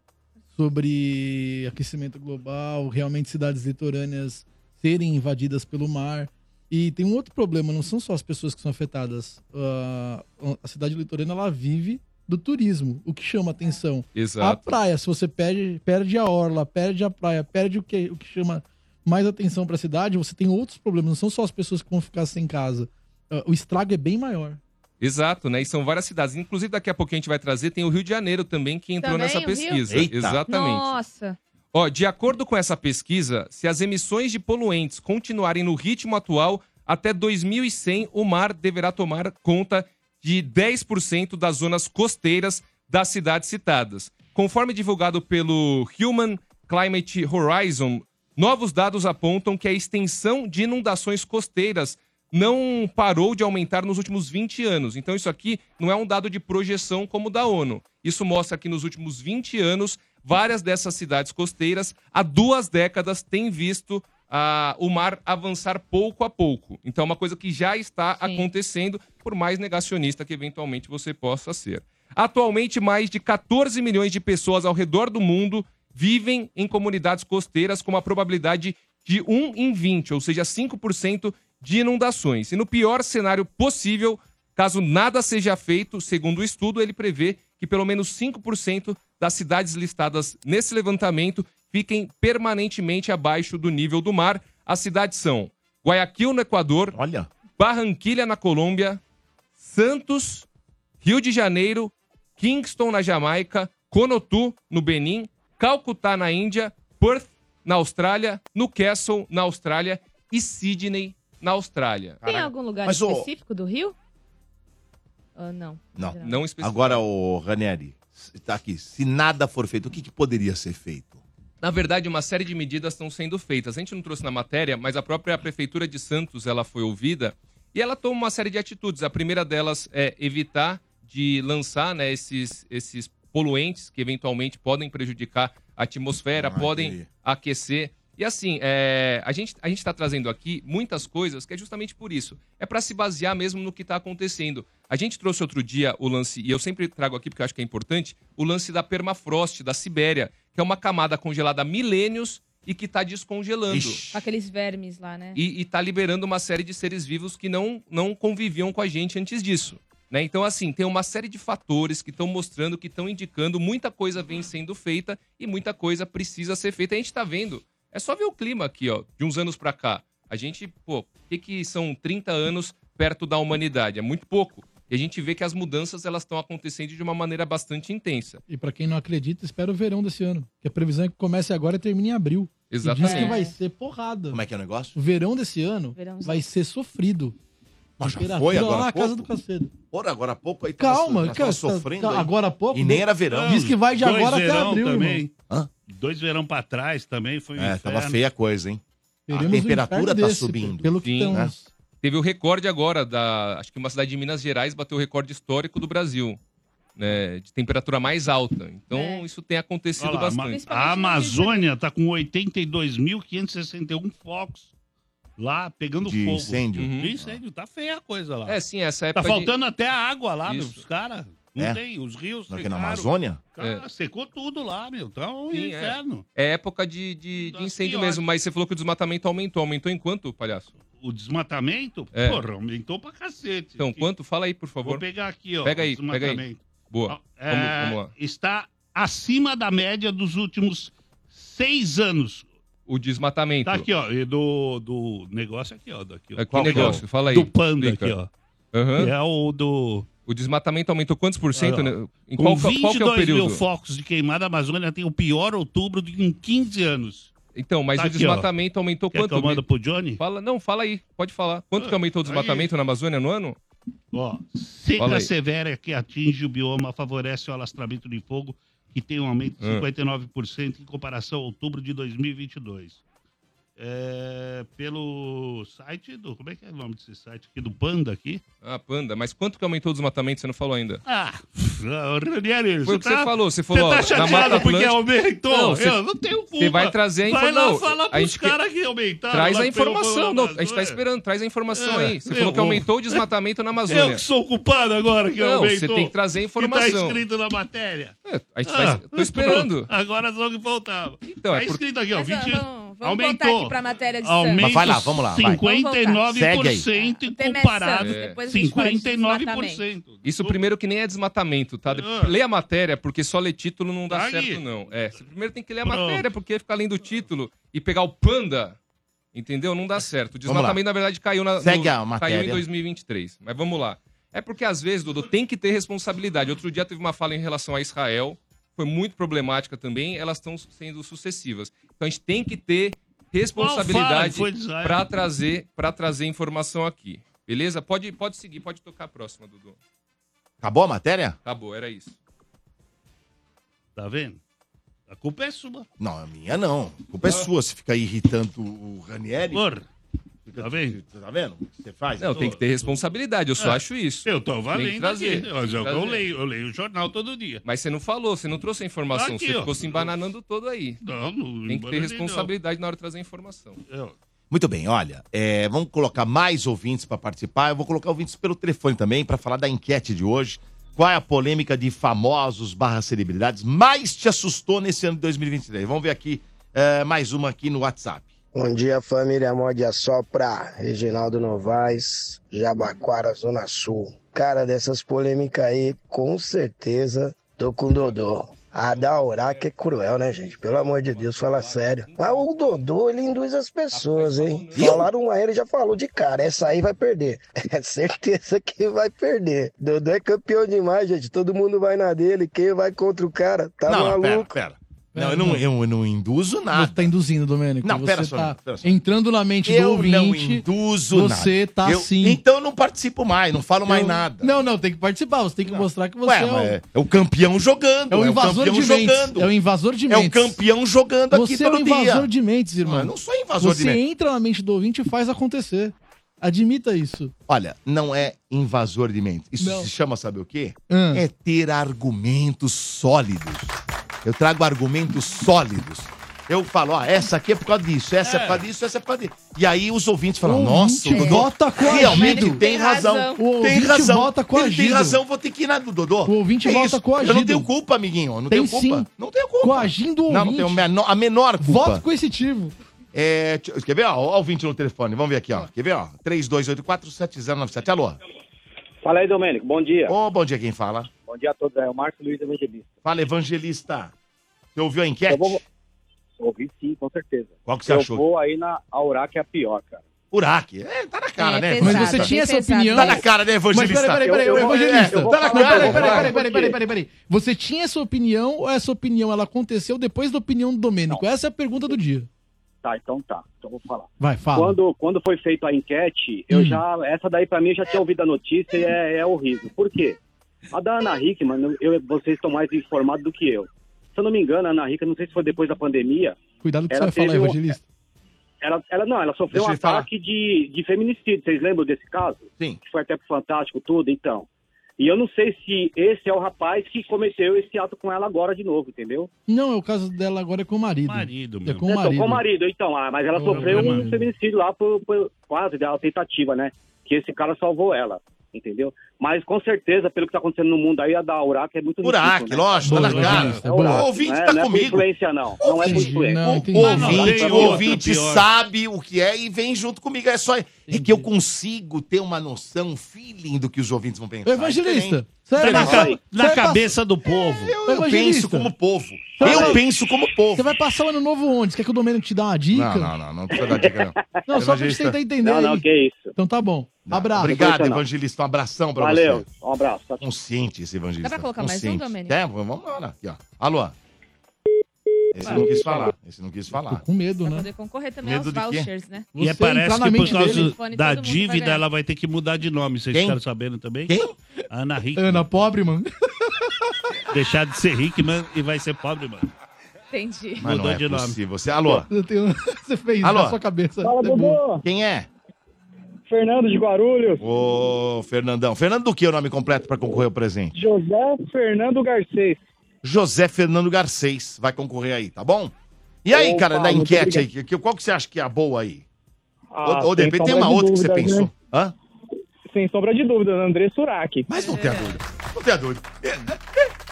Speaker 2: Sobre aquecimento global, realmente cidades litorâneas serem invadidas pelo mar. E tem um outro problema, não são só as pessoas que são afetadas. Ah, a cidade litorânea, ela vive do turismo, o que chama atenção. A
Speaker 4: Exato.
Speaker 2: praia, se você perde, perde a orla, perde a praia, perde o que, o que chama mais atenção para a cidade, você tem outros problemas, não são só as pessoas que vão ficar sem casa. Ah, o estrago é bem maior.
Speaker 4: Exato, né? E são várias cidades. Inclusive, daqui a pouquinho a gente vai trazer, tem o Rio de Janeiro também que entrou
Speaker 3: Também
Speaker 4: nessa
Speaker 3: o Rio?
Speaker 4: pesquisa.
Speaker 3: Eita.
Speaker 4: Exatamente.
Speaker 3: Nossa.
Speaker 4: Ó, de acordo com essa pesquisa, se as emissões de poluentes continuarem no ritmo atual, até 2100 o mar deverá tomar conta de 10% das zonas costeiras das cidades citadas. Conforme divulgado pelo Human Climate Horizon, novos dados apontam que a extensão de inundações costeiras não parou de aumentar nos últimos 20 anos. Então, isso aqui não é um dado de projeção como o da ONU. Isso mostra que nos últimos 20 anos, várias dessas cidades costeiras, há duas décadas, têm visto ah, o mar avançar pouco a pouco. Então, é uma coisa que já está acontecendo, por mais negacionista que eventualmente você possa ser. Atualmente, mais de 14 milhões de pessoas ao redor do mundo vivem em comunidades costeiras com uma probabilidade de 1 em 20, ou seja, 5% de inundações. E no pior cenário possível, caso nada seja feito, segundo o estudo, ele prevê que pelo menos 5% das cidades listadas nesse levantamento fiquem permanentemente abaixo do nível do mar. As cidades são Guayaquil, no Equador,
Speaker 1: Olha.
Speaker 4: Barranquilha, na Colômbia, Santos, Rio de Janeiro, Kingston, na Jamaica, Conotu, no Benin, Calcutá, na Índia, Perth, na Austrália, Newcastle, na Austrália e Sydney, na Austrália.
Speaker 3: Tem algum lugar
Speaker 4: Mas, ô-
Speaker 3: específico do Rio? Ah, não.
Speaker 1: Não.
Speaker 4: Não especificado.
Speaker 1: Agora, o Ranieri, tá aqui. Se nada for feito, o que, que poderia ser feito?
Speaker 4: Na verdade, uma série de medidas estão sendo feitas. A gente não trouxe na matéria, mas a própria prefeitura de Santos ela foi ouvida e ela toma uma série de atitudes. A primeira delas é evitar de lançar né, esses, esses poluentes que eventualmente podem prejudicar a atmosfera, podem aquecer. E assim, é, a gente a está trazendo aqui muitas coisas que é justamente por isso. É para se basear mesmo no que está acontecendo. A gente trouxe outro dia o lance, e eu sempre trago aqui porque eu acho que é importante, o lance da permafrost, da Sibéria, que é uma camada congelada há milênios e que está descongelando.
Speaker 3: Com aqueles vermes lá, né?
Speaker 4: E, e tá liberando uma série de seres vivos que não, não conviviam com a gente antes disso. Né? Então, assim, tem uma série de fatores que estão mostrando, que estão indicando, muita coisa vem sendo feita e muita coisa precisa ser feita. A gente tá vendo. É só ver o clima aqui, ó, de uns anos pra cá. A gente, pô, o que, que são 30 anos perto da humanidade? É muito pouco. E a gente vê que as mudanças elas estão acontecendo de uma maneira bastante intensa.
Speaker 2: E pra quem não acredita, espera o verão desse ano. Que a previsão é que comece agora e termine em abril. E Diz que
Speaker 4: Exatamente.
Speaker 2: vai ser porrada.
Speaker 1: Como é que é o negócio?
Speaker 2: O verão desse ano
Speaker 1: Verãozão.
Speaker 2: vai ser sofrido.
Speaker 1: Mas já
Speaker 2: Temperatura
Speaker 1: foi agora
Speaker 2: lá
Speaker 1: há
Speaker 2: na casa do
Speaker 1: pouco?
Speaker 2: Cacedo.
Speaker 1: Ora, agora há pouco aí tava so-
Speaker 2: Calma,
Speaker 1: nós
Speaker 2: cara,
Speaker 1: tava
Speaker 2: tá-
Speaker 1: sofrendo.
Speaker 2: tá-
Speaker 1: aí.
Speaker 2: agora há pouco.
Speaker 1: E nem era verão.
Speaker 2: Diz que vai de
Speaker 8: Dois
Speaker 2: agora até
Speaker 8: verão
Speaker 2: abril, irmão.
Speaker 8: também.
Speaker 1: Hã?
Speaker 8: Dois verão pra trás também foi um
Speaker 1: É,
Speaker 8: inferno.
Speaker 1: tava feia a tá coisa, hein?
Speaker 2: Teremos um inferno desse, Pelo que
Speaker 4: Sim,
Speaker 2: estamos.
Speaker 1: Né?
Speaker 4: Teve o recorde agora da. Acho que uma cidade de Minas Gerais bateu o recorde histórico do Brasil. Né, de temperatura mais alta. Então, isso tem acontecido
Speaker 8: Olha lá, ma-
Speaker 4: bastante.
Speaker 8: a Amazônia tá com 82.561 focos lá pegando
Speaker 4: De
Speaker 8: fogo.
Speaker 4: incêndio?
Speaker 8: Uhum.
Speaker 4: Uhum.
Speaker 8: De incêndio, tá feia a coisa lá.
Speaker 4: É, sim, essa
Speaker 8: Tá
Speaker 4: época. de-
Speaker 8: faltando até a água lá, meu,
Speaker 4: Isso.
Speaker 8: os caras. Não
Speaker 4: É?
Speaker 8: tem, os rios
Speaker 4: Não é que na
Speaker 8: secaram.
Speaker 4: Amazônia?
Speaker 8: Cara,
Speaker 4: É.
Speaker 8: secou tudo lá, meu. Tá um
Speaker 4: Sim, é.
Speaker 8: inferno. assim,
Speaker 4: É época de, de- de incêndio
Speaker 8: piores.
Speaker 4: mesmo, mas você falou que o desmatamento aumentou. Aumentou em quanto, palhaço? É.
Speaker 8: O desmatamento? Porra, aumentou pra cacete.
Speaker 4: Então, quanto? Fala aí, por favor.
Speaker 8: Vou pegar aqui, ó.
Speaker 4: Pega aí,
Speaker 8: o
Speaker 4: pega aí.
Speaker 8: desmatamento.
Speaker 4: Boa.
Speaker 8: É,
Speaker 4: Vamos, vamos lá.
Speaker 8: Está acima da média dos últimos seis anos.
Speaker 4: O desmatamento.
Speaker 8: Tá aqui, ó. E do, do negócio aqui, ó. Daqui, ó.
Speaker 4: É, Que
Speaker 8: Qual que é o
Speaker 4: negócio? Fala aí.
Speaker 8: Do panda
Speaker 4: Explica.
Speaker 8: aqui, ó.
Speaker 4: Aham.
Speaker 8: Que É o do...
Speaker 4: O desmatamento aumentou quantos por cento?
Speaker 8: Olha
Speaker 4: né?
Speaker 8: lá.
Speaker 4: Em
Speaker 8: Com
Speaker 4: qual, qual,
Speaker 8: 22
Speaker 4: qual que é o período?
Speaker 8: mil focos de queimada, a Amazônia tem o pior outubro de, em 15 anos.
Speaker 4: Então, mas
Speaker 8: Tá
Speaker 4: o
Speaker 8: aqui, ó.
Speaker 4: desmatamento aumentou
Speaker 8: Quer
Speaker 4: quanto?
Speaker 8: que eu mando pro Johnny? Ah,
Speaker 4: Fala, não, fala aí, pode falar. Quanto que aumentou o
Speaker 8: aí.
Speaker 4: desmatamento na Amazônia no ano?
Speaker 8: Ó,
Speaker 4: Fala
Speaker 8: seca
Speaker 4: aí.
Speaker 8: severa que atinge o bioma favorece o alastramento de fogo, que tem um aumento de
Speaker 4: Ah.
Speaker 8: 59% em comparação a outubro de 2022. É, pelo site do... Como é que é o nome desse site aqui? Do Panda aqui?
Speaker 4: Ah, panda, mas quanto que aumentou o desmatamento? Você não falou ainda.
Speaker 8: Ah, Ranieri,
Speaker 4: Foi o que você falou, você falou,
Speaker 8: Você tá
Speaker 4: ó, na Mata
Speaker 8: chateado porque
Speaker 4: Atlântica-
Speaker 8: aumentou?
Speaker 4: Não, você-
Speaker 8: eu não tenho culpa.
Speaker 4: você vai trazer a
Speaker 8: Vai lá
Speaker 4: informação.
Speaker 8: falar
Speaker 4: A
Speaker 8: pros
Speaker 4: gente que-
Speaker 8: caras que aumentaram.
Speaker 4: traz
Speaker 8: lá
Speaker 4: a
Speaker 8: que pegou
Speaker 4: informação,
Speaker 8: fogo
Speaker 4: não,
Speaker 8: na
Speaker 4: a gente tá
Speaker 8: Amazônia.
Speaker 4: esperando, traz a informação
Speaker 8: É,
Speaker 4: aí. Você
Speaker 8: eu
Speaker 4: falou que
Speaker 8: vou.
Speaker 4: aumentou o desmatamento na Amazônia.
Speaker 8: Eu que sou o culpado agora que
Speaker 4: Não,
Speaker 8: aumentou.
Speaker 4: você tem que trazer
Speaker 8: Que tá
Speaker 4: informação. É,
Speaker 8: escrito na matéria. Ah,
Speaker 4: a gente vai- tô esperando.
Speaker 8: Agora só o que faltava.
Speaker 4: Então,
Speaker 8: tá
Speaker 4: é porque-
Speaker 8: escrito aqui, ó.
Speaker 3: Mas,
Speaker 8: 20...
Speaker 3: vamos- vamos voltar
Speaker 8: aumentou.
Speaker 3: aqui pra matéria de Santos.
Speaker 8: Aumento
Speaker 3: Mas
Speaker 1: vai lá, vamos lá, vai.
Speaker 8: 59%
Speaker 3: O tema é
Speaker 8: comparado.
Speaker 3: Santos, depois a gente fala de
Speaker 8: 59%.
Speaker 4: Isso primeiro que nem é desmatamento, tá?
Speaker 8: Ah. Tá
Speaker 4: Lê a matéria, porque só ler título não dá
Speaker 8: Aí.
Speaker 4: certo, não. É, você primeiro tem que ler a
Speaker 8: Pronto.
Speaker 4: matéria, porque ficar lendo o título e pegar o panda, entendeu? Não dá certo. O
Speaker 1: Vamos lá.
Speaker 4: desmatamento, na verdade, caiu na.
Speaker 1: Segue a matéria.
Speaker 4: Caiu em 2023. Mas vamos lá. É porque, às vezes, Dudu, tem que ter responsabilidade. Outro dia teve uma fala em relação a Israel, foi muito problemática também, elas estão sendo sucessivas. Então a gente tem que ter
Speaker 8: fala
Speaker 4: responsabilidade
Speaker 8: que foi de Israel?
Speaker 4: para trazer, pra trazer informação aqui. Beleza? Pode, pode seguir, pode tocar a próxima, Dudu.
Speaker 1: Acabou a matéria?
Speaker 4: Acabou, era isso.
Speaker 8: Tá vendo? A culpa é sua.
Speaker 1: Não, a minha não. A culpa é sua se ficar irritando o Ranieri.
Speaker 8: Porra. Tá vendo?
Speaker 1: Tá vendo? o que Você faz?
Speaker 4: Não, tem que ter responsabilidade, eu só
Speaker 8: É.
Speaker 4: acho isso.
Speaker 8: Eu tô
Speaker 4: Tem que
Speaker 8: valendo
Speaker 4: trazer,
Speaker 8: aqui. Mas
Speaker 4: tem
Speaker 8: é o
Speaker 4: que
Speaker 8: que eu
Speaker 4: trazer.
Speaker 8: leio. Eu leio o jornal todo dia.
Speaker 4: Mas você não falou, você não trouxe a informação,
Speaker 8: Aqui,
Speaker 4: você
Speaker 8: ó.
Speaker 4: ficou se embananando todo aí.
Speaker 8: Não, não
Speaker 4: Tem que ter
Speaker 8: embananei, não.
Speaker 4: responsabilidade na hora de trazer a informação.
Speaker 1: Muito bem, olha, é, vamos colocar mais ouvintes para participar. Eu vou colocar ouvintes pelo telefone também para falar da enquete de hoje. Qual é a polêmica de famosos barra celebridades mais te assustou nesse ano de 2023? Vamos ver aqui eh, mais uma aqui no WhatsApp.
Speaker 15: Bom dia, família Morde Assopra, Reginaldo Novaes, Jabaquara, Zona Sul. Cara, dessas polêmicas aí, com certeza tô com o Dodô. A da Oraca é cruel, né, gente? Pelo amor de Deus, fala sério. Mas o Dodô, ele induz as pessoas, hein? Falaram aí, ele já falou de cara, essa aí vai perder. É certeza que vai perder. Dodô é campeão demais, gente. Todo mundo vai na dele. Quem vai contra o cara? Tá
Speaker 1: não, não,
Speaker 15: maluco?
Speaker 1: pera, pera. Não, eu não, eu não induzo nada.
Speaker 2: Você É, tá induzindo, Domênico.
Speaker 1: Não,
Speaker 2: você
Speaker 1: pera só,
Speaker 2: tá
Speaker 1: pera só.
Speaker 2: entrando na mente do
Speaker 1: Eu
Speaker 2: ouvinte.
Speaker 1: não induzo nada.
Speaker 2: Você tá
Speaker 1: Eu-
Speaker 2: sim.
Speaker 1: Então eu não participo mais, não falo mais nada.
Speaker 2: Não, não, tem que participar. Você tem que mostrar que você
Speaker 1: Ué,
Speaker 2: é, um,
Speaker 1: mas é, é o campeão jogando.
Speaker 2: é um invasor de
Speaker 1: campeão
Speaker 2: mentes.
Speaker 1: jogando.
Speaker 2: É um invasor de
Speaker 1: É o
Speaker 2: mentes.
Speaker 1: campeão jogando aqui
Speaker 2: Você é um
Speaker 1: todo dia.
Speaker 2: invasor de mentes, irmão.
Speaker 1: Não, eu não sou invasor
Speaker 2: você
Speaker 1: de mentes.
Speaker 2: Você entra na mente do ouvinte e faz acontecer. Admita isso.
Speaker 1: Olha, não é invasor de mente. Isso
Speaker 2: Não.
Speaker 1: se chama, sabe o quê?
Speaker 2: Hum.
Speaker 1: É ter argumentos sólidos. Eu trago argumentos sólidos. Eu falo, ó, essa aqui é por causa disso, essa é, por causa disso, essa é por causa disso. E aí os ouvintes falam, nossa, o
Speaker 2: ouvinte
Speaker 1: Dodô
Speaker 2: vota coagido.
Speaker 1: realmente tem razão.
Speaker 2: O
Speaker 1: Tem
Speaker 2: ouvinte
Speaker 1: razão.
Speaker 2: vota
Speaker 1: Ele tem
Speaker 2: coagido.
Speaker 1: razão, vou ter que ir na do Dodô.
Speaker 2: O ouvinte
Speaker 1: É
Speaker 2: vota
Speaker 1: isso.
Speaker 2: coagido.
Speaker 1: Eu não tenho culpa, amiguinho, eu não
Speaker 2: Tem
Speaker 1: tenho culpa.
Speaker 2: sim.
Speaker 1: Não tenho culpa.
Speaker 2: Coagindo o
Speaker 1: Não, não
Speaker 2: ouvinte.
Speaker 1: tenho a menor, a menor culpa.
Speaker 2: Voto coercitivo.
Speaker 1: É, deixa- quer ver, ó, ó o ouvinte no telefone, vamos ver aqui, ó. Quer ver, ó, 32847097, alô.
Speaker 16: Fala aí, Domênico, bom dia.
Speaker 1: Ô, bom dia, quem fala?
Speaker 16: Bom dia a todos, é o Marcos Luiz Evangelista.
Speaker 1: Fala, evangelista. Você ouviu a enquete?
Speaker 16: Eu vou- Ouvi sim, com certeza.
Speaker 1: Qual que você
Speaker 16: eu
Speaker 1: achou?
Speaker 16: vou aí na Aurá, que é a pior, cara.
Speaker 1: Uraque. É, tá na cara, né?
Speaker 2: pesado, Mas você tinha é essa pesado. opinião?
Speaker 1: Tá na cara, né, evangelista?
Speaker 2: Mas peraí, peraí,
Speaker 1: Eu-
Speaker 2: peraí,
Speaker 1: eu-
Speaker 2: evangelista.
Speaker 1: é, eu vou
Speaker 2: Tá
Speaker 1: falar,
Speaker 2: na cara,
Speaker 1: eu
Speaker 2: peraí,
Speaker 1: vou falar.
Speaker 2: peraí, peraí, peraí, peraí, peraí, peraí. Você tinha essa opinião ou essa opinião ela aconteceu depois da opinião do Domênico? Essa é a pergunta do dia.
Speaker 16: Tá, então tá, então vou falar.
Speaker 2: Vai, fala.
Speaker 16: Quando, quando foi feita a enquete, eu
Speaker 2: Hum.
Speaker 16: já. Essa daí pra mim eu já tinha ouvido a notícia e é, é horrível. Por quê? A da Ana Hickman, eu- eu, vocês estão mais informados do que eu. Se eu não me engano, a Ana Hickman, não sei se foi depois da pandemia,
Speaker 2: Cuidado que
Speaker 16: Ela
Speaker 2: você vai falar,
Speaker 16: teve um-
Speaker 2: evangelista.
Speaker 16: ela, ela não, ela sofreu
Speaker 2: Deixa
Speaker 16: um
Speaker 2: ele falar.
Speaker 16: ataque de, de feminicídio. Vocês lembram desse caso?
Speaker 1: Sim.
Speaker 16: Que foi até pro fantástico tudo, então. E eu não sei se esse é o rapaz que cometeu esse ato com ela agora de novo, entendeu?
Speaker 2: Não, é o caso dela agora é com o marido. Marido, É com o
Speaker 16: Então,
Speaker 2: marido.
Speaker 16: com o marido, então. Ah, mas ela
Speaker 2: Com o
Speaker 16: sofreu um
Speaker 2: marido.
Speaker 16: feminicídio lá por, por quase dela tentativa, né? Que esse cara salvou ela, entendeu? Mas com certeza, pelo que tá acontecendo no mundo aí, a da Urac é muito
Speaker 1: Uraque,
Speaker 16: ridícula, né?
Speaker 1: lógico, tá na cara.
Speaker 16: É
Speaker 1: O
Speaker 16: Uraque,
Speaker 1: ouvinte
Speaker 16: não é-
Speaker 1: tá
Speaker 16: não é por
Speaker 1: comigo.
Speaker 16: influência, não. Não é por influência.
Speaker 1: O- o Um
Speaker 2: Ah,
Speaker 1: ouvinte, o ouvinte sabe o que é e vem junto comigo. É só. É que eu consigo ter uma noção, um feeling do que os ouvintes vão pensar.
Speaker 2: Evangelista, você
Speaker 1: Diferente.
Speaker 2: vai
Speaker 1: Diferente.
Speaker 2: passar- você vai
Speaker 1: do povo. Eu, eu penso
Speaker 2: Tá Evangelista.
Speaker 1: como povo.
Speaker 2: Você é
Speaker 1: eu
Speaker 2: vai-
Speaker 1: penso como povo.
Speaker 2: Você vai passar o ano novo onde? Você quer que o Domênico te dê uma dica?
Speaker 1: Não, não, não, não precisa dar dica, não.
Speaker 2: Não, só pra gente
Speaker 1: Evangelista.
Speaker 2: tentar entender.
Speaker 1: Não, não,
Speaker 2: aí.
Speaker 1: que
Speaker 16: isso.
Speaker 2: Então tá bom. Abraço.
Speaker 1: Obrigado, evangelista. Um abração pra
Speaker 16: Valeu,
Speaker 1: você.
Speaker 16: um abraço.
Speaker 1: Consciente esse evangelista.
Speaker 3: Dá pra colocar mais um,
Speaker 1: consciente.
Speaker 3: Domênico?
Speaker 1: É, vamos lá. Aqui, ó. Alô? Esse não quis falar. Esse não quis falar.
Speaker 2: Com medo, né?
Speaker 3: Poder concorrer também
Speaker 1: Medo
Speaker 3: aos
Speaker 1: de quê?
Speaker 3: vouchers, né?
Speaker 8: E é, parece que por causa
Speaker 3: Telefone,
Speaker 8: da
Speaker 3: todo mundo vai
Speaker 8: dívida
Speaker 3: ganhar.
Speaker 8: ela vai ter que mudar de nome. Vocês
Speaker 2: Quem?
Speaker 8: ficaram sabendo também?
Speaker 1: Quem?
Speaker 8: Ana Hickman.
Speaker 2: Ana, pobre, mano.
Speaker 8: Deixar de ser Hickman e vai ser pobre, mano.
Speaker 3: Entendi.
Speaker 1: Mas não
Speaker 8: Mudou
Speaker 1: é
Speaker 8: de nome.
Speaker 1: possível. Você, alô?
Speaker 2: Eu tenho- Você fez isso
Speaker 1: Alô?
Speaker 2: na sua cabeça.
Speaker 17: Fala,
Speaker 2: É bom.
Speaker 17: Dodô.
Speaker 1: Quem é?
Speaker 17: Fernando de Guarulhos.
Speaker 1: Ô, Fernandão. Fernando do que é o nome completo pra concorrer ao presente?
Speaker 17: José Fernando Garcês.
Speaker 1: José Fernando Garcês vai concorrer aí, tá bom? E aí,
Speaker 17: Opa,
Speaker 1: cara, na
Speaker 17: muito
Speaker 1: enquete aí,
Speaker 17: obrigado.
Speaker 1: que- que- qual que você acha que é a boa aí?
Speaker 17: Ah,
Speaker 1: ou, ou de
Speaker 17: sem
Speaker 1: repente tem uma
Speaker 17: sombra de
Speaker 1: outra que você
Speaker 17: dúvidas,
Speaker 1: pensou.
Speaker 17: né?
Speaker 1: Hã?
Speaker 17: Sem sombra de dúvida, André Surak.
Speaker 1: Mas não tem a dúvida. Não tem a dúvida.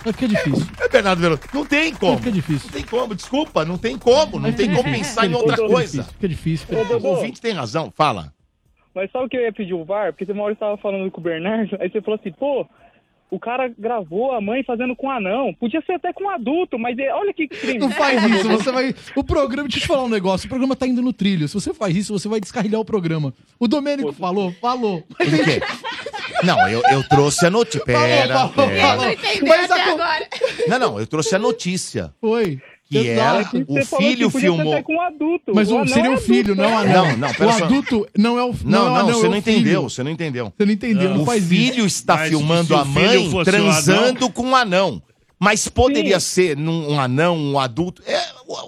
Speaker 2: Vai ficar difícil.
Speaker 1: É Bernardo Veloso. Não tem como.
Speaker 2: Fica difícil.
Speaker 1: Não tem como, desculpa, não tem como. Não tem como pensar em outra
Speaker 2: Fica
Speaker 1: coisa.
Speaker 2: difícil, Fica difícil. Fica
Speaker 17: Ô,
Speaker 1: O
Speaker 17: Dodô.
Speaker 1: ouvinte tem razão, fala.
Speaker 17: Mas sabe o que eu ia pedir o VAR? Porque você uma hora estava falando com o Bernardo, aí você falou assim, pô, o cara gravou a mãe fazendo com anão. Podia ser até com adulto, mas é- olha que crime.
Speaker 2: Não faz isso, você vai. O programa, deixa eu te falar um negócio. O programa tá indo no trilho. Se você faz isso, você vai descarrilhar o programa. O Domênico falou, falou. Mas ele-
Speaker 1: Não, eu, eu trouxe a notícia. Pera,
Speaker 2: Falou, falou,
Speaker 1: pera.
Speaker 2: falou.
Speaker 3: Entendeu
Speaker 2: Mas
Speaker 3: até
Speaker 2: a co-
Speaker 3: agora?
Speaker 1: Não, não, eu trouxe a notícia.
Speaker 2: Oi.
Speaker 1: Que era,
Speaker 2: Exato.
Speaker 1: o filho filmou.
Speaker 17: com um adulto.
Speaker 2: Mas
Speaker 17: O
Speaker 2: o,
Speaker 17: anão
Speaker 2: seria
Speaker 17: é
Speaker 2: o filho, não o anão.
Speaker 1: Não, não,
Speaker 2: O
Speaker 1: pera só.
Speaker 2: adulto não é o
Speaker 1: Não, não,
Speaker 2: é o anão,
Speaker 1: você
Speaker 2: é o
Speaker 1: não
Speaker 2: filho.
Speaker 1: entendeu, você não entendeu.
Speaker 2: Você não entendeu, não
Speaker 1: o
Speaker 2: faz isso.
Speaker 1: filho está
Speaker 2: Mas se
Speaker 1: filmando
Speaker 2: o
Speaker 1: a
Speaker 2: filho
Speaker 1: mãe
Speaker 2: fosse um
Speaker 1: transando
Speaker 2: anão-
Speaker 1: com um anão. Mas poderia ser num, um anão, um adulto. É,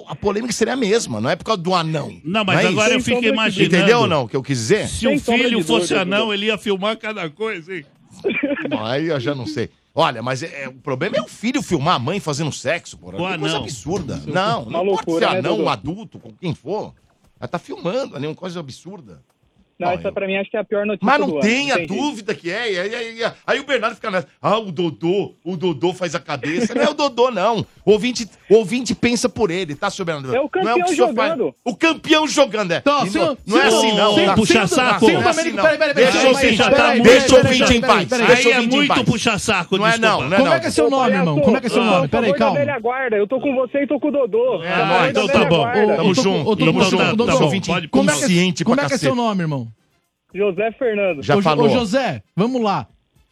Speaker 1: a polêmica seria a mesma, não é por causa do anão. Não,
Speaker 8: mas
Speaker 1: é
Speaker 8: agora
Speaker 1: isso?
Speaker 8: eu fico imaginando.
Speaker 1: Entendeu ou não o que eu quis dizer?
Speaker 8: Se o filho fosse anão, ele ia filmar cada coisa, hein?
Speaker 1: Bom, aí eu já não sei. Olha, mas é- é- o problema é o filho filmar a mãe fazendo sexo, porra.
Speaker 8: Com
Speaker 1: Que coisa
Speaker 8: anão.
Speaker 1: absurda.
Speaker 2: é
Speaker 8: Uma
Speaker 1: Não, não pode
Speaker 8: loucura,
Speaker 1: ser
Speaker 8: né,
Speaker 1: anão,
Speaker 8: Dodô?
Speaker 1: um adulto, com quem for. Ela tá filmando, né? Uma coisa é absurda.
Speaker 17: Não, essa pra mim acho que é a pior notícia
Speaker 1: Mas
Speaker 17: do
Speaker 1: não
Speaker 17: ano,
Speaker 1: tenha
Speaker 17: jeito.
Speaker 1: dúvida que é. e Aí, aí- aí- aí o Bernardo fica nessa. Ah, o Dodô, o Dodô faz a cabeça. Não é o Dodô, não. O ouvinte, o ouvinte pensa por ele, tá, seu Bernardo?
Speaker 17: É o
Speaker 1: não
Speaker 17: campeão
Speaker 1: senhor faz.
Speaker 17: jogando.
Speaker 1: O campeão jogando, é.
Speaker 2: Tá,
Speaker 1: E
Speaker 2: se
Speaker 1: não,
Speaker 2: o-
Speaker 1: não é
Speaker 2: se o-
Speaker 1: assim, não.
Speaker 2: sem
Speaker 1: tá?
Speaker 2: puxar
Speaker 1: Não é
Speaker 2: saco.
Speaker 1: assim,
Speaker 2: Sem o
Speaker 1: não é assim,
Speaker 2: Domênico,
Speaker 1: não.
Speaker 2: peraí, peraí, peraí,
Speaker 1: Deixa
Speaker 2: peraí,
Speaker 1: o ouvinte em
Speaker 2: peraí,
Speaker 1: paz.
Speaker 2: peraí,
Speaker 1: Deixa o
Speaker 2: peraí,
Speaker 1: ouvinte em
Speaker 2: peraí,
Speaker 1: paz.
Speaker 2: peraí,
Speaker 1: Deixa o
Speaker 8: é
Speaker 2: peraí.
Speaker 1: ouvinte em paz.
Speaker 6: puxa-saco,
Speaker 1: Não é não, não é
Speaker 2: Como
Speaker 1: não.
Speaker 2: é que é seu nome, irmão? Como é que é seu
Speaker 17: Ah,
Speaker 2: nome?
Speaker 17: eu sou
Speaker 2: Peraí,
Speaker 17: boi da
Speaker 2: calma.
Speaker 17: velha guarda, eu tô com você e tô com o Dodô.
Speaker 1: É nóis, então tá bom. Tamo junto, tamo junto. Nosso ouvinte
Speaker 2: Como é que,
Speaker 1: consciente
Speaker 2: é, como
Speaker 1: pra
Speaker 2: é que é seu
Speaker 1: cacete.
Speaker 2: nome, irmão?
Speaker 17: José Fernando.
Speaker 1: Já
Speaker 2: ô, Jo-
Speaker 1: falou.
Speaker 2: Ô, José, vamos lá.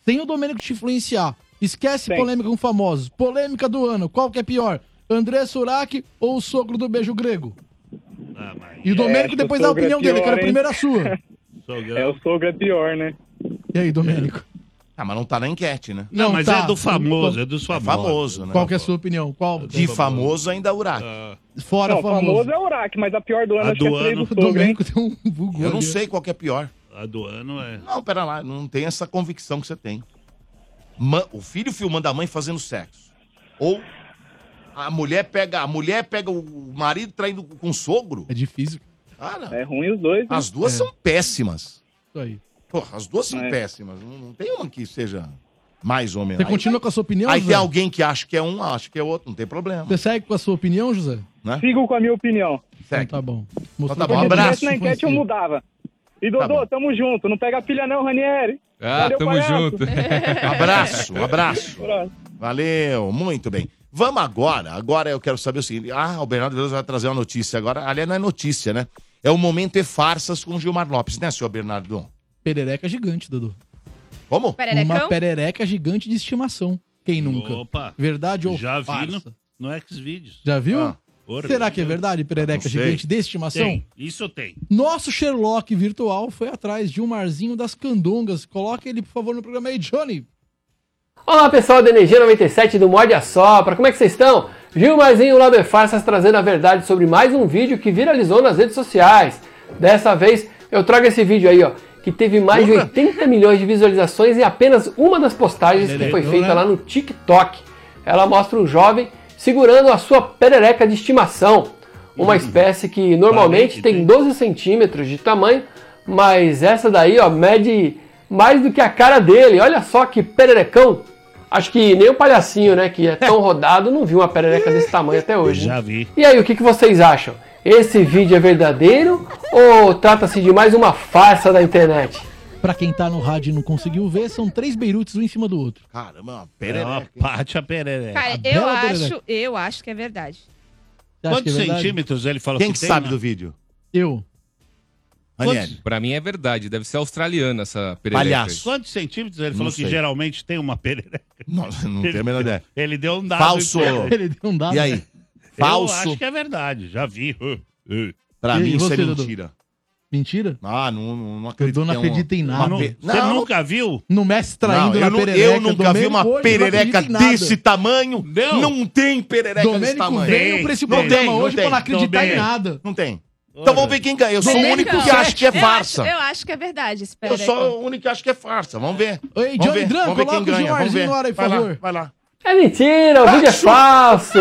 Speaker 2: Sem o Domênico te influenciar. Esquece polêmica com famosos. Polêmica do ano. Qual que é pior? André Surak ou o sogro do beijo grego? E o
Speaker 8: É,
Speaker 2: Domênico depois dá a opinião dele. Eu quero primeiro a sua.
Speaker 17: É, o sogro é pior, né?
Speaker 2: E aí, Domênico?
Speaker 1: Ah, mas não tá na enquete, né?
Speaker 2: Não, Não, mas tá. é do famoso,
Speaker 1: é dos famosos. famoso, né?
Speaker 2: Qual que é a sua opinião? Qual?
Speaker 1: De famoso ainda é o Urac.
Speaker 2: Fora
Speaker 17: não,
Speaker 2: famoso.
Speaker 17: famoso é o Urac, mas a pior do ano acho que é a três do sogro, hein?
Speaker 2: Domênico tem um bugou.
Speaker 1: Eu não
Speaker 2: ali.
Speaker 1: sei qual que é pior.
Speaker 6: A do ano é.
Speaker 1: Não, pera lá, não tem essa convicção que você tem. Ma- o filho filmando a mãe fazendo sexo. Ou a mulher pega, a mulher pega o marido traindo com o sogro.
Speaker 2: É difícil.
Speaker 1: Cara,
Speaker 17: é ruim os dois.
Speaker 1: As duas
Speaker 2: É.
Speaker 1: são péssimas.
Speaker 2: Isso aí.
Speaker 1: Pô, as duas são
Speaker 2: É.
Speaker 1: péssimas. Não, não tem uma que seja mais ou menos.
Speaker 2: Você continua com a sua opinião,
Speaker 1: Aí
Speaker 2: José?
Speaker 1: tem alguém que acha que é um, acha que é outro, não tem problema.
Speaker 2: Você segue com a sua opinião, José?
Speaker 1: Né?
Speaker 17: Sigo com a minha opinião.
Speaker 1: Segue.
Speaker 2: tá bom.
Speaker 1: Então tá bom,
Speaker 17: Se
Speaker 1: abraço.
Speaker 17: tivesse na enquete eu mudava. E
Speaker 1: Tá
Speaker 17: Dodô, tamo junto. Não pega a pilha não, Ranieri.
Speaker 1: Ah,
Speaker 17: Valeu,
Speaker 1: tamo
Speaker 17: palhaço.
Speaker 1: junto. Abraço, um abraço. Valeu, muito bem. Vamos agora. Agora eu quero saber o seguinte. Ah, o Bernardo Veloso vai trazer uma notícia agora. Aliás, não é notícia, né? É o momento e farsas com Gilmar Lopes, né, senhor Bernardo?
Speaker 2: Perereca gigante, Dudu.
Speaker 1: Como?
Speaker 2: Uma perereca gigante de estimação. Quem nunca?
Speaker 6: Opa.
Speaker 2: Verdade ou
Speaker 6: Já vi
Speaker 2: farsa?
Speaker 6: no, no Xvideos.
Speaker 2: Já viu?
Speaker 1: Ah.
Speaker 6: Ora,
Speaker 2: Será que é verdade, perereca
Speaker 6: Não sei.
Speaker 2: gigante de estimação?
Speaker 6: Tem. Isso tem.
Speaker 2: Nosso Sherlock virtual foi atrás de um Marzinho das Candongas. Coloca ele, por favor, no programa aí, Johnny.
Speaker 18: Olá pessoal da Energia 97 do Morde a Sopra, como é que vocês estão? Gilmarzinho lá do E-Farsas trazendo a verdade sobre mais um vídeo que viralizou nas redes sociais. Dessa vez eu trago esse vídeo aí, ó, que teve mais de 80 milhões de visualizações em apenas uma das postagens que foi feita lá no TikTok. Ela mostra um jovem segurando a sua perereca de estimação, uma espécie que normalmente tem 12 centímetros de tamanho, mas essa daí ó, mede mais do que a cara dele. Olha só que pererecão! Acho que nem o palhacinho, né, que é tão rodado, não viu uma perereca desse tamanho até hoje. né?
Speaker 6: Já vi.
Speaker 18: E aí, o que, que vocês acham? Esse vídeo é verdadeiro ou trata-se de mais uma farsa da internet?
Speaker 2: Pra quem tá no rádio e não conseguiu ver, são três beirutes um em cima do outro.
Speaker 1: Caramba, uma
Speaker 6: É uma parte a perereca.
Speaker 3: Cara, eu
Speaker 2: bela
Speaker 3: acho,
Speaker 2: perereca.
Speaker 3: eu acho que é verdade.
Speaker 6: Quantos
Speaker 2: é
Speaker 6: centímetros ele falou
Speaker 1: é Quem
Speaker 8: assim,
Speaker 6: que
Speaker 1: que
Speaker 6: tem,
Speaker 1: sabe
Speaker 6: né?
Speaker 1: do vídeo?
Speaker 2: Eu.
Speaker 1: Ranieri.
Speaker 4: Pra mim é verdade, deve ser australiana essa perereca.
Speaker 6: Palhaço. Quantos centímetros ele
Speaker 4: Não
Speaker 6: falou
Speaker 4: sei.
Speaker 6: que geralmente tem uma perereca?
Speaker 1: Não, não tenho a menor ideia.
Speaker 6: Ele deu um dado.
Speaker 1: Falso.
Speaker 6: e-
Speaker 1: Ele deu um dado. E aí? Falso.
Speaker 6: Eu acho que é verdade, já vi. Uh, uh.
Speaker 1: Pra
Speaker 6: E
Speaker 1: mim isso
Speaker 6: você,
Speaker 1: é
Speaker 6: Dudu?
Speaker 1: mentira.
Speaker 2: Mentira?
Speaker 1: Ah, não, não, não acredito.
Speaker 2: Dudu não
Speaker 1: que é uma-
Speaker 2: acredita em nada.
Speaker 1: uma pe-
Speaker 2: Você nunca
Speaker 6: viu?
Speaker 2: No mestre
Speaker 1: Não,
Speaker 2: traindo na
Speaker 1: eu, nu- eu
Speaker 2: perereca.
Speaker 1: nunca vi
Speaker 2: Domênico hoje
Speaker 1: uma
Speaker 2: não
Speaker 1: perereca
Speaker 2: acredita em nada.
Speaker 1: desse tamanho. Não, tem perereca desse
Speaker 2: Domênico
Speaker 1: tamanho.
Speaker 2: veio pra esse programa hoje pra não acreditar em nada.
Speaker 1: Não tem. Então vamos ver quem ganha. Eu sou o
Speaker 3: Domênico,
Speaker 1: único que acho que é
Speaker 3: eu
Speaker 1: farsa.
Speaker 3: acho- Eu acho que é verdade então. esse
Speaker 1: Eu
Speaker 3: perereca.
Speaker 1: sou o único que acho que é farsa. Vamos ver.
Speaker 2: Ei,
Speaker 1: vamos
Speaker 2: Johnny
Speaker 1: ver.
Speaker 2: Dran,
Speaker 1: vamos ver quem
Speaker 2: coloca o
Speaker 1: ganha. Vamos
Speaker 2: Gilmarzinho
Speaker 1: ver.
Speaker 2: no ar aí, por
Speaker 1: Vai lá,
Speaker 2: favor.
Speaker 1: Vai lá.
Speaker 18: É mentira, o vídeo é falso.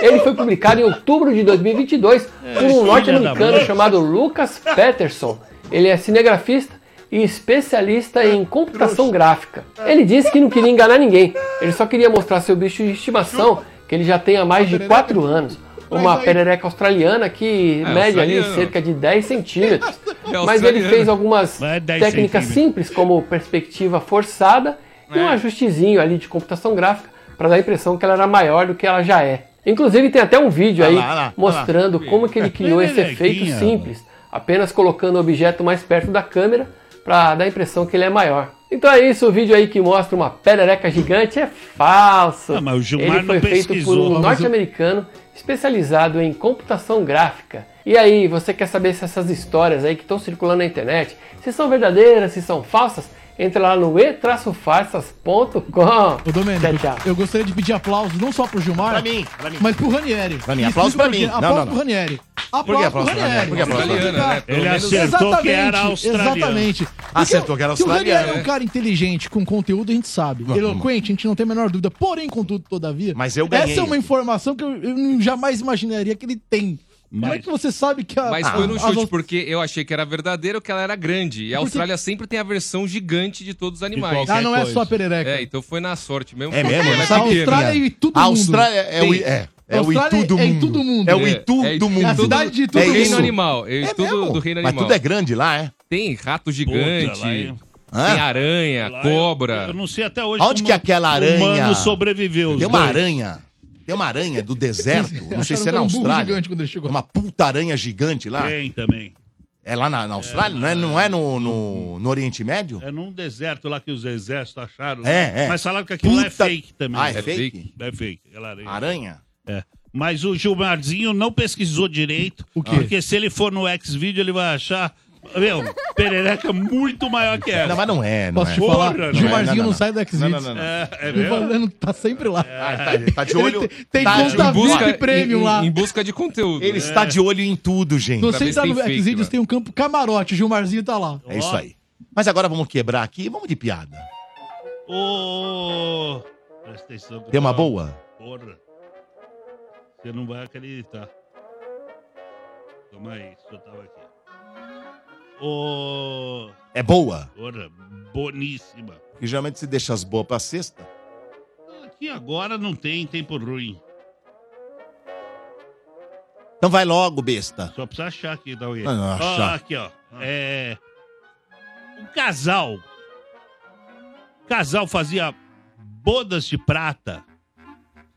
Speaker 18: Ele foi publicado em outubro de 2022 por
Speaker 6: filha
Speaker 18: um
Speaker 6: da
Speaker 18: norte-americano
Speaker 6: mãe.
Speaker 18: chamado Lucas Peterson. Ele é cinegrafista e especialista em computação gráfica. Ele disse que não queria enganar ninguém, ele só queria mostrar seu bicho de estimação, que ele já tem há mais de 4 anos. Uma perereca australiana que
Speaker 6: É,
Speaker 18: mede ali
Speaker 6: australiano.
Speaker 18: cerca de 10 centímetros.
Speaker 6: É
Speaker 18: Mas ele
Speaker 6: australiano.
Speaker 18: fez algumas
Speaker 6: Mas é 10
Speaker 18: técnicas
Speaker 6: centímetros.
Speaker 18: simples, como perspectiva forçada e
Speaker 6: É.
Speaker 18: um ajustezinho ali de computação gráfica para dar a impressão que ela era maior do que ela já é. Inclusive tem até um vídeo
Speaker 6: Ah
Speaker 18: aí
Speaker 6: lá, ah lá, ah lá.
Speaker 18: mostrando como que ele criou esse efeito
Speaker 6: Pererequinha.
Speaker 18: simples, apenas colocando o objeto mais perto da câmera para dar a impressão que ele é maior. Então é isso, o vídeo aí que mostra uma perereca gigante é falso.
Speaker 6: Ah, mas o Gilmar
Speaker 18: ele foi
Speaker 6: não
Speaker 18: feito por
Speaker 6: pesquisou.
Speaker 18: um
Speaker 6: Mas o-
Speaker 18: norte-americano especializado em computação gráfica. E aí, você quer saber se essas histórias aí que estão circulando na internet, se são verdadeiras, se são falsas? Entra lá no e-farsas.com.
Speaker 2: Ô, Domênico, eu gostaria de pedir aplausos não só pro Gilmar,
Speaker 18: Pra mim, pra mim.
Speaker 2: mas pro Ranieri.
Speaker 18: Pra mim, aplauso
Speaker 2: Explica
Speaker 18: pra
Speaker 2: por
Speaker 18: mim.
Speaker 2: quê.
Speaker 18: Não,
Speaker 2: Aplauso
Speaker 18: não, não.
Speaker 2: pro Ranieri.
Speaker 1: Por que
Speaker 2: Aplauso pro
Speaker 1: aplauso,
Speaker 2: Ranieri.
Speaker 1: Raniel? Por que aplauso,
Speaker 2: Explica.
Speaker 1: Raniel, né? Pelo
Speaker 6: Ele
Speaker 1: menos-
Speaker 6: acertou que era australiano.
Speaker 2: Exatamente.
Speaker 1: Acertou que era
Speaker 2: Que o Ranieri
Speaker 1: australiano.
Speaker 2: é um
Speaker 1: né?
Speaker 2: cara inteligente, com conteúdo, a gente sabe. Eloquente, a gente não tem a menor dúvida. Porém, contudo, todavia,
Speaker 1: Mas eu ganhei.
Speaker 2: essa é uma informação que eu, eu jamais imaginaria que ele tem. Como é que você sabe que a.
Speaker 4: Mas foi
Speaker 2: a-
Speaker 4: no
Speaker 2: as
Speaker 4: chute,
Speaker 2: aus-
Speaker 4: porque eu achei que era verdadeiro, que ela era grande. E a Austrália sempre tem a versão gigante de todos os animais.
Speaker 2: qualquer Ah, não é coisa. só a perereca.
Speaker 4: É, então foi na sorte mesmo.
Speaker 1: É mesmo?
Speaker 4: Ela
Speaker 1: Essa
Speaker 4: pequena.
Speaker 1: Austrália é e tudo A mundo. Austrália é o-
Speaker 4: Sim.
Speaker 1: é, é o Austrália Itu do é em mundo. todo mundo. É o Itu do mundo.
Speaker 4: É
Speaker 1: É a cidade de tudo
Speaker 4: É
Speaker 1: mundo.
Speaker 4: reino animal. É,
Speaker 1: É
Speaker 4: tudo
Speaker 1: mesmo?
Speaker 4: do reino
Speaker 1: Mas
Speaker 4: animal.
Speaker 1: tudo é grande lá, é- é?
Speaker 4: Tem rato gigante,
Speaker 8: lá é-
Speaker 4: tem aranha, cobra.
Speaker 8: Eu não sei até hoje
Speaker 1: Aonde
Speaker 8: como
Speaker 1: que é aquela
Speaker 8: o
Speaker 1: aranha?
Speaker 8: humano sobreviveu.
Speaker 1: Tem uma
Speaker 8: dois.
Speaker 1: aranha. Tem uma aranha do deserto. Não sei se é na
Speaker 2: Acharam que era um burro
Speaker 1: Austrália.
Speaker 2: gigante quando ele chegou.
Speaker 1: Uma puta aranha gigante lá.
Speaker 8: Tem também.
Speaker 1: É lá na, na Austrália? não é, não é no, no, no Oriente Médio?
Speaker 8: É num deserto lá que os exércitos acharam.
Speaker 1: É, é.
Speaker 8: Mas falaram que aquilo lá é
Speaker 1: Puta-
Speaker 8: fake também.
Speaker 1: Ah, é É fake? fake?
Speaker 8: É fake. Aquela aranha.
Speaker 1: Aranha?
Speaker 8: É. Mas o Gilmarzinho não pesquisou direito. O
Speaker 1: quê?
Speaker 8: Porque se ele for no X-Video, ele vai achar. Meu, perereca muito maior que ela.
Speaker 1: Não, mas não é, não
Speaker 2: Posso
Speaker 1: é.
Speaker 2: te falar? Gilmarzinho não, sai do X-Videos.
Speaker 1: Não, não, não, não.
Speaker 8: É, é
Speaker 2: Ele
Speaker 8: mesmo?
Speaker 2: falando que tá sempre lá.
Speaker 1: tá- tá de olho-
Speaker 2: Ele tem tem
Speaker 1: tá-
Speaker 2: conta
Speaker 1: em busca-
Speaker 2: VIP Premium
Speaker 1: em-
Speaker 2: lá.
Speaker 1: em
Speaker 4: busca de conteúdo.
Speaker 1: Ele está de olho em tudo, gente.
Speaker 2: Não sei se tá no Xvideos, tem um campo camarote. O Gilmarzinho tá lá.
Speaker 1: né? É isso aí. Mas agora vamos quebrar aqui e vamos de piada.
Speaker 8: Ô, Presta atenção.
Speaker 1: Tem uma boa?
Speaker 8: Porra. Você não vai acreditar. Toma aí, só tava aqui. Ô.
Speaker 1: É boa?
Speaker 8: Porra, boníssima.
Speaker 1: Porque geralmente se deixa as boas pra sexta.
Speaker 8: Aqui agora não tem tempo ruim.
Speaker 1: Então vai logo, besta.
Speaker 8: Só precisa achar aqui, dá um jeito.
Speaker 1: Não, não,
Speaker 8: Ó,
Speaker 1: achar.
Speaker 8: Aqui, ó. É. Um casal. Um Casal fazia bodas de prata.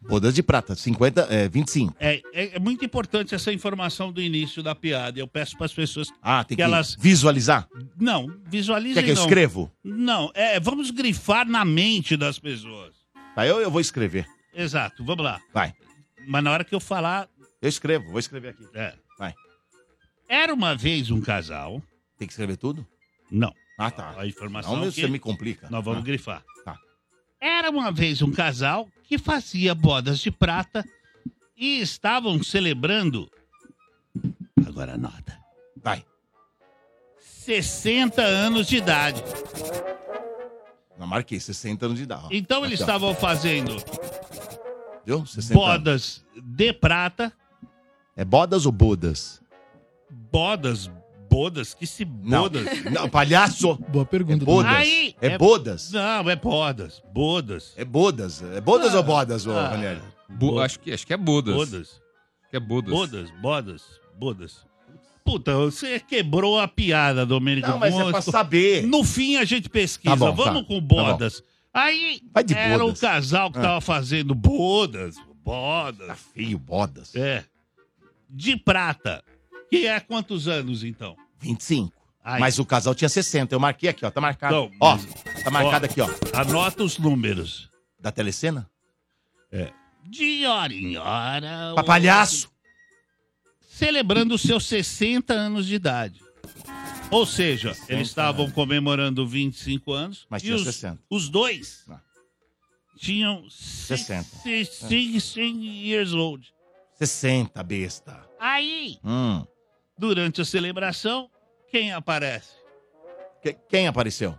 Speaker 1: Bodas de prata, 50, é, 25.
Speaker 8: É, é- é muito importante essa informação do início da piada. Eu peço para as pessoas
Speaker 1: Ah, tem
Speaker 8: que
Speaker 1: que
Speaker 8: elas.
Speaker 1: visualizar.
Speaker 8: Não, visualizem.
Speaker 1: Quer que eu
Speaker 8: não.
Speaker 1: escrevo?
Speaker 8: Não, é, vamos grifar na mente das pessoas.
Speaker 1: Tá, eu, eu vou escrever.
Speaker 8: Exato, vamos lá.
Speaker 1: Vai.
Speaker 8: Mas na hora que eu falar.
Speaker 1: Eu escrevo, vou escrever aqui.
Speaker 8: É.
Speaker 1: Vai.
Speaker 8: Era uma vez um casal.
Speaker 1: Tem que escrever tudo?
Speaker 8: Não.
Speaker 1: Ah, tá.
Speaker 8: A informação. é
Speaker 1: Não,
Speaker 8: que
Speaker 1: você me complica.
Speaker 8: Nós vamos
Speaker 1: Ah.
Speaker 8: grifar.
Speaker 1: Tá.
Speaker 8: Era uma vez um casal que fazia bodas de prata e estavam celebrando. Agora nota.
Speaker 1: Vai.
Speaker 8: 60 anos de idade.
Speaker 1: Não marquei, 60 anos de idade. ó.
Speaker 8: Então eles
Speaker 1: Ah, Aqui, ó.
Speaker 8: estavam fazendo
Speaker 1: Viu? 60 anos.
Speaker 8: bodas de prata,
Speaker 1: É bodas ou bodas?
Speaker 8: bodas, bodas, que se
Speaker 1: Não.
Speaker 8: bodas.
Speaker 1: Não, palhaço.
Speaker 2: Boa pergunta.
Speaker 1: É bodas.
Speaker 8: Aí-
Speaker 1: é, bodas.
Speaker 8: Não, é bodas, bodas.
Speaker 1: É bodas. É bodas ou bodas, ô,
Speaker 8: ah,
Speaker 1: Ranieri?
Speaker 4: Bo- acho, que, acho que é bodas.
Speaker 8: Bodas.
Speaker 4: Acho que é bodas.
Speaker 8: Bodas, bodas, bodas. Puta, você quebrou a piada, Domênico.
Speaker 1: Não, mas é pra
Speaker 8: Mosto.
Speaker 1: saber.
Speaker 8: No fim a gente pesquisa.
Speaker 1: Tá bom,
Speaker 8: Vamos
Speaker 1: tá.
Speaker 8: com
Speaker 1: Tá
Speaker 8: bodas. Aí
Speaker 1: Vai de
Speaker 8: era
Speaker 1: bodas.
Speaker 8: o casal que
Speaker 1: Ah.
Speaker 8: tava fazendo bodas, bodas. Tá
Speaker 1: feio, bodas.
Speaker 8: É. De prata. Que é quantos anos, então?
Speaker 1: 25.
Speaker 8: Aí.
Speaker 1: Mas o casal tinha 60. Eu marquei aqui, ó. Tá marcado.
Speaker 8: Não,
Speaker 1: ó,
Speaker 8: mas-
Speaker 1: tá
Speaker 8: ó,
Speaker 1: marcado aqui, ó.
Speaker 8: Anota os números.
Speaker 1: Da telecena?
Speaker 8: É. De hora em hora.
Speaker 1: Pra palhaço.
Speaker 8: Celebrando os seus 60 anos de idade. Ou seja, eles estavam comemorando 25 anos.
Speaker 1: né? Mas
Speaker 8: e
Speaker 1: tinha Ah.
Speaker 8: os,
Speaker 1: 60.
Speaker 8: Os dois tinham
Speaker 1: 60. É.
Speaker 8: 60 years old.
Speaker 1: 60, besta.
Speaker 8: Aí,
Speaker 1: Hum.
Speaker 8: durante a celebração, quem aparece?
Speaker 1: Que- quem apareceu?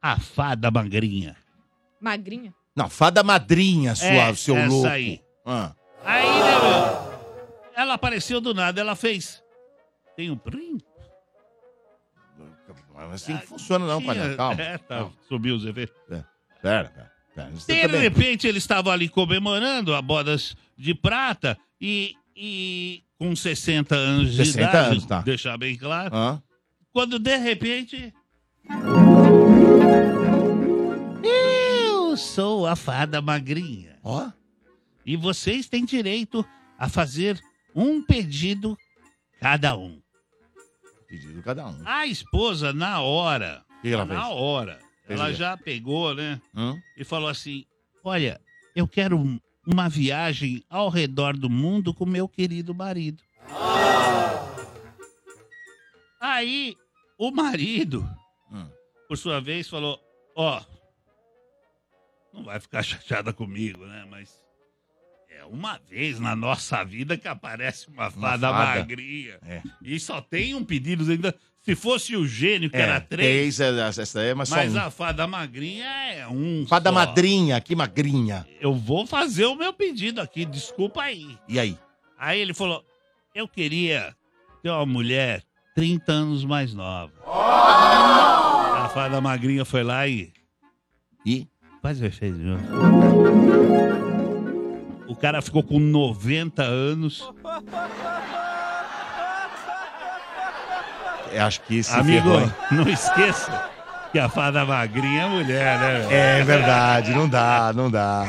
Speaker 8: A fada magrinha.
Speaker 3: Magrinha.
Speaker 1: Não, fada madrinha, sua,
Speaker 8: É,
Speaker 1: seu
Speaker 8: essa
Speaker 1: louco.
Speaker 8: aí.
Speaker 1: Ah.
Speaker 8: Aí, né, meu? Ela apareceu do nada, ela fez. Tem um prim?
Speaker 1: Mas assim não funciona, não, Palhaço. Calma.
Speaker 8: É, tá. Subiu os efeitos.
Speaker 1: É. Pera, pera. pera. Você
Speaker 8: De
Speaker 1: também-
Speaker 8: repente, eles estavam ali comemorando a bodas de prata e, e com 60 anos de
Speaker 1: 60
Speaker 8: idade,
Speaker 1: anos, tá.
Speaker 8: deixar bem claro.
Speaker 1: Hã?
Speaker 8: Quando de repente. Eu sou a fada magrinha.
Speaker 1: Ó.
Speaker 8: E vocês têm direito a fazer um pedido cada um.
Speaker 1: Pedido cada um.
Speaker 8: A esposa, na hora.
Speaker 1: O que ela
Speaker 8: na
Speaker 1: fez?
Speaker 8: hora.
Speaker 1: Fez o
Speaker 8: ela
Speaker 1: quê?
Speaker 8: já pegou, né?
Speaker 1: Hum?
Speaker 8: E falou assim: Olha, eu quero um- uma viagem ao redor do mundo com meu querido marido. Aí, o marido, por sua vez, falou: Ó, não vai ficar chateada comigo, né? Mas é uma vez na nossa vida que aparece uma fada,
Speaker 1: fada.
Speaker 8: magrinha.
Speaker 1: É.
Speaker 8: E só tem um pedido ainda. Se fosse o gênio, que
Speaker 1: É,
Speaker 8: era três,
Speaker 1: três, é, essa aí é, mas,
Speaker 8: mas,
Speaker 1: só um.
Speaker 8: a fada magrinha é um.
Speaker 1: Fada
Speaker 8: só.
Speaker 1: madrinha, que magrinha.
Speaker 8: Eu vou fazer o meu pedido aqui, desculpa aí.
Speaker 1: E aí?
Speaker 8: Aí ele falou: Eu queria ter uma mulher 30 anos mais nova. A fada magrinha foi lá e. E? Quase fez junto. O cara ficou com 90 anos.
Speaker 1: Eu É, acho que esse
Speaker 8: Amigo,
Speaker 1: ferrou, hein?
Speaker 8: não esqueça que a fada magrinha é mulher, né? meu?
Speaker 1: É verdade, não dá, não dá.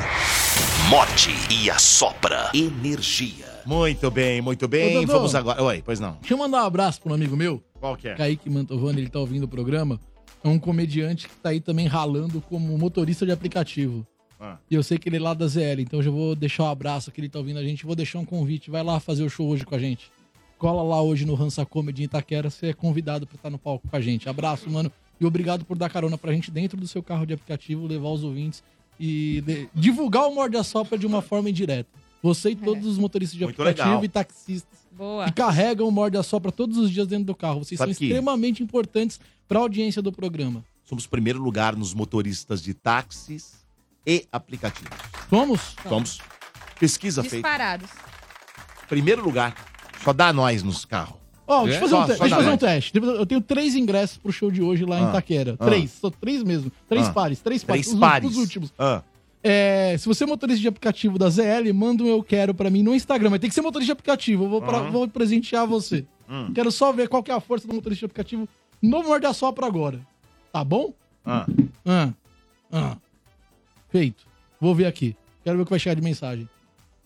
Speaker 9: Morte e assopra energia.
Speaker 1: Muito bem, muito bem.
Speaker 2: Ô, Dodô.
Speaker 1: Vamos agora. Oi, pois não.
Speaker 2: Deixa eu mandar um abraço pra um amigo meu.
Speaker 1: Qual que é?
Speaker 2: Kaique Mantovani, ele tá ouvindo o programa. É um comediante que tá aí também ralando como motorista de aplicativo.
Speaker 1: Ah.
Speaker 2: E eu sei que ele é lá da ZL, então eu já vou deixar um abraço que ele tá ouvindo a gente. Vou deixar um convite. Vai lá fazer o show hoje com a gente. Cola lá hoje no Hansa Comedy em Itaquera. Você é convidado pra estar no palco com a gente. Abraço, mano. E obrigado por dar carona pra gente dentro do seu carro de aplicativo, levar os ouvintes e de- divulgar o Morde a Sopra de uma forma indireta. Você e todos os motoristas de
Speaker 1: Muito
Speaker 2: aplicativo
Speaker 1: legal.
Speaker 2: e taxistas
Speaker 3: Boa.
Speaker 2: e carregam o Morde a Sopra todos os dias dentro do carro. Vocês
Speaker 1: Sabe
Speaker 2: são
Speaker 1: que-
Speaker 2: extremamente importantes pra audiência do programa.
Speaker 1: Somos primeiro lugar nos motoristas de táxis e aplicativos.
Speaker 2: Vamos?
Speaker 1: Vamos. Pesquisa feita.
Speaker 3: Disparados.
Speaker 1: Primeiro lugar. Só dá nós nos carros.
Speaker 2: Ó, deixa eu fazer, um,
Speaker 1: É? Só-
Speaker 2: te-
Speaker 1: só
Speaker 2: deixa eu
Speaker 1: dá
Speaker 2: fazer um
Speaker 1: nós.
Speaker 2: teste. Eu tenho três ingressos pro show de hoje lá
Speaker 1: Ah.
Speaker 2: em Itaquera.
Speaker 1: Ah.
Speaker 2: Três, só três mesmo. Três
Speaker 1: Ah.
Speaker 2: pares, três pares.
Speaker 1: Três
Speaker 2: os,
Speaker 1: pares.
Speaker 2: Os últimos.
Speaker 1: Ah.
Speaker 2: É, se você é motorista de aplicativo da ZL, manda um eu quero pra mim no Instagram. Mas tem que ser motorista de aplicativo. Eu vou, pra-
Speaker 1: Uhum.
Speaker 2: vou presentear você.
Speaker 1: Hum.
Speaker 2: Quero só ver qual que é a força do motorista de aplicativo no Morde a Sopra agora. Tá bom?
Speaker 1: Ah.
Speaker 2: Ah. Ah. Feito. Vou ver aqui. Quero ver o que vai chegar de mensagem.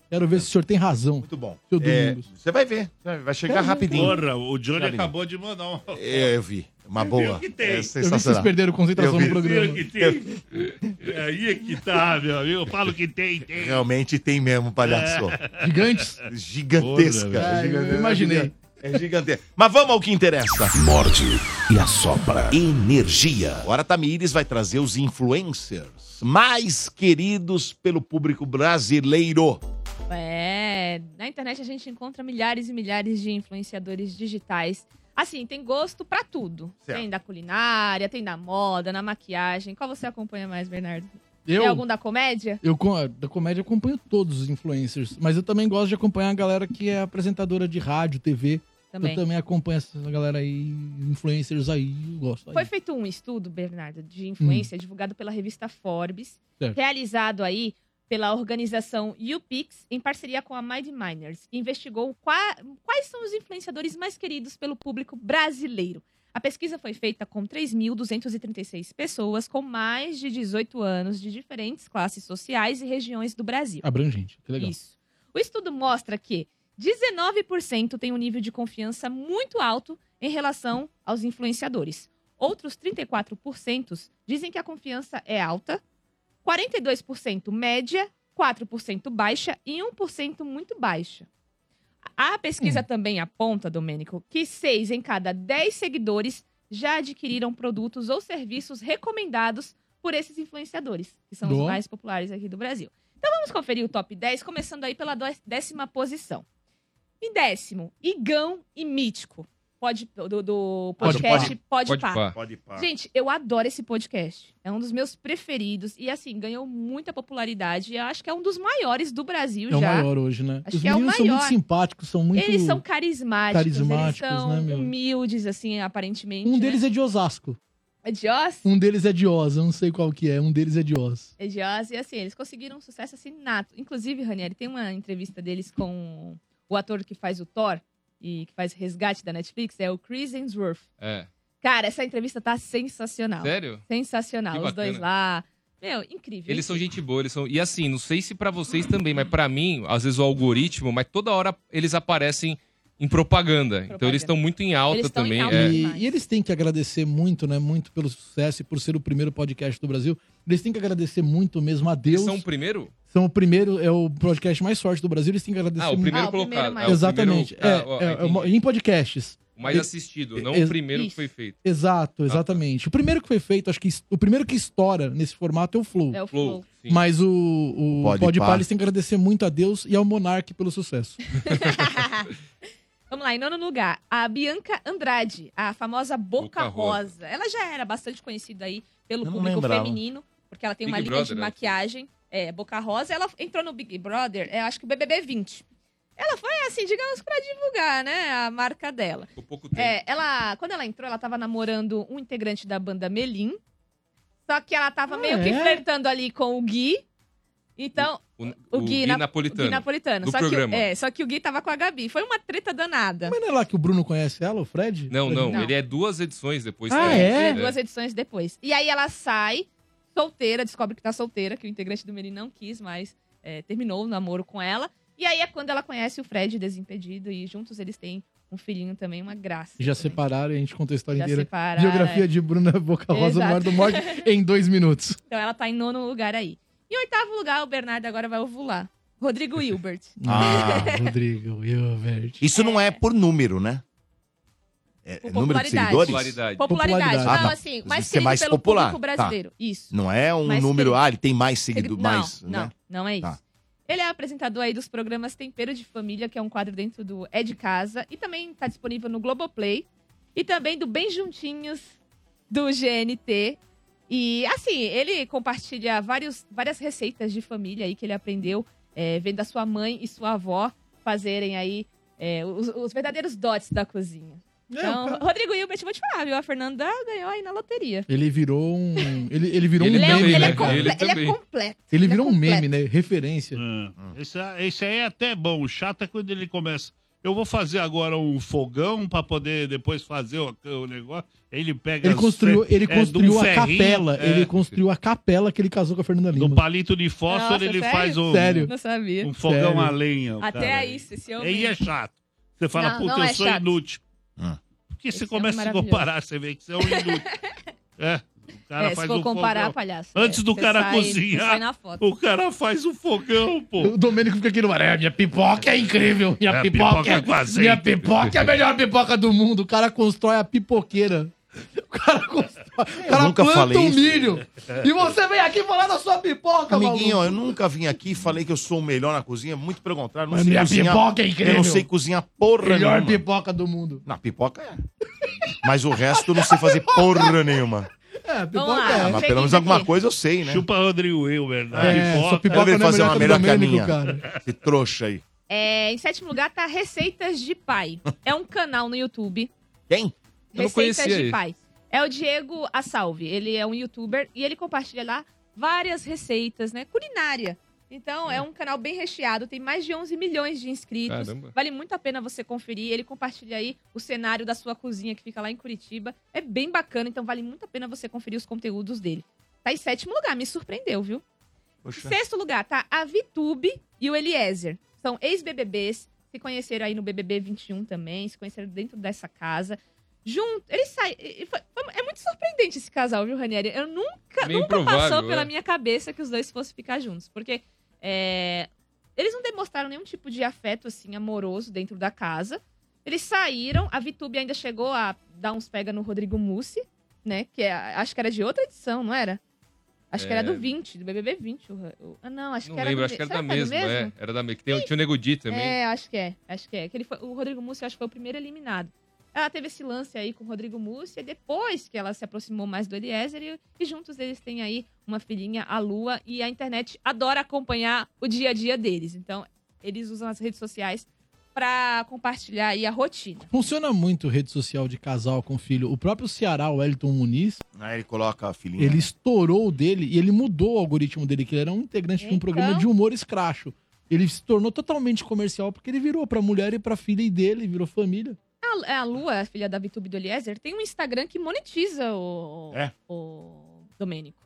Speaker 2: Quero ver se o senhor tem razão. Muito
Speaker 1: bom.
Speaker 2: Seu
Speaker 1: É,
Speaker 2: Domingos.
Speaker 1: Você vai ver. Vai chegar
Speaker 2: É,
Speaker 1: rapidinho.
Speaker 8: Porra, o Johnny
Speaker 1: Rapidinho.
Speaker 8: acabou de mandar um- uma.
Speaker 1: É, Eu vi. Uma
Speaker 8: Você
Speaker 1: boa.
Speaker 8: viu que tem.
Speaker 1: É
Speaker 8: Eu vi que
Speaker 1: sensacional.
Speaker 2: vocês perderam concentração
Speaker 1: Eu vi.
Speaker 2: no programa.
Speaker 8: que tem. É aí que tá, meu amigo. Eu falo que tem, tem.
Speaker 1: Realmente tem mesmo, palhaço.
Speaker 2: Gigantes?
Speaker 1: Gigantesca.
Speaker 8: Porra, velho.
Speaker 1: É gigante-
Speaker 8: Ah, eu imaginei.
Speaker 1: é gigante- É gigantesca. Mas vamos ao que interessa.
Speaker 9: Morde e assopra energia.
Speaker 1: Agora a Tamires vai trazer os influencers mais queridos pelo público brasileiro.
Speaker 3: É, na internet a gente encontra milhares e milhares de influenciadores digitais. Assim, tem gosto pra tudo.
Speaker 2: Certo.
Speaker 3: Tem da culinária, tem da moda, na maquiagem. Qual você acompanha mais, Bernardo?
Speaker 2: Eu?
Speaker 3: Tem algum da comédia?
Speaker 2: Eu, co- da comédia, acompanho todos os influencers. Mas eu também gosto de acompanhar a galera que é apresentadora de rádio, TV.
Speaker 3: Também.
Speaker 2: Eu também acompanho essa galera aí, influencers aí, eu gosto.
Speaker 3: Foi
Speaker 2: Aí. Hum.
Speaker 3: feito um estudo, Bernardo, de influência divulgado pela revista Forbes,
Speaker 2: Certo.
Speaker 3: realizado aí pela organização YouPix, em parceria com a Mind Miners, que investigou qua- quais são os influenciadores mais queridos pelo público brasileiro. A pesquisa foi feita com 3.236 pessoas com mais de 18 anos de diferentes classes sociais e regiões do Brasil.
Speaker 2: Abrangente, que legal.
Speaker 3: Isso. O estudo mostra que 19% tem um nível de confiança muito alto em relação aos influenciadores. Outros 34% dizem que a confiança é alta, 42% média, 4% baixa e 1% muito baixa. A
Speaker 2: Hum.
Speaker 3: pesquisa também aponta, Domênico, que 6 em cada 10 seguidores já adquiriram produtos ou serviços recomendados por esses influenciadores, que são os
Speaker 19: Boa.
Speaker 3: mais populares aqui do Brasil. Então vamos conferir o top 10, começando aí pela dó- décima posição. Em décimo, Igão e Mítico. Pode, do, do
Speaker 1: Pode
Speaker 3: podcast
Speaker 1: Pá.
Speaker 3: Pode,
Speaker 1: Pode
Speaker 3: Pá.
Speaker 1: Pá. Pode Pá.
Speaker 3: Gente, eu adoro esse podcast. É um dos meus preferidos. E assim, ganhou muita popularidade. Eu acho que é um dos maiores do Brasil
Speaker 2: É o
Speaker 3: já.
Speaker 2: maior hoje, né?
Speaker 3: Acho
Speaker 2: os
Speaker 3: que é o
Speaker 2: meninos são muito
Speaker 3: maior.
Speaker 2: simpáticos, são muito...
Speaker 3: Eles são carismáticos,
Speaker 2: carismáticos,
Speaker 3: eles são
Speaker 2: né, meu?
Speaker 3: humildes, assim, aparentemente.
Speaker 2: Um
Speaker 3: né?
Speaker 2: deles é de Osasco.
Speaker 3: É de Oz?
Speaker 2: Um deles é de Oz, eu não sei qual que é. Um deles é de Oz.
Speaker 3: É de Oz. E assim, eles conseguiram um sucesso assim nato. Inclusive, Ranieri, tem uma entrevista deles com o ator que faz o Thor e que faz resgate da Netflix, é o Chris Hemsworth.
Speaker 4: É.
Speaker 3: Cara, essa entrevista tá sensacional.
Speaker 4: Sério?
Speaker 3: Sensacional.
Speaker 4: Que
Speaker 3: Os dois lá. Meu, incrível.
Speaker 4: Eles são
Speaker 3: incrível.
Speaker 4: gente boa, eles são. E assim, não sei se pra vocês também, mas pra mim, às vezes o algoritmo, mas toda hora eles aparecem em propaganda. Então eles estão muito em alta
Speaker 2: Eles tão
Speaker 4: também.
Speaker 2: em alta
Speaker 3: né?
Speaker 4: é.
Speaker 2: E, e eles têm que agradecer muito, né? Muito pelo sucesso e por ser o primeiro podcast do Brasil. Eles têm que agradecer muito mesmo a Deus.
Speaker 4: Eles são o primeiro?
Speaker 2: São o primeiro, é o podcast mais forte do Brasil, eles têm que agradecer
Speaker 4: Ah, o
Speaker 2: muito.
Speaker 4: primeiro Ah, o colocado. primeiro mais-
Speaker 2: Exatamente.
Speaker 4: Ah, o primeiro-
Speaker 2: É,
Speaker 4: ah, ó,
Speaker 2: é, é,
Speaker 4: entendi.
Speaker 2: em podcasts.
Speaker 4: O mais
Speaker 2: E-
Speaker 4: assistido, não o
Speaker 2: ex-
Speaker 4: primeiro
Speaker 2: isso.
Speaker 4: que foi feito. Ah, tá.
Speaker 2: Exato, exatamente. O primeiro que foi feito, acho que es- o primeiro que estoura nesse formato é o Flow.
Speaker 4: É o Flow, sim.
Speaker 2: Mas o, o
Speaker 1: Pode
Speaker 2: Pode
Speaker 1: pá.
Speaker 2: eles têm que agradecer muito a Deus e ao Monark pelo sucesso.
Speaker 3: Vamos lá, em nono lugar, a Bianca Andrade, a famosa Boca,
Speaker 2: Boca
Speaker 3: Rosa.
Speaker 2: Rosa.
Speaker 3: Ela já era bastante conhecida aí pelo
Speaker 2: Eu não
Speaker 3: público
Speaker 2: lembrava.
Speaker 3: feminino, porque ela tem uma
Speaker 2: Big
Speaker 3: linha de
Speaker 2: Brother, né?
Speaker 3: maquiagem, é, Boca Rosa. Ela entrou no Big Brother, é, acho que o BBB 20. Ela foi assim, digamos, pra divulgar, né, a marca dela.
Speaker 4: pouco
Speaker 3: tempo. É, ela, quando ela entrou, ela tava namorando um integrante da banda Melim. Só que ela
Speaker 2: Ah,
Speaker 3: tava meio que
Speaker 4: é?
Speaker 3: flertando ali com o Gui. Então,
Speaker 4: O,
Speaker 3: o, Gui, na-
Speaker 4: Napolitano.
Speaker 3: o Gui Napolitano.
Speaker 4: Do
Speaker 3: só,
Speaker 4: programa.
Speaker 3: Que, é, só que o Gui tava com a Gabi. Foi uma treta danada.
Speaker 2: Mas não é lá que o Bruno conhece ela, o Fred?
Speaker 4: Não, não,
Speaker 3: Não.
Speaker 4: ele é duas edições depois.
Speaker 3: Ah,
Speaker 4: também.
Speaker 3: é? Duas edições depois. E aí ela sai, solteira, descobre que tá solteira, que o integrante do Melim não quis, mas é, terminou o namoro com ela. E aí é quando ela conhece o Fred desimpedido e juntos eles têm um filhinho também, uma graça.
Speaker 2: Já separaram e a gente conta a história
Speaker 3: Já
Speaker 2: inteira.
Speaker 3: separaram,
Speaker 2: Biografia
Speaker 3: é.
Speaker 2: de Bruna Boca Rosa no
Speaker 3: Exato.
Speaker 2: Ar do Morte em dois minutos.
Speaker 3: Então ela tá em nono lugar aí. E em oitavo lugar, o Bernardo agora vai ovular. Rodrigo Hilbert.
Speaker 1: Ah,
Speaker 2: Rodrigo, Hilbert.
Speaker 1: Isso não é por número, né? É
Speaker 3: Por
Speaker 1: número de
Speaker 3: popularidade.
Speaker 1: seguidores? Ah,
Speaker 3: Popularidade. Popularidade. Não, assim, mais
Speaker 1: é Ser
Speaker 3: querido
Speaker 1: mais
Speaker 3: pelo
Speaker 1: popular. Tá.
Speaker 3: público brasileiro. Isso.
Speaker 1: Não é um
Speaker 3: Mais
Speaker 1: número,
Speaker 3: querido.
Speaker 1: ah, ele tem mais seguidores,
Speaker 3: Não,
Speaker 1: mais,
Speaker 3: não,
Speaker 1: né?
Speaker 3: não é isso.
Speaker 1: Tá.
Speaker 3: Ele é apresentador aí dos programas Tempero de Família, que é um quadro dentro do É de Casa, e também está disponível no Globoplay, e também do Bem Juntinhos, do GNT. E, assim, ele compartilha vários, várias receitas de família aí que ele aprendeu, eh, vendo a sua mãe e sua avó fazerem aí eh, os, os verdadeiros dotes da cozinha. Então,
Speaker 2: cara-
Speaker 3: Rodrigo Hilbert, vou te falar, viu? A Fernanda ganhou aí na loteria.
Speaker 2: Ele virou um. Ele, ele virou
Speaker 3: Ele
Speaker 2: um
Speaker 3: é um-
Speaker 2: meme.
Speaker 3: ele é
Speaker 2: né, cara?
Speaker 3: comple- Ele ele é também. Ah. completo.
Speaker 2: Ele
Speaker 3: Ele é
Speaker 2: virou um
Speaker 3: completo.
Speaker 2: meme, né? Referência.
Speaker 8: Esse, esse aí é até bom. O chato é quando ele começa. Eu vou fazer agora um fogão pra poder depois fazer o, o negócio. Ele pega.
Speaker 2: Ele
Speaker 8: as
Speaker 2: construiu,
Speaker 8: fe-
Speaker 2: ele
Speaker 8: é, de um
Speaker 2: construiu a
Speaker 8: ferrinho,
Speaker 2: capela.
Speaker 8: é,
Speaker 2: Ele construiu a capela que ele casou com a Fernanda Lima.
Speaker 8: Do palito de fósforo
Speaker 3: Nossa,
Speaker 8: ele
Speaker 3: sério?
Speaker 8: faz um,
Speaker 2: Sério.
Speaker 3: Não sabia.
Speaker 8: um fogão
Speaker 2: Sério.
Speaker 8: a lenha.
Speaker 3: Até
Speaker 8: cara.
Speaker 3: aí, esse homem...
Speaker 8: Aí é chato. Você fala,
Speaker 3: Não,
Speaker 8: puta,
Speaker 3: não
Speaker 8: eu
Speaker 3: é
Speaker 8: sou
Speaker 3: chato.
Speaker 8: inútil.
Speaker 1: Ah.
Speaker 8: Porque você
Speaker 3: Esse
Speaker 8: começa a
Speaker 3: homem
Speaker 8: se
Speaker 3: é maravilhoso.
Speaker 8: comparar, você vê que você é um inútil. é. O cara
Speaker 3: É, se
Speaker 8: faz
Speaker 3: for
Speaker 8: um
Speaker 3: comparar,
Speaker 8: fogão.
Speaker 3: palhaço,
Speaker 8: Antes
Speaker 3: é,
Speaker 8: do
Speaker 3: você
Speaker 8: cara
Speaker 3: sai- você sai
Speaker 8: cozinhar,
Speaker 3: na foto.
Speaker 8: o cara faz um fogão, pô.
Speaker 2: O Domênico fica aqui no ar. "É, Minha pipoca é incrível. Minha
Speaker 8: É,
Speaker 2: pipoca,
Speaker 8: pipoca com azeite."
Speaker 2: Minha pipoca é a melhor pipoca do mundo. O cara constrói a pipoqueira. O cara
Speaker 1: nunca
Speaker 2: planta
Speaker 1: falei
Speaker 2: um
Speaker 1: isso.
Speaker 2: milho. E você vem aqui falar da sua pipoca,
Speaker 1: Amiguinho,
Speaker 2: maluco.
Speaker 1: eu nunca vim aqui e falei que eu sou o melhor na cozinha, muito pelo contrário. Não
Speaker 2: Mas
Speaker 1: sei
Speaker 2: minha
Speaker 1: cozinhar,
Speaker 2: pipoca é
Speaker 1: Eu
Speaker 2: incrível.
Speaker 1: não sei cozinhar porra
Speaker 2: Melhor
Speaker 1: nenhuma.
Speaker 2: pipoca do mundo.
Speaker 1: Na pipoca é. Mas o resto eu não sei fazer porra nenhuma.
Speaker 2: É, pipoca
Speaker 3: Vamos lá.
Speaker 1: Ah, mas pelo menos
Speaker 3: Seguindo
Speaker 1: alguma
Speaker 3: aqui.
Speaker 1: coisa eu sei, né?
Speaker 8: Chupa Rodrigo Hilbert.
Speaker 1: É, sua pipoca
Speaker 8: Deve
Speaker 1: não é
Speaker 8: fazer
Speaker 1: melhor
Speaker 8: uma
Speaker 1: que a do
Speaker 8: melhor
Speaker 1: Domênico,
Speaker 8: caninha.
Speaker 1: Esse trouxa aí.
Speaker 3: É, em sétimo lugar tá Receitas de Pai. É um canal no YouTube.
Speaker 1: Quem? Eu não
Speaker 3: Receitas
Speaker 1: conhecia
Speaker 3: de
Speaker 1: ele.
Speaker 3: Pai. É o Diego Assalve. Ele é um youtuber e ele compartilha lá várias receitas, né? Culinária. Então, é um canal bem recheado, tem mais de 11 milhões de inscritos.
Speaker 4: Caramba.
Speaker 3: Vale muito a pena você conferir. Ele compartilha aí o cenário da sua cozinha que fica lá em Curitiba. É bem bacana, então vale muito a pena você conferir os conteúdos dele. Tá em sétimo lugar, me surpreendeu, viu?
Speaker 1: Poxa.
Speaker 3: Sexto lugar, tá a Vitube e o Eliezer. São ex-BBBs, se conheceram aí no BBB 21 também, se conheceram dentro dessa casa. Junto, eles saem. e- e foi- foi- É muito surpreendente esse casal, viu, Ranieri? Eu nunca,
Speaker 4: Meio
Speaker 3: nunca passou
Speaker 4: improvável,
Speaker 3: pela
Speaker 4: é.
Speaker 3: minha cabeça que os dois fossem ficar juntos. Porque é, eles não demonstraram nenhum tipo de afeto, assim, amoroso dentro da casa. Eles saíram, a Vitube ainda chegou a dar uns pega no Rodrigo Mussi, né? Que é- acho que era de outra edição, não era? Acho que era
Speaker 4: É.
Speaker 3: do 20, do BBB 20. o Ra- o- ah, não, acho
Speaker 4: Não
Speaker 3: que era
Speaker 4: lembro,
Speaker 3: do
Speaker 4: acho que era
Speaker 3: Será
Speaker 4: da mesma,
Speaker 3: do
Speaker 4: é.
Speaker 3: mesmo?
Speaker 4: Era da mesma. Que tem, tinha o Nego Di também.
Speaker 3: É, acho que é. Acho que é. Que ele foi, o Rodrigo Mussi acho que foi o primeiro eliminado. Ela teve esse lance aí com o Rodrigo Mussi, e depois que ela se aproximou mais do Eliezer, e, e juntos eles têm aí uma filhinha, a Lua, e a internet adora acompanhar o dia a dia deles. Então, eles usam as redes sociais pra compartilhar aí a rotina.
Speaker 2: Funciona muito rede social de casal com filho. O próprio Ceará, o Elton Muniz,
Speaker 1: Aí ele coloca a filhinha.
Speaker 2: ele estourou o dele e ele mudou o algoritmo dele, que ele era um integrante
Speaker 3: Então.
Speaker 2: de um programa de humor escracho. Ele se tornou totalmente comercial porque ele virou pra mulher e pra filha e dele, virou família.
Speaker 3: A, a Lua, a filha da Vitube do Eliezer, tem um Instagram que monetiza o,
Speaker 2: É.
Speaker 3: o Domênico.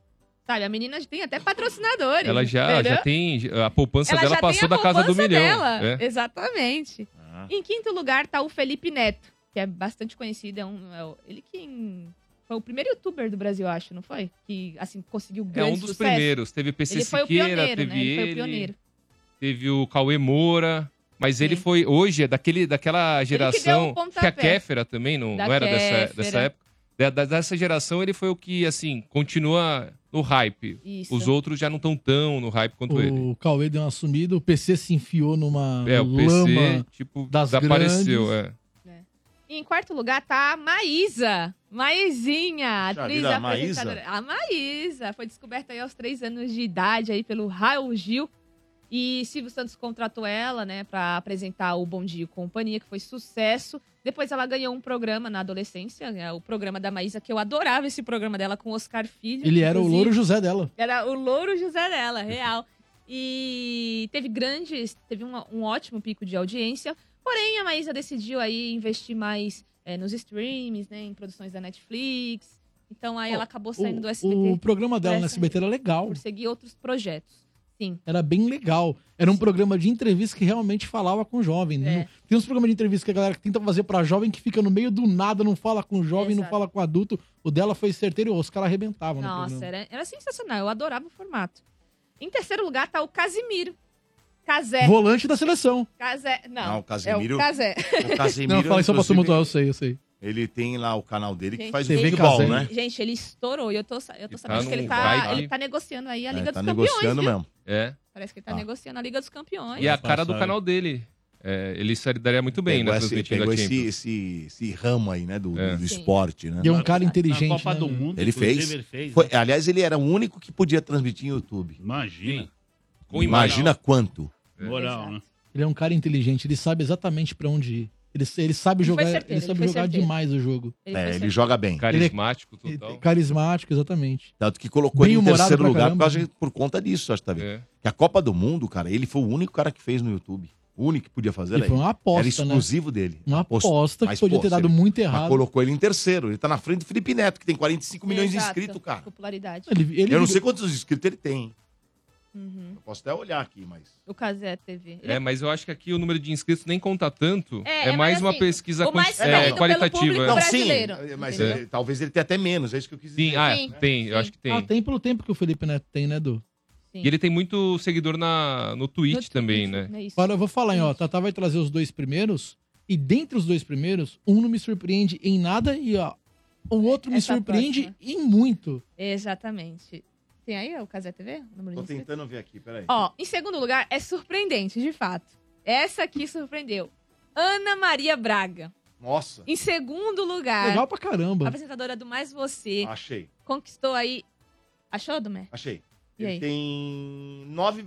Speaker 3: Sabe, a menina tem até patrocinadores.
Speaker 4: Ela já,
Speaker 3: entendeu?
Speaker 4: já tem. A poupança
Speaker 3: Ela
Speaker 4: dela
Speaker 3: já tem
Speaker 4: passou
Speaker 3: a
Speaker 4: da casa do
Speaker 3: poupança
Speaker 4: milhão.
Speaker 3: dela.
Speaker 4: É.
Speaker 3: Exatamente. Em quinto lugar tá o Felipe Neto, que é bastante conhecido. É um, é o- ele que em- foi o primeiro youtuber do Brasil, eu acho, não foi? Que, assim, conseguiu
Speaker 4: É
Speaker 3: grande
Speaker 4: um dos
Speaker 3: sucesso.
Speaker 4: primeiros. Teve PC
Speaker 3: Ele foi o
Speaker 4: Siqueira,
Speaker 3: pioneiro,
Speaker 4: teve
Speaker 3: né? Ele foi
Speaker 4: ele,
Speaker 3: o pioneiro.
Speaker 4: teve o Cauê Moura. Mas ele foi, hoje, é daquele, daquela
Speaker 3: deu
Speaker 4: geração.
Speaker 3: o
Speaker 4: Que,
Speaker 3: pontapé.
Speaker 4: a Kéfera também, não,
Speaker 3: Da
Speaker 4: não era dessa,
Speaker 3: Kéfera.
Speaker 4: dessa época. Da- da- dessa geração, ele foi o que, assim, continua no hype.
Speaker 3: Isso.
Speaker 4: Os outros já não estão tão no hype quanto ele.
Speaker 2: O Cauê deu uma sumida, o PC se enfiou numa
Speaker 4: É, o PC,
Speaker 2: lama
Speaker 4: tipo,
Speaker 2: das
Speaker 4: desapareceu,
Speaker 2: grandes.
Speaker 4: é.
Speaker 3: E em quarto lugar tá a Maísa. Maisinha,
Speaker 2: Puxa
Speaker 3: atriz
Speaker 2: vida, a
Speaker 3: apresentadora. A Maísa foi descoberta aí aos três anos de idade aí pelo Raul Gil. E Silvio Santos contratou ela, né, pra apresentar o Bom Dia e Companhia, que foi sucesso. Depois ela ganhou um programa na adolescência, né, o programa da Maísa, que eu adorava esse programa dela com o Oscar
Speaker 4: é.
Speaker 3: Filho.
Speaker 2: Ele era o
Speaker 3: inclusive.
Speaker 2: Louro José dela.
Speaker 3: Era o Louro José dela, real. E teve grandes, teve um, um ótimo pico de audiência. Porém, a Maísa decidiu aí investir mais eh, nos streams, né, em produções da Netflix. Então aí ela acabou saindo do SBT.
Speaker 2: O programa dela
Speaker 3: Do
Speaker 2: no SBT era legal.
Speaker 3: Por seguir outros projetos. Sim.
Speaker 2: Era bem legal. Era um programa de entrevista que realmente falava com o jovem.
Speaker 8: É.
Speaker 2: né? Tem uns programas de entrevista que a galera tenta fazer pra jovem que fica no meio do nada, não fala com o jovem, não fala com o adulto. O dela foi certeiro, os caras arrebentavam no
Speaker 3: Nossa,
Speaker 2: programa.
Speaker 3: era, era sensacional. Eu adorava o formato. Em terceiro lugar tá o Casimiro. Casé.
Speaker 2: Volante da seleção.
Speaker 3: Casé. Não,
Speaker 1: Não, Ah, o Casimiro-
Speaker 3: É o Casé.
Speaker 1: O Casemiro,
Speaker 2: não, fala isso só pra
Speaker 1: inclusive,
Speaker 2: tumultuar, eu sei, eu sei.
Speaker 1: Ele tem lá o canal dele que
Speaker 3: Gente,
Speaker 1: faz o
Speaker 3: ele-
Speaker 2: tá
Speaker 1: futebol, né?
Speaker 3: Gente, ele estourou. E eu tô, sa- eu tô
Speaker 1: tá
Speaker 3: sabendo que ele
Speaker 1: num
Speaker 3: tá,
Speaker 1: vibe.
Speaker 3: ele tá negociando aí a
Speaker 1: É,
Speaker 3: Liga
Speaker 1: tá
Speaker 3: dos Campeões.
Speaker 1: negociando
Speaker 3: viu?
Speaker 1: mesmo.
Speaker 4: É.
Speaker 3: Parece que ele tá negociando a Liga dos Campeões.
Speaker 4: E a cara do
Speaker 1: Passado.
Speaker 4: canal dele. É, ele se daria muito bem,
Speaker 1: pegou
Speaker 4: né?
Speaker 1: esse,
Speaker 4: transmitindo a
Speaker 1: pegou esse,
Speaker 4: Champions.
Speaker 1: esse, esse ramo aí, né? Do, do- do esporte, né?
Speaker 2: E é um cara inteligente.
Speaker 8: na Copa do Mundo,
Speaker 1: Ele
Speaker 8: inclusive,
Speaker 1: fez.
Speaker 8: ele fez, né?
Speaker 1: Foi- aliás, ele era o único que podia transmitir em YouTube.
Speaker 8: Imagina.
Speaker 1: Imagina quanto.
Speaker 8: Moral, né?
Speaker 2: Ele é um cara inteligente, ele sabe exatamente pra onde ir. Ele, ele sabe
Speaker 8: Ele
Speaker 2: jogar,
Speaker 8: foi certeiro,
Speaker 2: ele
Speaker 8: ele
Speaker 2: sabe
Speaker 8: foi
Speaker 2: jogar
Speaker 8: certeiro.
Speaker 2: demais o jogo. é
Speaker 1: É, ele joga bem.
Speaker 4: Carismático, total.
Speaker 2: Carismático, exatamente.
Speaker 1: Tanto que colocou ele em
Speaker 2: Bem-humorado
Speaker 1: terceiro
Speaker 2: pra
Speaker 1: lugar por,
Speaker 2: caramba,
Speaker 1: causa-
Speaker 2: né?
Speaker 1: por conta disso, acho que tá vendo. Que a Copa do Mundo, cara, ele foi o único cara que fez no YouTube. O único que podia fazer.
Speaker 2: E
Speaker 1: era
Speaker 2: foi
Speaker 1: ele.
Speaker 2: uma aposta, né?
Speaker 1: Era exclusivo dele.
Speaker 2: Uma
Speaker 1: Aposto-
Speaker 2: aposta que
Speaker 1: Mas,
Speaker 2: podia
Speaker 1: pô,
Speaker 2: ter
Speaker 1: se
Speaker 2: dado
Speaker 1: ele-
Speaker 2: muito
Speaker 1: Mas
Speaker 2: errado.
Speaker 1: colocou ele em terceiro. Ele tá na frente do Felipe Neto, que tem 45 milhões
Speaker 3: Exato,
Speaker 1: de inscritos, cara.
Speaker 3: Popularidade.
Speaker 1: Eu não sei quantos inscritos ele tem.
Speaker 3: Uhum.
Speaker 1: Eu posso até olhar aqui, mas.
Speaker 3: O Casé TV. Ele
Speaker 4: É, mas eu acho que aqui o número de inscritos nem conta tanto. É,
Speaker 3: é,
Speaker 4: mais
Speaker 3: mas
Speaker 4: uma
Speaker 3: assim,
Speaker 4: pesquisa
Speaker 3: o mais
Speaker 4: quanti-
Speaker 3: feito
Speaker 4: é,
Speaker 3: pelo
Speaker 4: qualitativa.
Speaker 3: público
Speaker 1: Não,
Speaker 3: brasileiro,
Speaker 1: sim, mas
Speaker 3: entendeu?
Speaker 1: ele- talvez ele tenha até menos, é isso que eu quis dizer.
Speaker 4: Sim, ah, tem, eu acho que tem.
Speaker 2: Ah, tem pelo tempo que o Felipe Neto tem, né, Du?
Speaker 4: E ele tem muito seguidor na, no Twitch também, né?
Speaker 2: Olha, eu vou falar, hein, ó. Tatá vai trazer os dois primeiros. E dentre os dois primeiros, um não me surpreende em nada e, ó, o outro me
Speaker 3: Essa
Speaker 2: surpreende em muito.
Speaker 3: Exatamente. Tem aí ó, o Casé TV? O número de
Speaker 1: Tô
Speaker 3: inscritos?
Speaker 1: tentando ver aqui, peraí.
Speaker 3: Ó, em segundo lugar, é surpreendente, de fato. Essa aqui surpreendeu. Ana Maria Braga.
Speaker 1: Nossa.
Speaker 3: Em segundo lugar.
Speaker 2: Legal pra caramba.
Speaker 3: Apresentadora do Mais Você.
Speaker 1: Achei,
Speaker 3: Conquistou aí. Achou, Domé?
Speaker 1: achei.
Speaker 3: E
Speaker 1: ele
Speaker 3: aí?
Speaker 1: tem 9,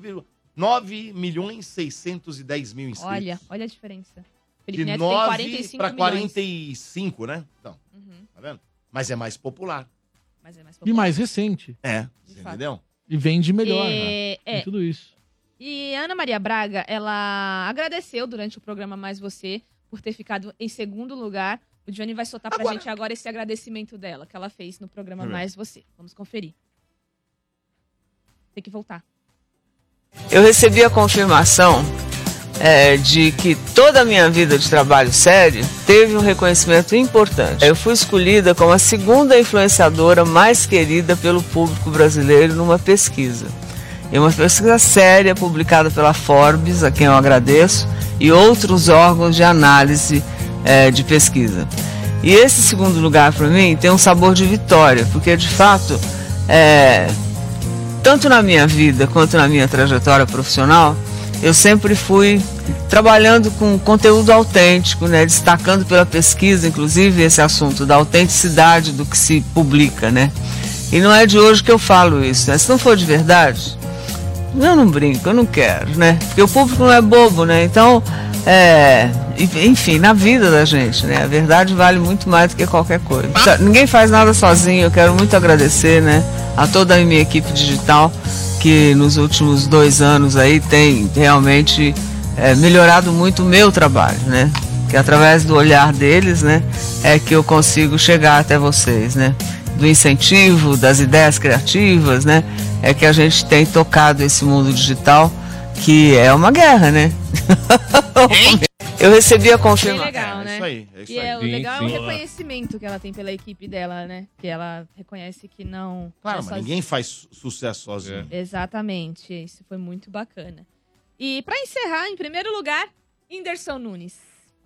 Speaker 1: 9 milhões 610 mil inscritos.
Speaker 3: Olha, olha a diferença. Felipe
Speaker 1: de
Speaker 3: Neto
Speaker 1: 9
Speaker 3: tem 45
Speaker 1: pra
Speaker 3: milhões.
Speaker 1: 45, né? Então,
Speaker 3: Uhum,
Speaker 1: tá vendo? Mas é mais popular.
Speaker 3: mas é mais
Speaker 2: E
Speaker 3: popular.
Speaker 2: mais recente.
Speaker 1: É,
Speaker 3: fato.
Speaker 1: entendeu?
Speaker 2: E vende melhor.
Speaker 3: É,
Speaker 2: né? Tem
Speaker 3: é.
Speaker 2: tudo isso.
Speaker 3: E Ana Maria Braga, ela agradeceu durante o programa Mais Você por ter ficado em segundo lugar. O Johnny vai soltar pra gente agora esse agradecimento dela, que ela fez no programa
Speaker 1: Deixa eu ver.
Speaker 3: Mais Você. Vamos conferir. Tem que voltar.
Speaker 19: Eu recebi a confirmação é, de que toda a minha vida de trabalho sério teve um reconhecimento importante. Eu fui escolhida como a segunda influenciadora mais querida pelo público brasileiro numa pesquisa. É uma pesquisa séria publicada pela Forbes, a quem eu agradeço, e outros órgãos de análise é, de pesquisa. E esse segundo lugar para mim tem um sabor de vitória, porque de fato é, tanto na minha vida quanto na minha trajetória profissional, eu sempre fui trabalhando com conteúdo autêntico, né? destacando pela pesquisa, inclusive, esse assunto da autenticidade do que se publica. Né? E não é de hoje que eu falo isso. Né? Se não for de verdade, eu não brinco, eu não quero, né? Porque o público não é bobo, né? Então, é, enfim, na vida da gente, né? A verdade vale muito mais do que qualquer coisa. Tá, Ninguém faz nada sozinho, eu quero muito agradecer, né? A toda a minha equipe digital que nos últimos dois anos aí tem realmente é, melhorado muito o meu trabalho, né? Que através do olhar deles, né, é que eu consigo chegar até vocês, né? Do incentivo, das ideias criativas, né? É que a gente tem tocado esse mundo digital que é uma guerra, né? eu recebi a
Speaker 3: Bem
Speaker 19: confirmação.
Speaker 3: legal, né?
Speaker 19: isso aí, é isso
Speaker 3: e
Speaker 19: aí.
Speaker 3: é, o
Speaker 19: Sim,
Speaker 3: legal é
Speaker 19: sim.
Speaker 3: o reconhecimento que ela tem pela equipe dela, né? Que ela reconhece que não.
Speaker 1: Claro,
Speaker 3: é
Speaker 1: Ah, mas
Speaker 3: sozinha.
Speaker 1: ninguém faz su- sucesso sozinho.
Speaker 3: É. Exatamente, isso foi muito bacana. E pra encerrar, em primeiro lugar, Whindersson Nunes.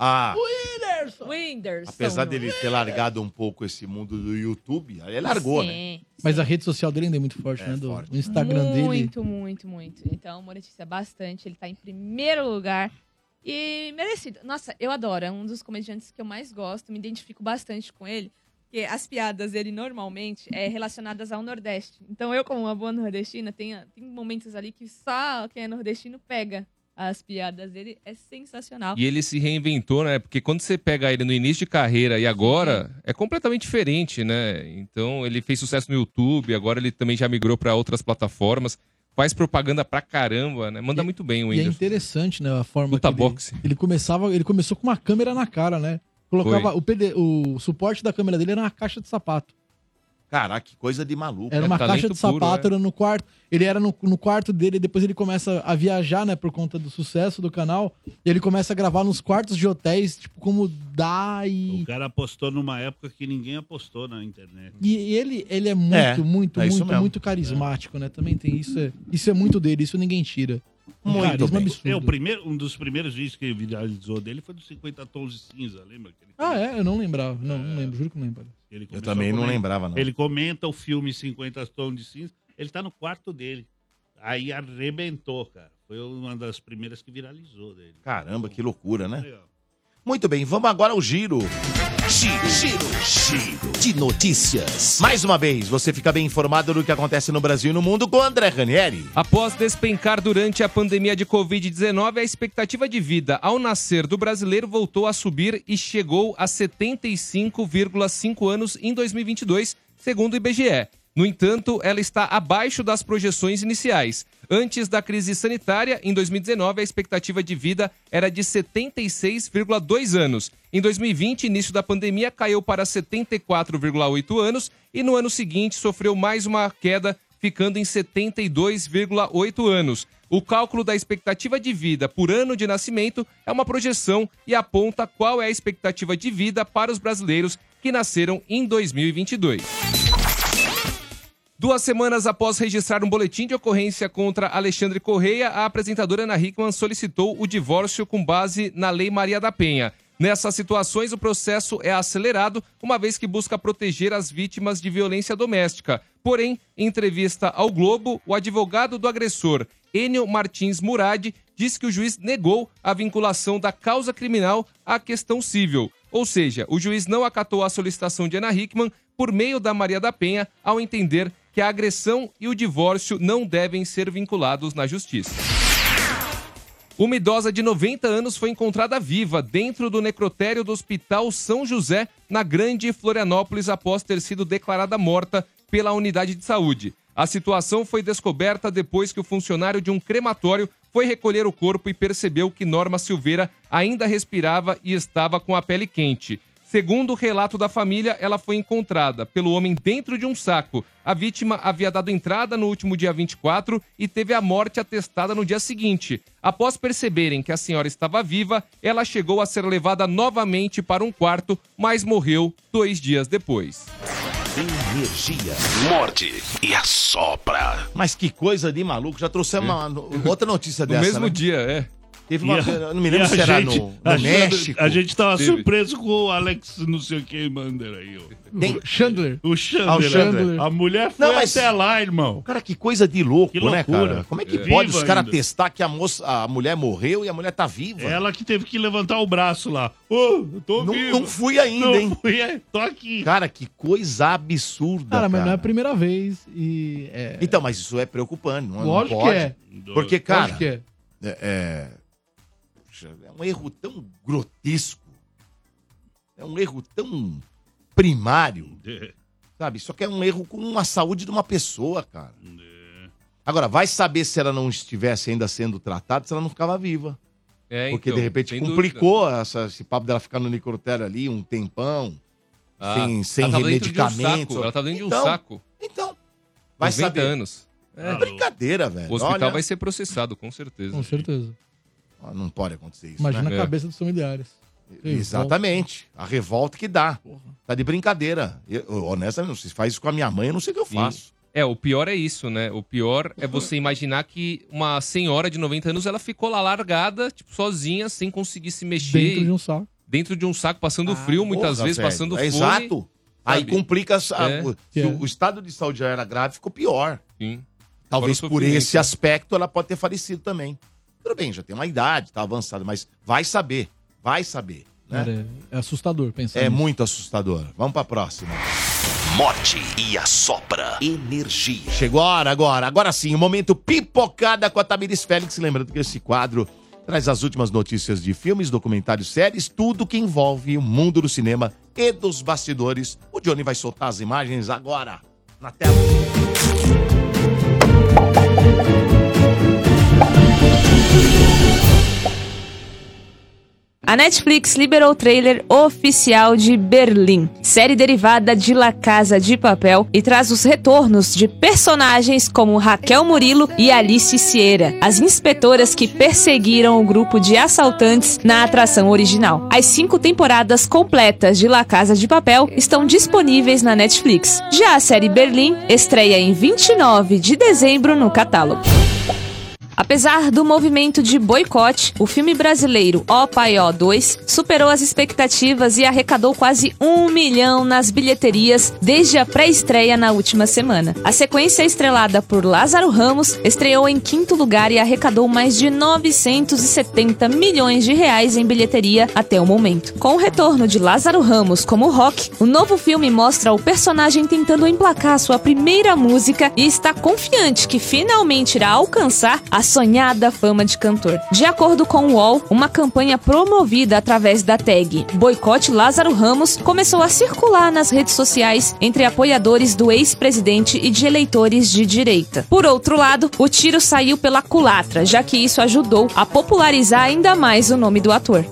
Speaker 1: Ah,
Speaker 3: Whindersson! Whindersson.
Speaker 1: apesar dele ter largado um pouco esse mundo do YouTube, aí ele largou, né?
Speaker 3: Sim.
Speaker 2: Mas a rede social dele ainda é muito forte, né, Du? O Instagram dele.
Speaker 3: Muito, muito, muito. Então, monetiza bastante. Ele tá em primeiro lugar. E merecido. Nossa, eu adoro. É um dos comediantes que eu mais gosto. Me identifico bastante com ele. Porque as piadas ele normalmente é relacionadas ao Nordeste. Então eu, como uma boa nordestina, tenho, tem momentos ali que só quem é nordestino pega as piadas dele. É sensacional.
Speaker 4: E ele se reinventou, né? Porque quando você pega ele no início de carreira e agora, é completamente diferente, né? Então, ele fez sucesso no YouTube, agora ele também já migrou para outras plataformas, faz propaganda pra caramba, né? Manda muito bem o
Speaker 2: E é
Speaker 4: Whindersson.
Speaker 2: interessante, né, a forma
Speaker 4: Luta
Speaker 2: que ele,
Speaker 4: boxe.
Speaker 2: ele começava, ele começou com uma câmera na cara, né? Colocava
Speaker 1: Foi.
Speaker 2: o, PD o suporte da câmera dele era uma caixa de sapato.
Speaker 1: Caraca, que coisa de maluco.
Speaker 2: Era
Speaker 1: né?
Speaker 2: uma
Speaker 1: Talento
Speaker 2: caixa de
Speaker 1: puro,
Speaker 2: sapato,
Speaker 1: né?
Speaker 2: era no quarto. Ele era no, no quarto dele, depois ele começa a viajar, né, por conta do sucesso do canal. E ele começa a gravar nos quartos de hotéis, tipo, como dá e.
Speaker 8: O cara apostou numa época que ninguém apostou na internet.
Speaker 2: E e ele, ele é muito,
Speaker 8: É,
Speaker 2: muito,
Speaker 8: é isso
Speaker 2: muito,
Speaker 8: mesmo.
Speaker 2: muito carismático, né? Também tem isso. É, isso é muito dele, isso ninguém tira. Um carisma absurdo.
Speaker 8: É, o primeiro, um dos primeiros vídeos que viralizou dele foi dos 50 tons de cinza, lembra? Que ele-
Speaker 2: Ah, é? Eu não lembrava. Não, não lembro, juro que não lembro.
Speaker 8: ele
Speaker 1: Eu
Speaker 8: começou
Speaker 1: também
Speaker 8: a
Speaker 1: não
Speaker 8: comentar.
Speaker 1: lembrava, não.
Speaker 8: Ele comenta o filme 50 tons de cinza, ele tá no quarto dele. Aí arrebentou, cara. Foi uma das primeiras que viralizou dele.
Speaker 1: Caramba, que loucura, né? Muito bem, vamos agora ao giro. Giro, giro, giro de notícias. Mais uma vez, você fica bem informado do que acontece no Brasil e no mundo com André Ranieri.
Speaker 4: Após despencar durante a pandemia de Covid-19, a expectativa de vida ao nascer do brasileiro voltou a subir e chegou a 75,5 anos em 2022, segundo o IBGE. No entanto, ela está abaixo das projeções iniciais. Antes da crise sanitária, em 2019, a expectativa de vida era de 76,2 anos. Em 2020, início da pandemia, caiu para 74,8 anos e no ano seguinte sofreu mais uma queda ficando em 72,8 anos. O cálculo da expectativa de vida por ano de nascimento é uma projeção e aponta qual é a expectativa de vida para os brasileiros que nasceram em 2022. Duas semanas após registrar um boletim de ocorrência contra Alexandre Correia, a apresentadora Ana Hickman solicitou o divórcio com base na Lei Maria da Penha. Nessas situações, o processo é acelerado, uma vez que busca proteger as vítimas de violência doméstica. Porém, em entrevista ao Globo, o advogado do agressor, Enio Martins Murad, diz que o juiz negou a vinculação da causa criminal à questão civil. Ou seja, o juiz não acatou a solicitação de Ana Hickman por meio da Maria da Penha ao entender que a agressão e o divórcio não devem ser vinculados na justiça. Uma idosa de 90 anos foi encontrada viva dentro do necrotério do Hospital São José, na Grande Florianópolis, após ter sido declarada morta pela unidade de saúde. A situação foi descoberta depois que o funcionário de um crematório foi recolher o corpo e percebeu que Norma Silveira ainda respirava e estava com a pele quente. Segundo o relato da família, ela foi encontrada pelo homem dentro de um saco. A vítima havia dado entrada no último dia 24 e teve a morte atestada no dia seguinte. Após perceberem que a senhora estava viva, ela chegou a ser levada novamente para um quarto, mas morreu dois dias depois.
Speaker 1: Energia.
Speaker 9: Morde e assopra.
Speaker 1: Mas que coisa de maluco. Já trouxemos
Speaker 8: É.
Speaker 1: uma- no- outra notícia
Speaker 9: No
Speaker 1: dessa.
Speaker 9: mesmo
Speaker 1: né?
Speaker 4: dia, é.
Speaker 1: Teve uma.
Speaker 8: E a-
Speaker 1: eu não
Speaker 8: e
Speaker 1: me
Speaker 8: a
Speaker 1: lembro se era
Speaker 8: gente-
Speaker 1: no, no
Speaker 8: a gente-
Speaker 1: México.
Speaker 8: A gente tava
Speaker 1: Teve.
Speaker 8: surpreso com o Alex, não sei o que, Mander aí. ó.
Speaker 1: Tem-
Speaker 8: O Chandler. O Chandler.
Speaker 1: Ah, o Chandler.
Speaker 8: A mulher foi
Speaker 1: Não, mas-
Speaker 8: até lá, irmão.
Speaker 1: Cara, que coisa de louco,
Speaker 8: Que
Speaker 1: né,
Speaker 8: loucura.
Speaker 1: cara? Como é que
Speaker 8: É.
Speaker 1: pode
Speaker 8: Viva
Speaker 1: os caras
Speaker 8: ainda.
Speaker 1: testar que a, moça, a mulher morreu e a mulher tá viva?
Speaker 8: Ela que teve que levantar o braço lá. Ô, eu tô
Speaker 1: não,
Speaker 8: viva.
Speaker 1: não fui ainda,
Speaker 8: Não
Speaker 1: hein?
Speaker 8: fui ainda, tô aqui.
Speaker 1: Cara, que coisa absurda.
Speaker 2: Cara, mas não é a
Speaker 1: cara.
Speaker 2: primeira vez. E é...
Speaker 1: Então, mas isso é preocupante, não, não
Speaker 2: Lógico que
Speaker 1: pode.
Speaker 2: é.
Speaker 1: Porque,
Speaker 2: Lógico
Speaker 1: cara.
Speaker 2: que é.
Speaker 1: é- é- Puxa, é um erro tão grotesco. É um erro tão primário. Sabe? Só que é um erro com a saúde de uma pessoa, cara.
Speaker 4: É.
Speaker 1: Agora, vai saber se ela não estivesse ainda sendo tratada, se ela não ficava viva.
Speaker 4: É,
Speaker 1: Porque
Speaker 4: então,
Speaker 1: de repente
Speaker 4: sem
Speaker 1: complicou essa- esse papo dela ficar no necrotério ali um tempão,
Speaker 4: Ah,
Speaker 1: sem, sem
Speaker 4: ela tava dentro de um
Speaker 1: remedicamentos.
Speaker 4: saco, ela tava dentro de um
Speaker 1: Então,
Speaker 4: saco.
Speaker 1: Então, vai
Speaker 4: 90
Speaker 1: saber.
Speaker 4: anos. Tá
Speaker 1: É brincadeira, velho.
Speaker 4: O hospital
Speaker 1: Olha,
Speaker 4: vai ser processado, com certeza.
Speaker 2: Com certeza.
Speaker 1: ó, Não pode acontecer isso.
Speaker 2: Imagina
Speaker 1: né?
Speaker 2: a cabeça dos familiares. Que
Speaker 1: Exatamente. A revolta que dá. Tá de brincadeira. Eu, eu, honestamente, se faz isso com a minha mãe, eu não sei o que eu
Speaker 4: Sim.
Speaker 1: faço.
Speaker 4: É, o pior é isso, né? O pior é você imaginar que uma senhora de 90 anos ela ficou lá largada, tipo, sozinha, sem conseguir se mexer.
Speaker 2: Dentro de um saco.
Speaker 4: Dentro de um saco, passando frio, muitas
Speaker 1: Ah, Porra,
Speaker 4: vezes,
Speaker 1: velho.
Speaker 4: passando
Speaker 1: É
Speaker 4: fome.
Speaker 1: Exato. Aí
Speaker 4: sabe?
Speaker 1: complica. as- a-
Speaker 4: É.
Speaker 1: o, se o- o estado de saúde já era grave, ficou pior.
Speaker 4: Sim.
Speaker 1: Talvez
Speaker 4: Fora o
Speaker 1: por
Speaker 4: sofrimento.
Speaker 1: esse aspecto ela pode ter falecido também. Tudo bem, já tem uma idade, tá avançada, mas vai saber. Vai saber. né?
Speaker 2: Cara, é, é assustador pensar.
Speaker 1: É
Speaker 2: nisso.
Speaker 1: muito assustador. Vamos pra próxima. Morte e assopra energia. Chegou a hora agora. Agora sim, o momento pipocada com a Tamiris Félix. Lembrando que esse quadro traz as últimas notícias de filmes, documentários, séries, tudo que envolve o mundo do cinema e dos bastidores. O Johnny vai soltar as imagens agora na tela.
Speaker 3: A Netflix liberou o trailer oficial de Berlim, série derivada de La Casa de Papel, e traz os retornos de personagens como Raquel Murilo e Alice Sieira, as inspetoras que perseguiram o grupo de assaltantes na atração original. As cinco temporadas completas de La Casa de Papel estão disponíveis na Netflix. Já a série Berlim estreia em 29 de dezembro no catálogo. Apesar do movimento de boicote, o filme brasileiro Ó Pai Ó 2 superou as expectativas e arrecadou quase um milhão nas bilheterias desde a pré-estreia na última semana. A sequência estrelada por Lázaro Ramos estreou em quinto lugar e arrecadou mais de 970 milhões de reais em bilheteria até o momento. Com o retorno de Lázaro Ramos como rock, o novo filme mostra o personagem tentando emplacar sua primeira música e está confiante que finalmente irá alcançar a sonhada fama de cantor. De acordo com o UOL, uma campanha promovida através da tag Boicote Lázaro Ramos começou a circular nas redes sociais entre apoiadores do ex-presidente e de eleitores de direita. Por outro lado, o tiro saiu pela culatra, já que isso ajudou a popularizar ainda mais o nome do ator.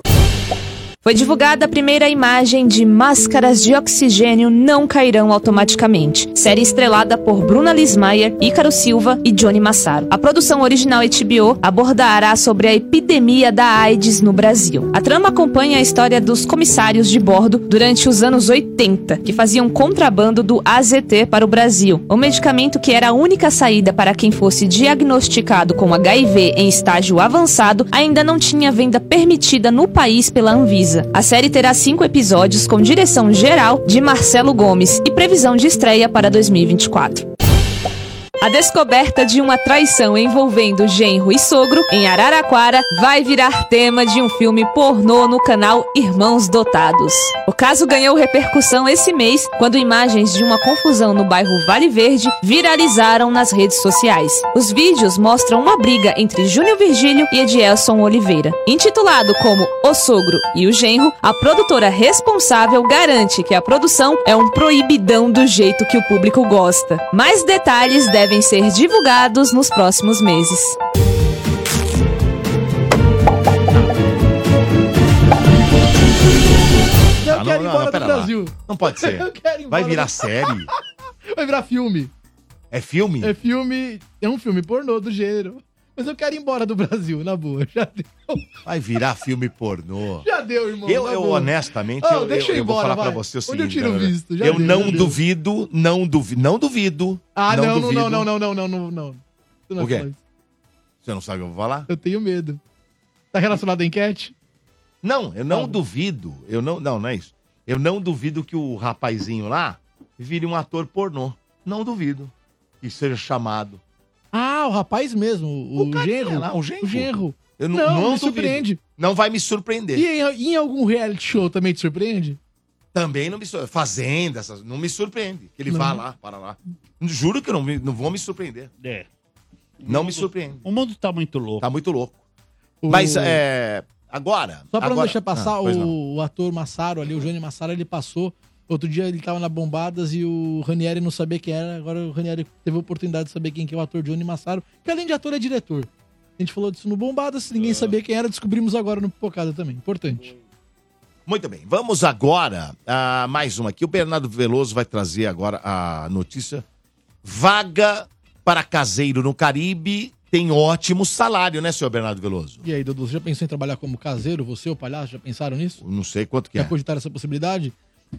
Speaker 3: Foi divulgada a primeira imagem de Máscaras de Oxigênio Não Cairão Automaticamente, série estrelada por Bruna Lismayer, Ícaro Silva e Johnny Massaro. A produção original HBO abordará sobre a epidemia da AIDS no Brasil. A trama acompanha a história dos comissários de bordo durante os anos 80, que faziam contrabando do AZT para o Brasil, um medicamento que era a única saída para quem fosse diagnosticado com HIV em estágio avançado, ainda não tinha venda permitida no país pela Anvisa. A série terá cinco episódios com direção geral de Marcelo Gomes e previsão de estreia para 2024. A descoberta de uma traição envolvendo genro e sogro em Araraquara vai virar tema de um filme pornô no canal Irmãos Dotados. O caso ganhou repercussão esse mês quando imagens de uma confusão no bairro Vale Verde viralizaram nas redes sociais. Os vídeos mostram uma briga entre Júnior Virgílio e Edielson Oliveira. Intitulado como O Sogro e o Genro, a produtora responsável garante que a produção é um proibidão do jeito que o público gosta. Mais detalhes devem ser divulgados nos próximos meses.
Speaker 1: Ah,
Speaker 2: Eu quero ir embora
Speaker 1: pera
Speaker 2: do
Speaker 1: lá.
Speaker 2: Brasil.
Speaker 1: Não pode ser.
Speaker 2: Eu quero ir embora
Speaker 1: Vai virar
Speaker 2: do-
Speaker 1: série?
Speaker 2: Vai virar filme.
Speaker 1: É filme?
Speaker 2: É filme. É um filme pornô do gênero. Mas eu quero ir embora do Brasil, na boa. Já deu,
Speaker 1: Vai virar filme pornô.
Speaker 2: já deu irmão.
Speaker 1: Eu,
Speaker 2: na
Speaker 1: eu,
Speaker 2: boa.
Speaker 1: honestamente,
Speaker 2: Ah,
Speaker 1: eu,
Speaker 2: deixa
Speaker 1: eu-
Speaker 2: ir
Speaker 1: eu vou
Speaker 2: embora,
Speaker 1: falar pra
Speaker 2: vai.
Speaker 1: você o seguinte.
Speaker 2: Onde eu tiro o
Speaker 1: galera.
Speaker 2: visto? Já
Speaker 1: eu
Speaker 2: deu,
Speaker 1: não
Speaker 2: já deu.
Speaker 1: duvido, não duvido, não duvido.
Speaker 2: Ah, não, não,
Speaker 1: duvido.
Speaker 2: não, não, não, não, não, não, não. Tu não
Speaker 1: O quê?
Speaker 2: fala isso.
Speaker 1: Você não sabe o que eu vou falar?
Speaker 2: Eu tenho medo. Tá relacionado à enquete?
Speaker 1: Não, eu não duvido. Eu não, não, não é isso. Eu não duvido que o rapazinho lá vire um ator pornô. Não duvido. E seja chamado.
Speaker 2: Ah, o rapaz mesmo, o, o genro.
Speaker 1: lá, o genro.
Speaker 2: O genro.
Speaker 1: Eu
Speaker 2: Não, me
Speaker 1: duvido.
Speaker 2: surpreende.
Speaker 1: Não vai me surpreender.
Speaker 2: E em, em algum reality show também te surpreende?
Speaker 1: Também não me surpreende. Fazenda, essas- não me surpreende. Que ele
Speaker 2: Não.
Speaker 1: vá lá, para lá. Juro que eu não, me- não vou me surpreender.
Speaker 8: É.
Speaker 1: Não me surpreende.
Speaker 8: O mundo tá muito louco.
Speaker 1: Tá muito louco. Mas é. Agora.
Speaker 2: Só pra não
Speaker 1: agora-
Speaker 2: deixar passar,
Speaker 1: Ah, pois não.
Speaker 2: o, o ator Massaro ali, o Johnny Massaro, ele passou. Outro dia ele tava na Bombadas e o Ranieri não sabia quem era. Agora o Ranieri teve a oportunidade de saber quem que é o ator Johnny Massaro, que além de ator é diretor. A gente falou disso no Bombadas,
Speaker 1: Ah.
Speaker 2: ninguém sabia quem era, descobrimos agora no Pipocada também. Importante.
Speaker 1: Muito bem, vamos agora a mais uma aqui. O Bernardo Veloso vai trazer agora a notícia. Vaga para caseiro no Caribe tem ótimo salário, né, senhor Bernardo Veloso?
Speaker 2: E aí, Dudu, você já pensou em trabalhar como caseiro? Você, o palhaço, já pensaram nisso?
Speaker 1: Não sei quanto que
Speaker 2: já
Speaker 1: é.
Speaker 2: cogitaram essa possibilidade?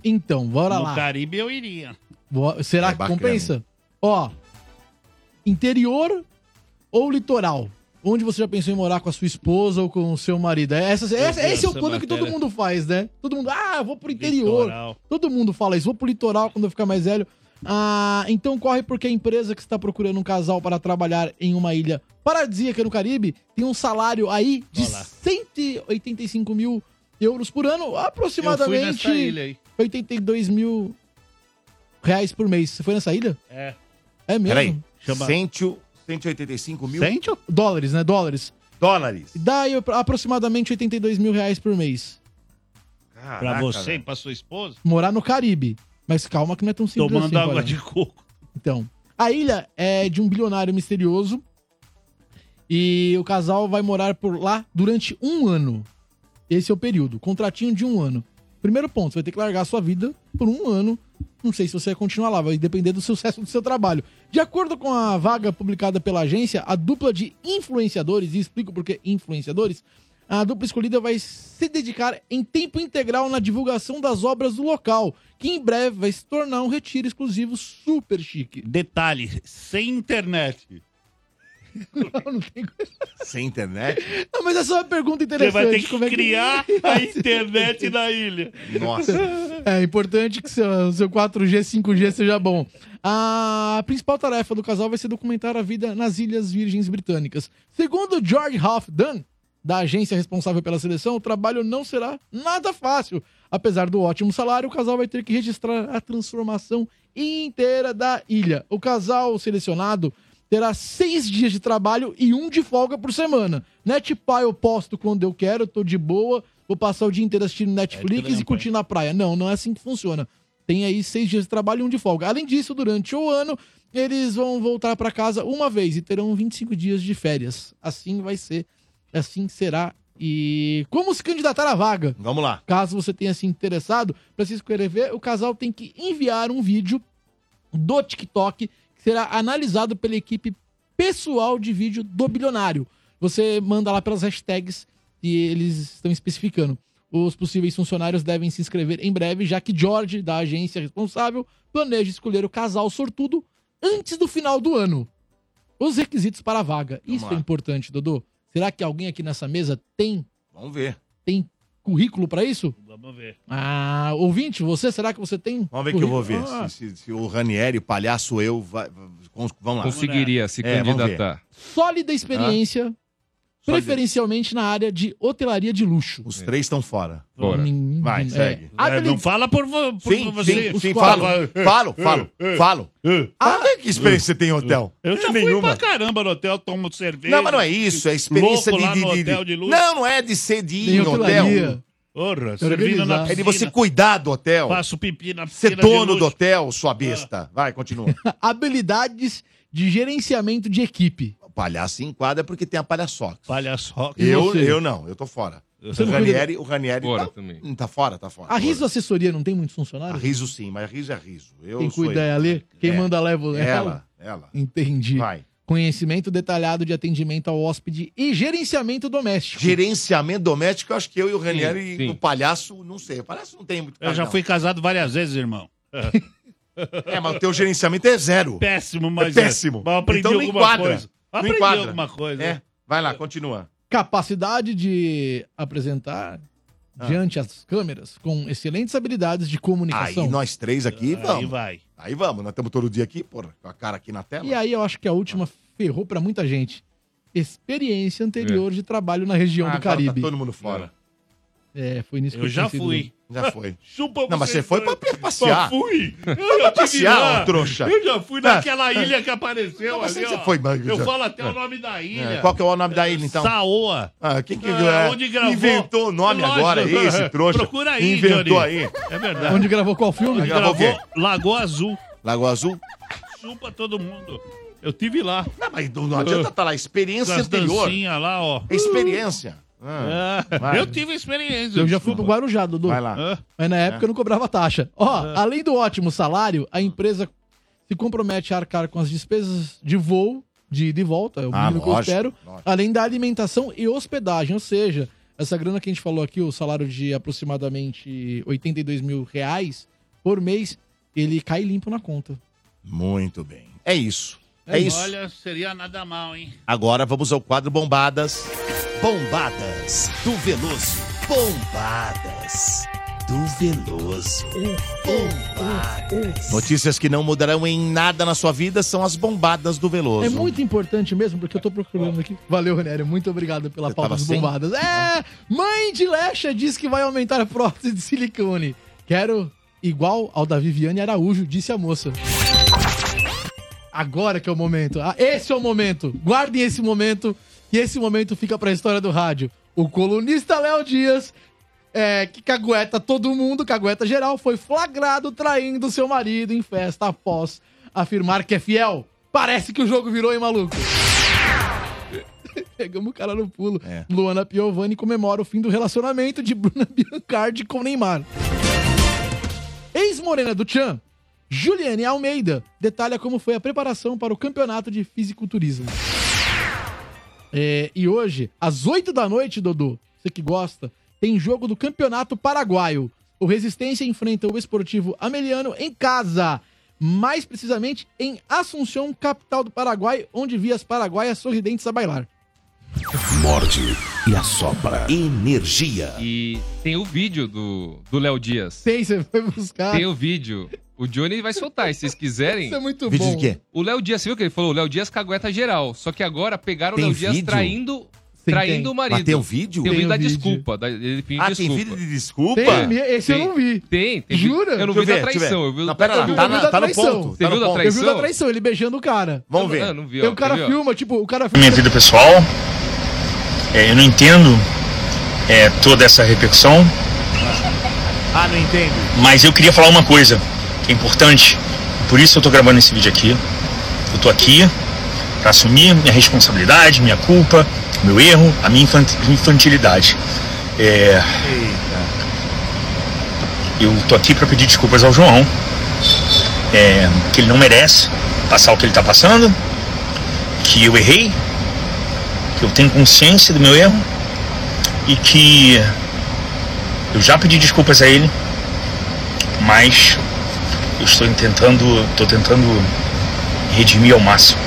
Speaker 2: Então, bora
Speaker 8: no
Speaker 2: lá.
Speaker 8: Caribe eu iria.
Speaker 2: Boa- Será
Speaker 8: É
Speaker 2: que
Speaker 8: bacana,
Speaker 2: compensa? Ó, interior ou litoral? Onde você já pensou em morar com a sua esposa ou com o seu marido? Essas-
Speaker 8: Meu
Speaker 2: essa-
Speaker 8: Deus,
Speaker 2: esse é o
Speaker 8: essa
Speaker 2: plano que todo
Speaker 8: matéria.
Speaker 2: mundo faz, né? Todo mundo, ah, eu vou pro interior.
Speaker 8: Litoral.
Speaker 2: Todo mundo fala isso, vou pro litoral quando eu ficar mais velho. Ah, então corre porque a empresa que está procurando um casal para trabalhar em uma ilha paradisíaca no Caribe tem um salário aí de 185 mil euros por ano, aproximadamente
Speaker 6: Eu fui nessa ilha aí.
Speaker 2: 82 mil reais por mês. Você foi nessa ilha?
Speaker 6: É.
Speaker 2: É mesmo?
Speaker 1: Peraí. Cento- 185 mil?
Speaker 2: Dólares, né? Dólares.
Speaker 1: Dólares.
Speaker 2: Dá eu- aproximadamente 82 mil reais por mês.
Speaker 8: pra você e pra sua esposa?
Speaker 2: Morar no Caribe. Mas calma que não é tão simples
Speaker 8: Tomando
Speaker 2: assim.
Speaker 8: água
Speaker 2: Paulinho.
Speaker 8: de coco.
Speaker 2: Então, a ilha é de um bilionário misterioso e o casal vai morar por lá durante um ano. Esse é o período, contratinho de um ano. Primeiro ponto, você vai ter que largar a sua vida por um ano. Não sei se você vai continuar lá, vai depender do sucesso do seu trabalho. De acordo com a vaga publicada pela agência, a dupla de influenciadores, e explico por que influenciadores, a dupla escolhida vai se dedicar em tempo integral na divulgação das obras do local, que em breve vai se tornar um retiro exclusivo super chique.
Speaker 8: Detalhe, sem internet.
Speaker 2: Não, não tem coisa.
Speaker 1: Sem internet?
Speaker 2: Não, mas essa é só uma pergunta
Speaker 8: Você
Speaker 2: interessante.
Speaker 8: vai ter que
Speaker 2: como é
Speaker 8: criar a internet na ilha.
Speaker 2: É importante que seu, seu 4G, 5G seja bom. A principal tarefa do casal vai ser documentar a vida nas Ilhas Virgens Britânicas. Segundo George Hoff Dunn, da agência responsável pela seleção, o trabalho não será nada fácil. Apesar do ótimo salário, o casal vai ter que registrar a transformação inteira da ilha. O casal selecionado terá seis dias de trabalho e um de folga por semana. Netpie eu posto quando eu quero, eu tô de boa, vou passar o dia inteiro assistindo Netflix e curtindo na praia. Não, não é assim que funciona. Tem aí seis dias de trabalho e um de folga. Além disso, durante o ano, eles vão voltar para casa uma vez e terão 25 dias de férias. Assim vai ser, assim será. E como se candidatar à vaga?
Speaker 1: Vamos lá.
Speaker 2: Caso você tenha se interessado, para se inscrever, o casal tem que enviar um vídeo do TikTok, que será analisado pela equipe pessoal de vídeo do bilionário. Você manda lá pelas hashtags que eles estão especificando. Os possíveis funcionários devem se inscrever em breve, já que George, da agência responsável, planeja escolher o casal sortudo antes do final do ano. Os requisitos para a vaga.
Speaker 1: Vamos
Speaker 2: Isso
Speaker 1: lá.
Speaker 2: é importante, Dodô. Será que alguém aqui nessa mesa tem
Speaker 1: Vamos ver.
Speaker 2: tem currículo pra isso?
Speaker 8: Vamos ver.
Speaker 2: Ah, ouvinte, você, será que você tem?
Speaker 1: Vamos ver que eu vou ver.
Speaker 2: currículo? Ah,
Speaker 1: Se, se- se o Ranieri, palhaço eu, vai, cons- vamos lá.
Speaker 4: Conseguiria se
Speaker 1: É, vamos ver.
Speaker 4: candidatar.
Speaker 2: Sólida experiência, preferencialmente na área de hotelaria de luxo.
Speaker 1: Os três estão fora.
Speaker 2: Fora.
Speaker 1: Vai,
Speaker 2: é.
Speaker 1: segue.
Speaker 2: Habilidade-
Speaker 8: Não fala por, vo- por
Speaker 2: Sim,
Speaker 8: você.
Speaker 2: sim, É, sim,
Speaker 1: falo, falo, falo, falo. Ah, que experiência você tem em hotel?
Speaker 8: Eu já fui
Speaker 1: nenhuma.
Speaker 8: pra caramba no hotel, tomo cerveja.
Speaker 1: Não, mas não é isso, é experiência
Speaker 8: Louco
Speaker 1: de,
Speaker 8: lá
Speaker 1: de-
Speaker 8: no
Speaker 1: de-
Speaker 8: hotel de luz.
Speaker 1: Não, não é de ser de ir
Speaker 8: Tem
Speaker 1: no hotel.
Speaker 8: hotelaria. Porra, servindo na piscina.
Speaker 1: É de você cuidar do hotel.
Speaker 8: Faço pipi na piscina
Speaker 1: Ser
Speaker 8: de
Speaker 1: dono
Speaker 8: luxo.
Speaker 1: do hotel, sua
Speaker 2: Ah.
Speaker 1: besta. Vai, continua.
Speaker 2: Habilidades de gerenciamento de equipe.
Speaker 1: O palhaço se enquadra porque tem a palhaçoca.
Speaker 8: Palhaçoca.
Speaker 1: Eu,
Speaker 2: Você.
Speaker 1: eu não, eu tô fora.
Speaker 2: Você
Speaker 1: o
Speaker 2: não
Speaker 1: Ranieri,
Speaker 2: cuida-
Speaker 1: o Ranieri
Speaker 2: Fora
Speaker 1: tá, Não tá fora, tá fora.
Speaker 2: A Riso Assessoria não tem muitos
Speaker 1: A
Speaker 2: funcionários?
Speaker 1: riso sim, mas riso é riso. Eu
Speaker 2: Quem
Speaker 1: sou
Speaker 2: cuida é
Speaker 1: eu.
Speaker 2: a Lê? Quem
Speaker 1: É.
Speaker 2: manda lá é vo- é
Speaker 1: Ela, ela.
Speaker 2: Entendi.
Speaker 1: Vai.
Speaker 2: Conhecimento detalhado de atendimento ao hóspede e gerenciamento doméstico.
Speaker 1: Gerenciamento doméstico, eu acho que eu e o Ranieri,
Speaker 8: sim.
Speaker 1: e o palhaço, não sei. O palhaço não tem muito
Speaker 8: Eu já
Speaker 1: Ah, não.
Speaker 8: fui casado várias vezes, irmão.
Speaker 1: É, mas o teu gerenciamento é zero.
Speaker 8: Péssimo, mas
Speaker 1: É péssimo.
Speaker 8: Mas eu aprendi
Speaker 1: Então não
Speaker 8: alguma
Speaker 1: enquadra.
Speaker 8: coisa.
Speaker 1: Não
Speaker 8: Aprendi
Speaker 1: enquadra.
Speaker 8: alguma coisa.
Speaker 1: É. Vai lá, continua.
Speaker 2: Capacidade de apresentar
Speaker 1: Ah.
Speaker 2: diante as câmeras com excelentes habilidades de comunicação.
Speaker 1: Aí nós três aqui, vamos.
Speaker 8: vai.
Speaker 1: Aí vamos, nós estamos todo dia aqui, porra, com a cara aqui na tela.
Speaker 2: E aí eu acho que a última ferrou pra muita gente. Experiência anterior de trabalho na região
Speaker 1: Ah,
Speaker 2: do
Speaker 1: agora
Speaker 2: Caribe.
Speaker 1: Tá todo mundo fora.
Speaker 2: É, foi nisso
Speaker 1: Eu já
Speaker 2: pensei,
Speaker 1: fui.
Speaker 2: Dudu.
Speaker 1: Já foi.
Speaker 8: Chupa
Speaker 1: Não, mas você foi pra pra
Speaker 8: Já
Speaker 1: passear.
Speaker 8: fui.
Speaker 1: Eu
Speaker 8: já tive
Speaker 1: passear,
Speaker 8: lá.
Speaker 1: ô trouxa.
Speaker 8: Eu já fui
Speaker 1: Ah,
Speaker 8: naquela
Speaker 1: ah.
Speaker 8: ilha que apareceu
Speaker 1: Não, mas
Speaker 8: ali,
Speaker 1: você
Speaker 8: ó.
Speaker 1: foi, mas-
Speaker 8: Eu
Speaker 1: já-
Speaker 8: falo até
Speaker 1: é.
Speaker 8: o nome da ilha.
Speaker 1: É, Qual que é o nome da ilha, então?
Speaker 8: Saoa.
Speaker 1: Ah, quem que
Speaker 8: Ah,
Speaker 1: é,
Speaker 8: onde gravou.
Speaker 1: inventou o nome
Speaker 8: Lógico.
Speaker 1: agora, esse trouxa?
Speaker 8: Procura aí,
Speaker 1: Inventou
Speaker 8: Johnny.
Speaker 1: aí.
Speaker 8: É verdade.
Speaker 2: Onde gravou qual filme?
Speaker 8: Onde
Speaker 1: Gravou
Speaker 8: gravou,
Speaker 1: o quê?
Speaker 8: Lagoa Azul.
Speaker 1: Lagoa Azul?
Speaker 8: Chupa todo mundo. Eu tive lá.
Speaker 1: Não, mas não, não adianta tá lá, experiência
Speaker 8: Com as
Speaker 1: anterior.
Speaker 8: dancinhas lá, ó.
Speaker 1: Experiência. Ah,
Speaker 8: Ah,
Speaker 1: vai.
Speaker 8: eu tive experiência.
Speaker 2: Eu já fui pro Guarujá, Dudu.
Speaker 1: Vai lá.
Speaker 2: Mas na época eu não cobrava taxa. Ó, além do ótimo salário, a empresa se compromete a arcar com as despesas de voo, de ida e volta, é o
Speaker 1: Ah,
Speaker 2: mínimo que eu
Speaker 1: lógico,
Speaker 2: espero,
Speaker 1: lógico.
Speaker 2: além da alimentação e hospedagem, ou seja, essa grana que a gente falou aqui, o salário de aproximadamente 82 mil reais por mês, ele cai limpo na conta.
Speaker 1: Muito bem. É isso. É isso.
Speaker 8: Olha, seria nada mal, hein?
Speaker 1: Agora vamos ao quadro Bombadas. Bombadas do Veloso. Bombadas. Edu Veloso. Notícias que não mudarão em nada na sua vida são as bombadas do Veloso.
Speaker 2: É muito importante mesmo, porque eu tô procurando aqui. Valeu, Renério. Muito obrigado pela pauta
Speaker 1: tava
Speaker 2: das
Speaker 1: sem?
Speaker 2: bombadas. É! Mãe de Lecha diz que vai aumentar a prótese de silicone. Quero igual ao da Viviane Araújo, disse a moça. Agora que é o momento. Ah, esse é o momento. Guardem esse momento. E esse momento fica pra história do rádio. O colunista Léo Dias, é, que cagueta todo mundo, cagueta geral, foi flagrado traindo seu marido em festa após afirmar que é fiel. Parece que o jogo virou, hein, maluco? Pegamos o cara no pulo. Luana Piovani comemora o fim do relacionamento de Bruna Biancardi com Neymar. Ex-morena do Tchan, Juliane Almeida, detalha como foi a preparação para o campeonato de fisiculturismo. É, e hoje, às 8 da noite, Dodô, você que gosta, tem jogo do Campeonato Paraguaio. O Resistência enfrenta o Esportivo Ameliano em casa. Mais precisamente em Assunção, capital do Paraguai, onde vi as paraguaias sorridentes a bailar.
Speaker 9: Morde e assopra. Energia.
Speaker 4: E tem o vídeo do do Léo Dias.
Speaker 2: Tem, você foi buscar.
Speaker 4: Tem um- o vídeo. O Johnny vai soltar, se vocês quiserem.
Speaker 2: Isso é muito Vídeo de bom. quê?
Speaker 4: O Léo Dias, você viu que ele falou? O Léo Dias cagueta geral. Só que agora pegaram o
Speaker 1: Tem
Speaker 4: Léo Dias
Speaker 1: vídeo?
Speaker 4: traindo,
Speaker 1: Sim,
Speaker 4: traindo
Speaker 1: tem.
Speaker 4: o marido.
Speaker 1: Mas tem o vídeo?
Speaker 4: Tem o
Speaker 1: Tem
Speaker 4: vídeo
Speaker 1: o
Speaker 4: da
Speaker 1: vídeo.
Speaker 4: desculpa. da- ele pediu
Speaker 1: Ah, tem
Speaker 4: desculpa.
Speaker 1: vídeo de desculpa?
Speaker 2: Tem, esse eu não vi.
Speaker 4: Tem, tem.
Speaker 2: Jura?
Speaker 4: Eu não
Speaker 2: Deixa
Speaker 4: vi da
Speaker 2: eu ver, deixa eu
Speaker 4: traição.
Speaker 2: ver.
Speaker 4: Eu vi
Speaker 2: Não,
Speaker 4: da
Speaker 2: pera lá,
Speaker 4: traição.
Speaker 2: tá
Speaker 4: Eu vi
Speaker 2: na-
Speaker 4: da
Speaker 2: tá no
Speaker 4: traição.
Speaker 2: ponto,
Speaker 4: Você
Speaker 2: tá
Speaker 4: viu
Speaker 2: no
Speaker 4: da
Speaker 2: ponto. Eu vi
Speaker 4: traição?
Speaker 2: da traição, ele beijando o cara.
Speaker 4: Vamos ver. Ah, não vi, ó,
Speaker 2: Aí É. o cara
Speaker 4: quer ver, ó?
Speaker 2: filma, tipo, o cara filma.
Speaker 20: minha vida pessoal. É, eu não entendo é, toda essa repercussão,
Speaker 1: Ah, não entendo.
Speaker 20: mas eu queria falar uma coisa que é importante. Por isso eu tô gravando esse vídeo aqui. Eu tô aqui para assumir minha responsabilidade, minha culpa, meu erro, a minha infan- infantilidade. É, eu tô aqui para pedir desculpas ao João, é, que ele não merece passar o que ele tá passando, que eu errei, que eu tenho consciência do meu erro e que eu já pedi desculpas a ele, mas eu estou tentando, estou tentando redimir ao máximo.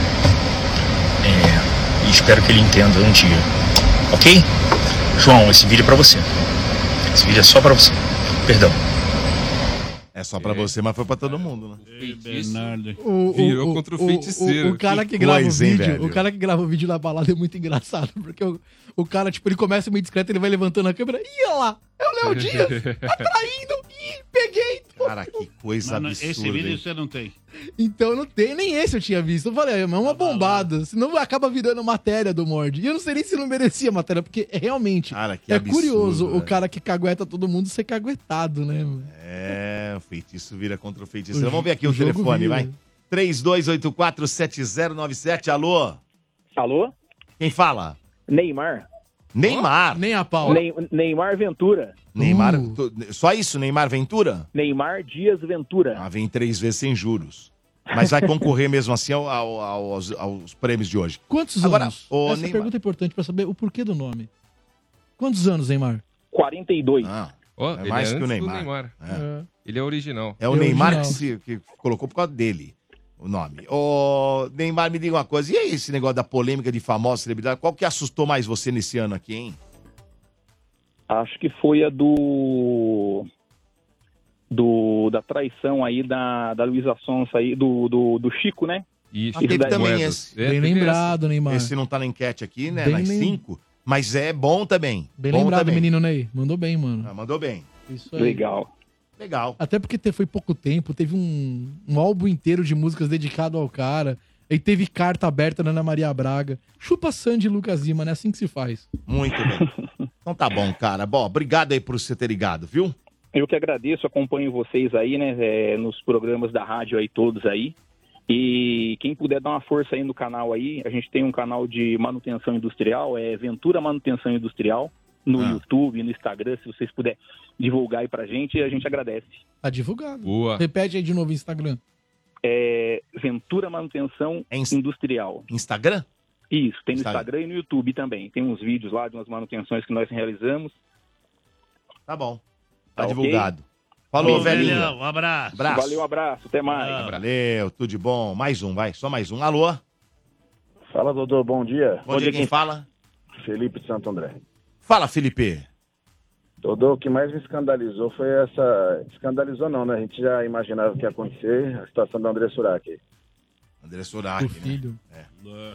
Speaker 20: É, e espero que ele entenda um dia, ok? João, esse vídeo é para você. Esse vídeo é só para você. Perdão.
Speaker 1: É só pra você, mas foi pra todo mundo, né?
Speaker 2: O, o-
Speaker 1: Virou contra o feiticeiro.
Speaker 2: O, cara que,
Speaker 1: Que
Speaker 2: grava
Speaker 1: coisa,
Speaker 2: o
Speaker 1: hein,
Speaker 2: vídeo,
Speaker 1: velho?
Speaker 2: o cara que grava o vídeo na balada é muito engraçado, porque o, o cara, tipo, ele começa meio discreto, ele vai levantando a câmera, e olha lá, é o Léo Dias, tá traindo, ih, peguei.
Speaker 1: Cara, que coisa
Speaker 8: Mano,
Speaker 1: absurda.
Speaker 8: esse vídeo
Speaker 1: hein?
Speaker 8: você não tem.
Speaker 2: Então não tem, nem esse eu tinha visto. Eu falei, é
Speaker 4: Tá
Speaker 2: uma bombada, senão acaba virando matéria do Mord. E eu não sei nem se não merecia matéria, porque é realmente
Speaker 1: que
Speaker 2: é
Speaker 1: absurdo,
Speaker 2: curioso o
Speaker 1: velho.
Speaker 2: cara que cagueta todo mundo ser caguetado, né? mano?
Speaker 1: É, o feitiço vira contra o
Speaker 2: O
Speaker 1: feiticeiro.
Speaker 2: jo-
Speaker 1: Vamos ver aqui
Speaker 2: o
Speaker 1: o,
Speaker 2: jogo
Speaker 1: telefone,
Speaker 2: vira.
Speaker 1: vai. 32847097, alô?
Speaker 16: Alô?
Speaker 1: Quem fala?
Speaker 16: Neymar.
Speaker 1: Neymar.
Speaker 2: Nem a Uh.
Speaker 16: Ney- Neymar Ventura.
Speaker 1: Neymar, tu- só isso, Neymar Ventura?
Speaker 16: Neymar Dias Ventura.
Speaker 1: Ah, vem três vezes sem juros. Mas vai concorrer mesmo assim ao- ao- ao- aos, aos prêmios de hoje.
Speaker 2: Quantos
Speaker 1: Agora,
Speaker 2: anos?
Speaker 1: o
Speaker 2: Essa
Speaker 1: Neymar-
Speaker 2: pergunta é importante pra saber o porquê do nome. Quantos anos, Neymar?
Speaker 16: 42.
Speaker 4: Ó,
Speaker 1: É
Speaker 4: ele
Speaker 1: mais que o
Speaker 4: antes do
Speaker 1: Neymar.
Speaker 2: É.
Speaker 4: Ele é original.
Speaker 1: É o Neymar que, se, que colocou por causa dele o nome. Ô, Neymar, me diga uma coisa. E aí, esse negócio da polêmica de famosa celebridade? Qual que assustou mais você nesse ano aqui, hein?
Speaker 16: Acho que foi a do. do da traição aí da, da Luísa Sonsa aí, do, do, do Chico, né?
Speaker 4: Isso,
Speaker 1: Ah, teve
Speaker 16: daí-
Speaker 1: também esse.
Speaker 2: Bem lembrado, Neymar.
Speaker 1: Esse não tá na enquete aqui, né?
Speaker 2: Bem
Speaker 1: nas
Speaker 2: lem-
Speaker 1: cinco. Mas é bom também.
Speaker 2: Bem
Speaker 1: bom
Speaker 2: lembrado,
Speaker 1: também.
Speaker 2: menino Ney. Mandou bem, mano.
Speaker 1: Ah, mandou bem.
Speaker 2: Isso aí.
Speaker 16: Legal.
Speaker 1: Legal.
Speaker 2: Até porque te- foi pouco tempo, teve um, um álbum inteiro de músicas dedicado ao cara. Aí teve carta aberta na Ana Maria Braga. Chupa Sandy e Lucas Lima, né? Assim que se faz.
Speaker 1: Muito bem. então tá bom, cara. Bom, obrigado aí por você ter ligado, viu?
Speaker 16: Eu que agradeço, acompanho vocês aí, né, é, nos programas da rádio aí, todos aí. E quem puder dar uma força aí no canal aí, a gente tem um canal de manutenção industrial, é Ventura Manutenção Industrial, no YouTube, no Instagram, se vocês puderem divulgar aí pra gente, a gente agradece.
Speaker 2: Tá divulgado.
Speaker 4: Boa.
Speaker 2: Repete aí de novo o Instagram.
Speaker 16: É Ventura Manutenção Industrial.
Speaker 1: É Instagram?
Speaker 16: Isso, tem no
Speaker 1: Instagram.
Speaker 16: Instagram. e no YouTube também. Tem uns vídeos lá de umas manutenções que nós realizamos.
Speaker 1: Tá bom. Tá,
Speaker 16: Tá ok?
Speaker 1: divulgado. Falou,
Speaker 16: Valeu,
Speaker 1: velhinho.
Speaker 16: velhão.
Speaker 8: Um abraço.
Speaker 1: Abraço.
Speaker 16: Valeu, abraço, até mais.
Speaker 1: Valeu, tudo de bom. Mais um, vai. Só mais um. Alô?
Speaker 21: Fala, doutor, bom dia.
Speaker 1: Bom, dia, quem fala?
Speaker 21: Felipe de Santo André.
Speaker 1: Fala, Felipe.
Speaker 21: Dodô, o que mais me escandalizou foi essa. Escandalizou não, né? A gente já imaginava o que ia acontecer, a situação do André Surak.
Speaker 1: André Surak, né?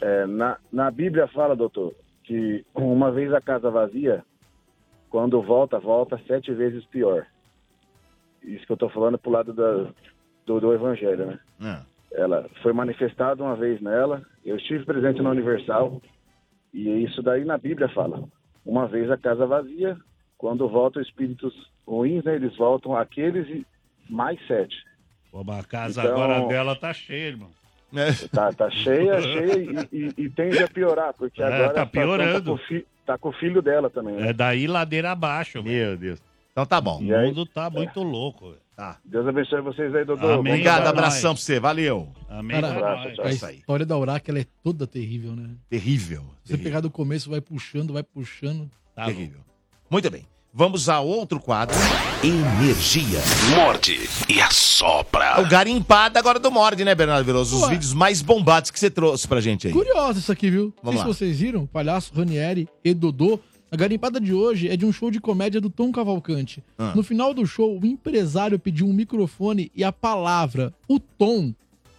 Speaker 21: É, na, na Bíblia fala, doutor, que uma vez a casa vazia, quando volta, volta sete vezes pior. Isso que eu tô falando pro lado da, do, do evangelho, né?
Speaker 6: É.
Speaker 21: Ela foi manifestada uma vez nela, eu estive presente na Universal, e isso daí na Bíblia fala. Uma vez a casa vazia, quando voltam espíritos ruins, né, eles voltam aqueles e mais sete.
Speaker 6: Pô, mas a casa
Speaker 21: Então-
Speaker 6: agora dela tá cheia, irmão.
Speaker 2: É.
Speaker 21: Tá, tá cheia, cheia e, e- e tende a piorar, porque
Speaker 6: Uhum. É,
Speaker 21: agora
Speaker 6: tá
Speaker 21: a situação
Speaker 6: piorando.
Speaker 21: Tá com, o fi- tá com o filho dela também. né?
Speaker 6: É daí ladeira abaixo. Meu Deus.
Speaker 1: Então tá bom.
Speaker 6: O mundo tá muito louco. velho.
Speaker 1: Tá.
Speaker 21: Deus abençoe vocês aí, Dodô.
Speaker 6: Amém.
Speaker 1: Obrigado,
Speaker 21: Pra
Speaker 1: abração
Speaker 21: nós.
Speaker 1: pra você, valeu.
Speaker 6: Amém.
Speaker 2: Cara,
Speaker 1: É
Speaker 2: a
Speaker 1: isso aí.
Speaker 2: história da Uraca ela é toda terrível, né?
Speaker 1: Terrível.
Speaker 2: Você pegar do começo, vai puxando, vai puxando.
Speaker 1: Terrível. Muito bem. Vamos a outro quadro. Energia.
Speaker 9: Morde e assopra.
Speaker 1: É o garimpada agora do Morde, né, Bernardo Veloso? Os
Speaker 2: Ué.
Speaker 1: vídeos mais bombados que você trouxe pra gente aí.
Speaker 2: Curioso isso aqui, viu? Não
Speaker 1: Vamos
Speaker 2: sei se
Speaker 1: lá.
Speaker 2: vocês viram, Palhaço, Ranieri e Dodô. A garimpada de hoje é de um show de comédia do Tom Cavalcante.
Speaker 1: Ah.
Speaker 2: No final do show, o empresário pediu um microfone e a palavra, o Tom,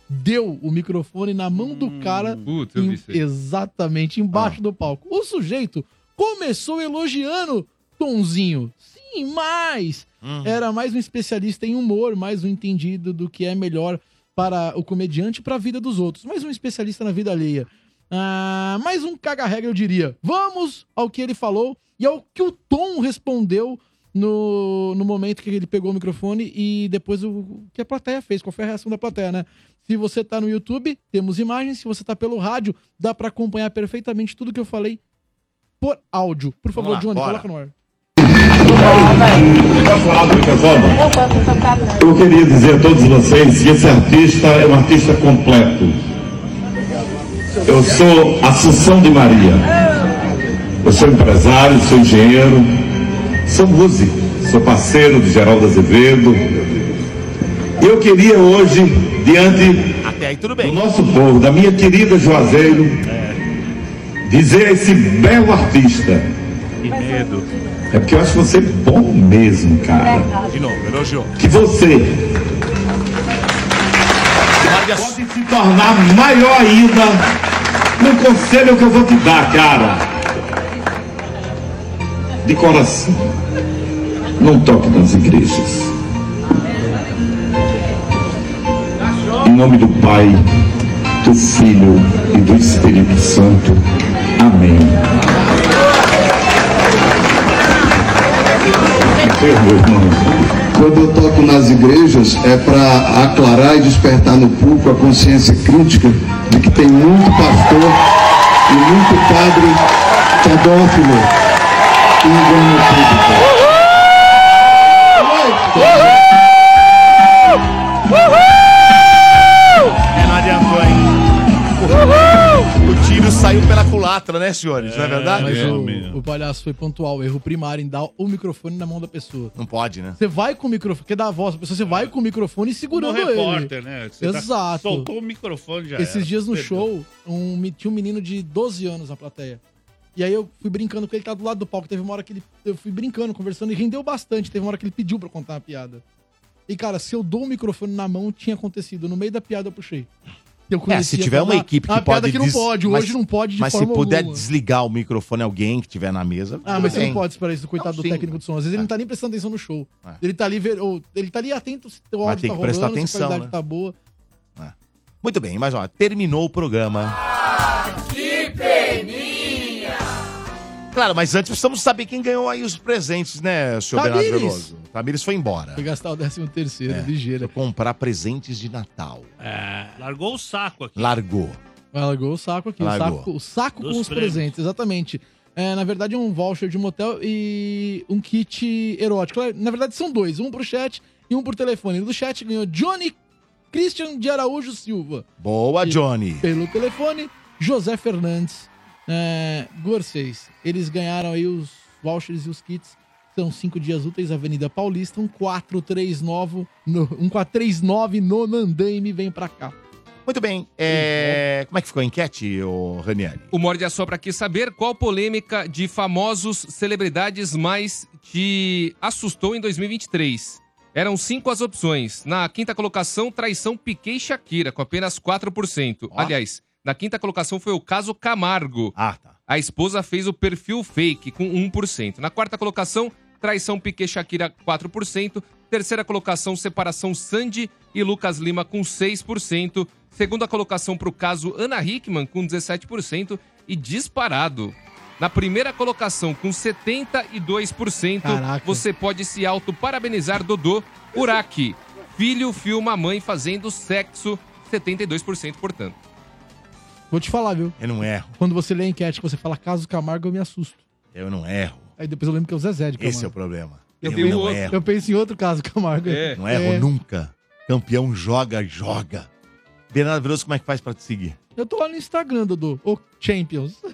Speaker 2: deu o microfone na mão do cara
Speaker 4: Hum, Putz, eu
Speaker 2: em-
Speaker 4: vi isso aí.
Speaker 2: exatamente
Speaker 1: Ah.
Speaker 2: embaixo do palco. O sujeito começou elogiando Tomzinho. Sim, mas
Speaker 1: Hum.
Speaker 2: era mais um especialista em humor, mais um entendido do que é melhor para o comediante e para a vida dos outros. Mais um especialista na vida alheia. Ah, mais um caga-regra, eu diria. Vamos ao que ele falou e ao que o Tom respondeu no, no momento que ele pegou o microfone e depois o, o que a plateia fez, qual foi a reação da plateia, né? Se você tá no YouTube, temos imagens. Se você tá pelo rádio, dá pra acompanhar perfeitamente tudo que eu falei por áudio. Por favor,
Speaker 5: Vamos lá,
Speaker 2: Johnny,
Speaker 5: bora.
Speaker 2: coloca no ar.
Speaker 5: Eu queria dizer a todos vocês que esse artista é um artista completo. Eu sou Assunção de Maria. Eu sou empresário, sou engenheiro, sou músico, sou parceiro de Geraldo Azevedo. E eu queria hoje, diante
Speaker 1: Até aí tudo bem.
Speaker 5: do nosso povo, da minha querida Juazeiro, dizer a esse belo artista.
Speaker 6: Que medo.
Speaker 5: É porque eu acho você bom mesmo, cara.
Speaker 1: De novo, né? elogio.
Speaker 5: que você pode se tornar maior ainda no conselho que eu vou te dar, cara. De coração. Não toque nas igrejas. Em nome do Pai, do Filho e do Espírito Santo. Amém.
Speaker 22: Quando eu toco nas igrejas é para aclarar e despertar no público a consciência crítica de que tem muito pastor e muito padre pedófilo e engano
Speaker 1: É, não adiantou, hein? O tiro saiu pela culatra, né, senhores? não é verdade?
Speaker 2: Mas o, o palhaço foi pontual, erro primário em dar o microfone na mão da pessoa.
Speaker 1: Não pode, né?
Speaker 2: Você vai com o microfone, quer dar a voz pra pessoa, você vai com o microfone
Speaker 6: Como
Speaker 2: segurando
Speaker 6: repórter,
Speaker 2: ele.
Speaker 6: né? Você tá-
Speaker 2: Exato.
Speaker 6: soltou o microfone já.
Speaker 2: Esses
Speaker 6: era.
Speaker 2: dias no
Speaker 6: Perdão.
Speaker 2: show, um, me- tinha um menino de 12 anos na plateia. E aí eu fui brincando com ele, tá do lado do palco. Teve uma hora que ele. Eu fui brincando, conversando, e rendeu bastante. Teve uma hora que ele pediu pra eu contar uma piada. E, cara, se eu dou o microfone na mão, tinha acontecido. No meio da piada eu puxei. Eu
Speaker 1: É, se
Speaker 2: conhecia,
Speaker 1: tiver uma
Speaker 2: falar,
Speaker 1: equipe
Speaker 2: "Ah,
Speaker 1: que
Speaker 2: a piada
Speaker 1: pode...
Speaker 2: que não
Speaker 1: des-
Speaker 2: pode,
Speaker 1: mas-
Speaker 2: hoje não pode de
Speaker 1: Mas se
Speaker 2: forma
Speaker 1: puder
Speaker 2: alguma."
Speaker 1: desligar o microfone alguém que tiver na mesa...
Speaker 2: Ah, mas
Speaker 1: tudo
Speaker 2: você
Speaker 1: bem.
Speaker 2: não pode esperar isso do coitado do técnico de som. Às vezes ele não tá nem prestando atenção no show.
Speaker 1: É.
Speaker 2: Ele tá ali ver, ou, ele tá ali atento se o
Speaker 1: Mas
Speaker 2: áudio
Speaker 1: tem
Speaker 2: tá
Speaker 1: que
Speaker 2: rolando,
Speaker 1: prestar
Speaker 2: se a
Speaker 1: atenção,
Speaker 2: qualidade
Speaker 1: né?
Speaker 2: tá boa.
Speaker 1: Muito bem, mas ó, terminou o programa.
Speaker 23: Que peninha!
Speaker 1: Claro, mas antes precisamos saber quem ganhou aí os presentes, né, senhor
Speaker 2: Tamires.
Speaker 1: Bernardo Veloso? Tamires foi embora.
Speaker 2: Foi gastar o 13 terceiro,
Speaker 1: É,
Speaker 2: ligeira.
Speaker 1: foi comprar presentes de Natal.
Speaker 6: É, Largou o saco aqui.
Speaker 1: Largou.
Speaker 2: Largou o saco aqui. O
Speaker 1: Largou.
Speaker 2: saco, o saco
Speaker 6: Dos
Speaker 2: com os
Speaker 6: prêmios.
Speaker 2: presentes, exatamente. É, na verdade, é um voucher de motel e um kit erótico. É, Na verdade, são dois. Um pro chat e um por telefone. Do chat ganhou Johnny Christian de Araújo Silva.
Speaker 1: Boa,
Speaker 2: E
Speaker 1: Johnny.
Speaker 2: Pelo telefone, José Fernandes. É, Gorseis. Eles ganharam aí os vouchers e os kits. São cinco dias úteis, Avenida um Paulista, 1439, no, 1439 no Nandaime. Vem pra cá.
Speaker 1: Muito bem. é, Como é que ficou a enquete, ô Ranieri?
Speaker 4: O Morde a Sopra quis saber qual polêmica de famosos celebridades mais te assustou em 2023. Eram cinco as opções. Na quinta colocação, traição Piquet e Shakira, com apenas 4%. Aliás, na quinta colocação foi o caso Camargo.
Speaker 1: Ah, tá.
Speaker 4: A esposa fez o perfil fake, com 1%. Na quarta colocação, traição Piquet e Shakira, 4%. Terceira colocação, separação Sandy e Lucas Lima, com 6%. Segunda colocação para o caso Ana Hickman, com 17%. E disparado. Na primeira colocação, com 72%, você pode se auto-parabenizar, Dodô Uraki. Filho filma a mãe fazendo sexo, 72%, portanto.
Speaker 2: Vou te falar, viu?
Speaker 1: Eu não erro.
Speaker 2: Quando você lê a enquete, que você fala caso Camargo, eu me assusto.
Speaker 1: Eu não erro.
Speaker 2: Aí depois eu lembro que é o Zezé de Camargo.
Speaker 1: Esse é o problema.
Speaker 2: Eu,
Speaker 1: Eu
Speaker 2: tenho
Speaker 1: não
Speaker 2: outro.
Speaker 1: erro.
Speaker 2: eu é. penso em outro caso, Camargo.
Speaker 1: Não erro nunca. Campeão joga, joga. Bernardo Veloso, como é que faz pra te seguir?
Speaker 2: Eu tô lá no Instagram, Dudu. O Champions.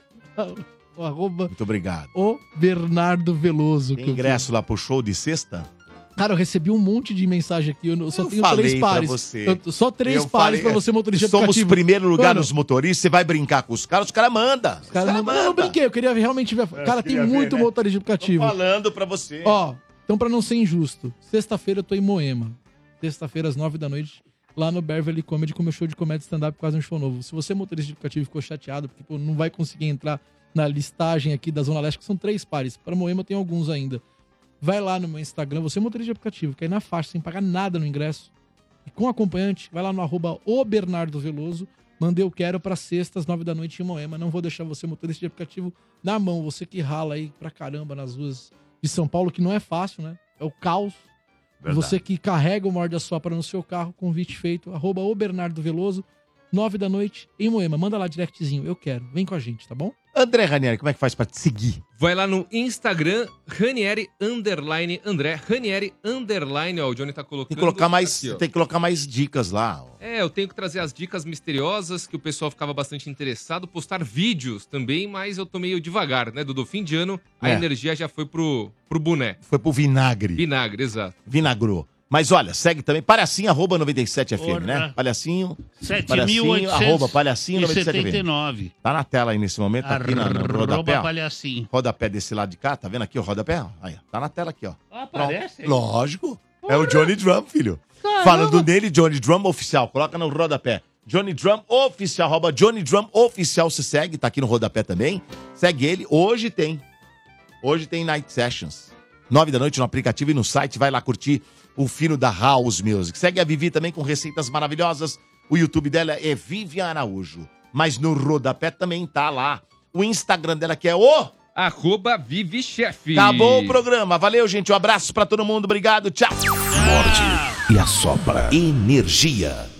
Speaker 2: o arroba
Speaker 1: Muito obrigado.
Speaker 2: o Bernardo Veloso. que
Speaker 1: Tem
Speaker 2: eu-
Speaker 1: ingresso lá pro show de sexta?
Speaker 2: Cara, eu recebi um monte de mensagem aqui. Eu não- só
Speaker 1: Eu
Speaker 2: tenho
Speaker 1: falei
Speaker 2: três pares.
Speaker 1: pra você.
Speaker 2: Eu- só três
Speaker 1: Eu falei,
Speaker 2: pares
Speaker 1: é,
Speaker 2: pra você, motorista
Speaker 1: Somos
Speaker 2: aplicativo.
Speaker 1: primeiro lugar
Speaker 2: Mano,
Speaker 1: nos motoristas, você vai brincar com os caras, os caras mandam. Os
Speaker 2: Cara, não, eu não brinquei, eu queria realmente ver. cara, tem
Speaker 1: queria ver,
Speaker 2: muito
Speaker 1: né?
Speaker 2: motorista aplicativo.
Speaker 1: Tô falando pra você.
Speaker 2: Ó, então pra não ser injusto, sexta-feira eu tô em Moema. Sexta-feira, às nove da noite, lá no Beverly Comedy, com meu show de comédia stand-up, quase um show novo. Se você é motorista de aplicativo e ficou chateado, porque pô, não vai conseguir entrar na listagem aqui da Zona Leste, que são três pares. Pra Moema tem alguns ainda. Vai lá no meu Instagram, você é motorista de aplicativo, que aí na faixa, sem pagar nada no ingresso. E com acompanhante, vai lá no arroba o Bernardo Veloso. Mandei eu quero para sextas, nove da noite em Moema. Não vou deixar você, motorista de aplicativo, na mão. Você que rala aí pra caramba nas ruas de São Paulo, que não é fácil, né? É o caos.
Speaker 1: Verdade.
Speaker 2: Você que carrega o Morde a Sopra no seu carro, convite feito. Arroba o Bernardo Veloso, nove da noite em Moema. Manda lá directzinho, eu quero. Vem com a gente, tá bom?
Speaker 1: André Ranieri, como é que faz pra te seguir?
Speaker 4: Vai lá no Instagram, Ranieri Underline André. Ranieri Underline, ó, o Johnny tá colocando.
Speaker 1: Tem que colocar mais,
Speaker 4: aqui, ó.
Speaker 1: tem que colocar mais dicas lá. ó.
Speaker 4: É, eu tenho que trazer as dicas misteriosas que o pessoal ficava bastante interessado, postar vídeos também, mas eu tô meio devagar, né, Dudu? Fim de ano, a
Speaker 1: É.
Speaker 4: energia já foi pro, pro boné.
Speaker 1: Foi pro vinagre.
Speaker 4: Vinagre, exato.
Speaker 1: Vinagrou. Mas olha, segue também Palhacinho, arroba 97FM, né?
Speaker 8: Porra.
Speaker 1: Palhacinho.
Speaker 8: 7.879.
Speaker 1: arroba Palhacinho 97FM. Tá na tela aí nesse momento, tá aqui na, no rodapé.
Speaker 8: Arroba
Speaker 1: ó.
Speaker 8: palhacinho.
Speaker 1: Rodapé desse lado de cá, tá vendo aqui o rodapé? ó? Aí, ó, tá na tela aqui, ó.
Speaker 8: Aparece?
Speaker 1: Lógico. É o Johnny Drum, filho.
Speaker 8: Caramba.
Speaker 1: Falando dele, Johnny Drum Oficial. Coloca no rodapé. Johnny Drum Oficial. Arroba Johnny Drum Oficial se segue. Tá aqui no rodapé também. Segue ele. Hoje tem. Hoje tem Night Sessions. Nove da noite no aplicativo e no site. Vai lá curtir o fino da House Music. Segue a Vivi também com receitas maravilhosas. O YouTube dela é Vivian Araújo. Mas no rodapé também tá lá. O Instagram dela que é o...
Speaker 4: Arroba Vivi Chefe.
Speaker 1: Acabou o programa. Valeu, gente. Um abraço pra todo mundo. Obrigado. Tchau.
Speaker 9: E a sopra. Energia.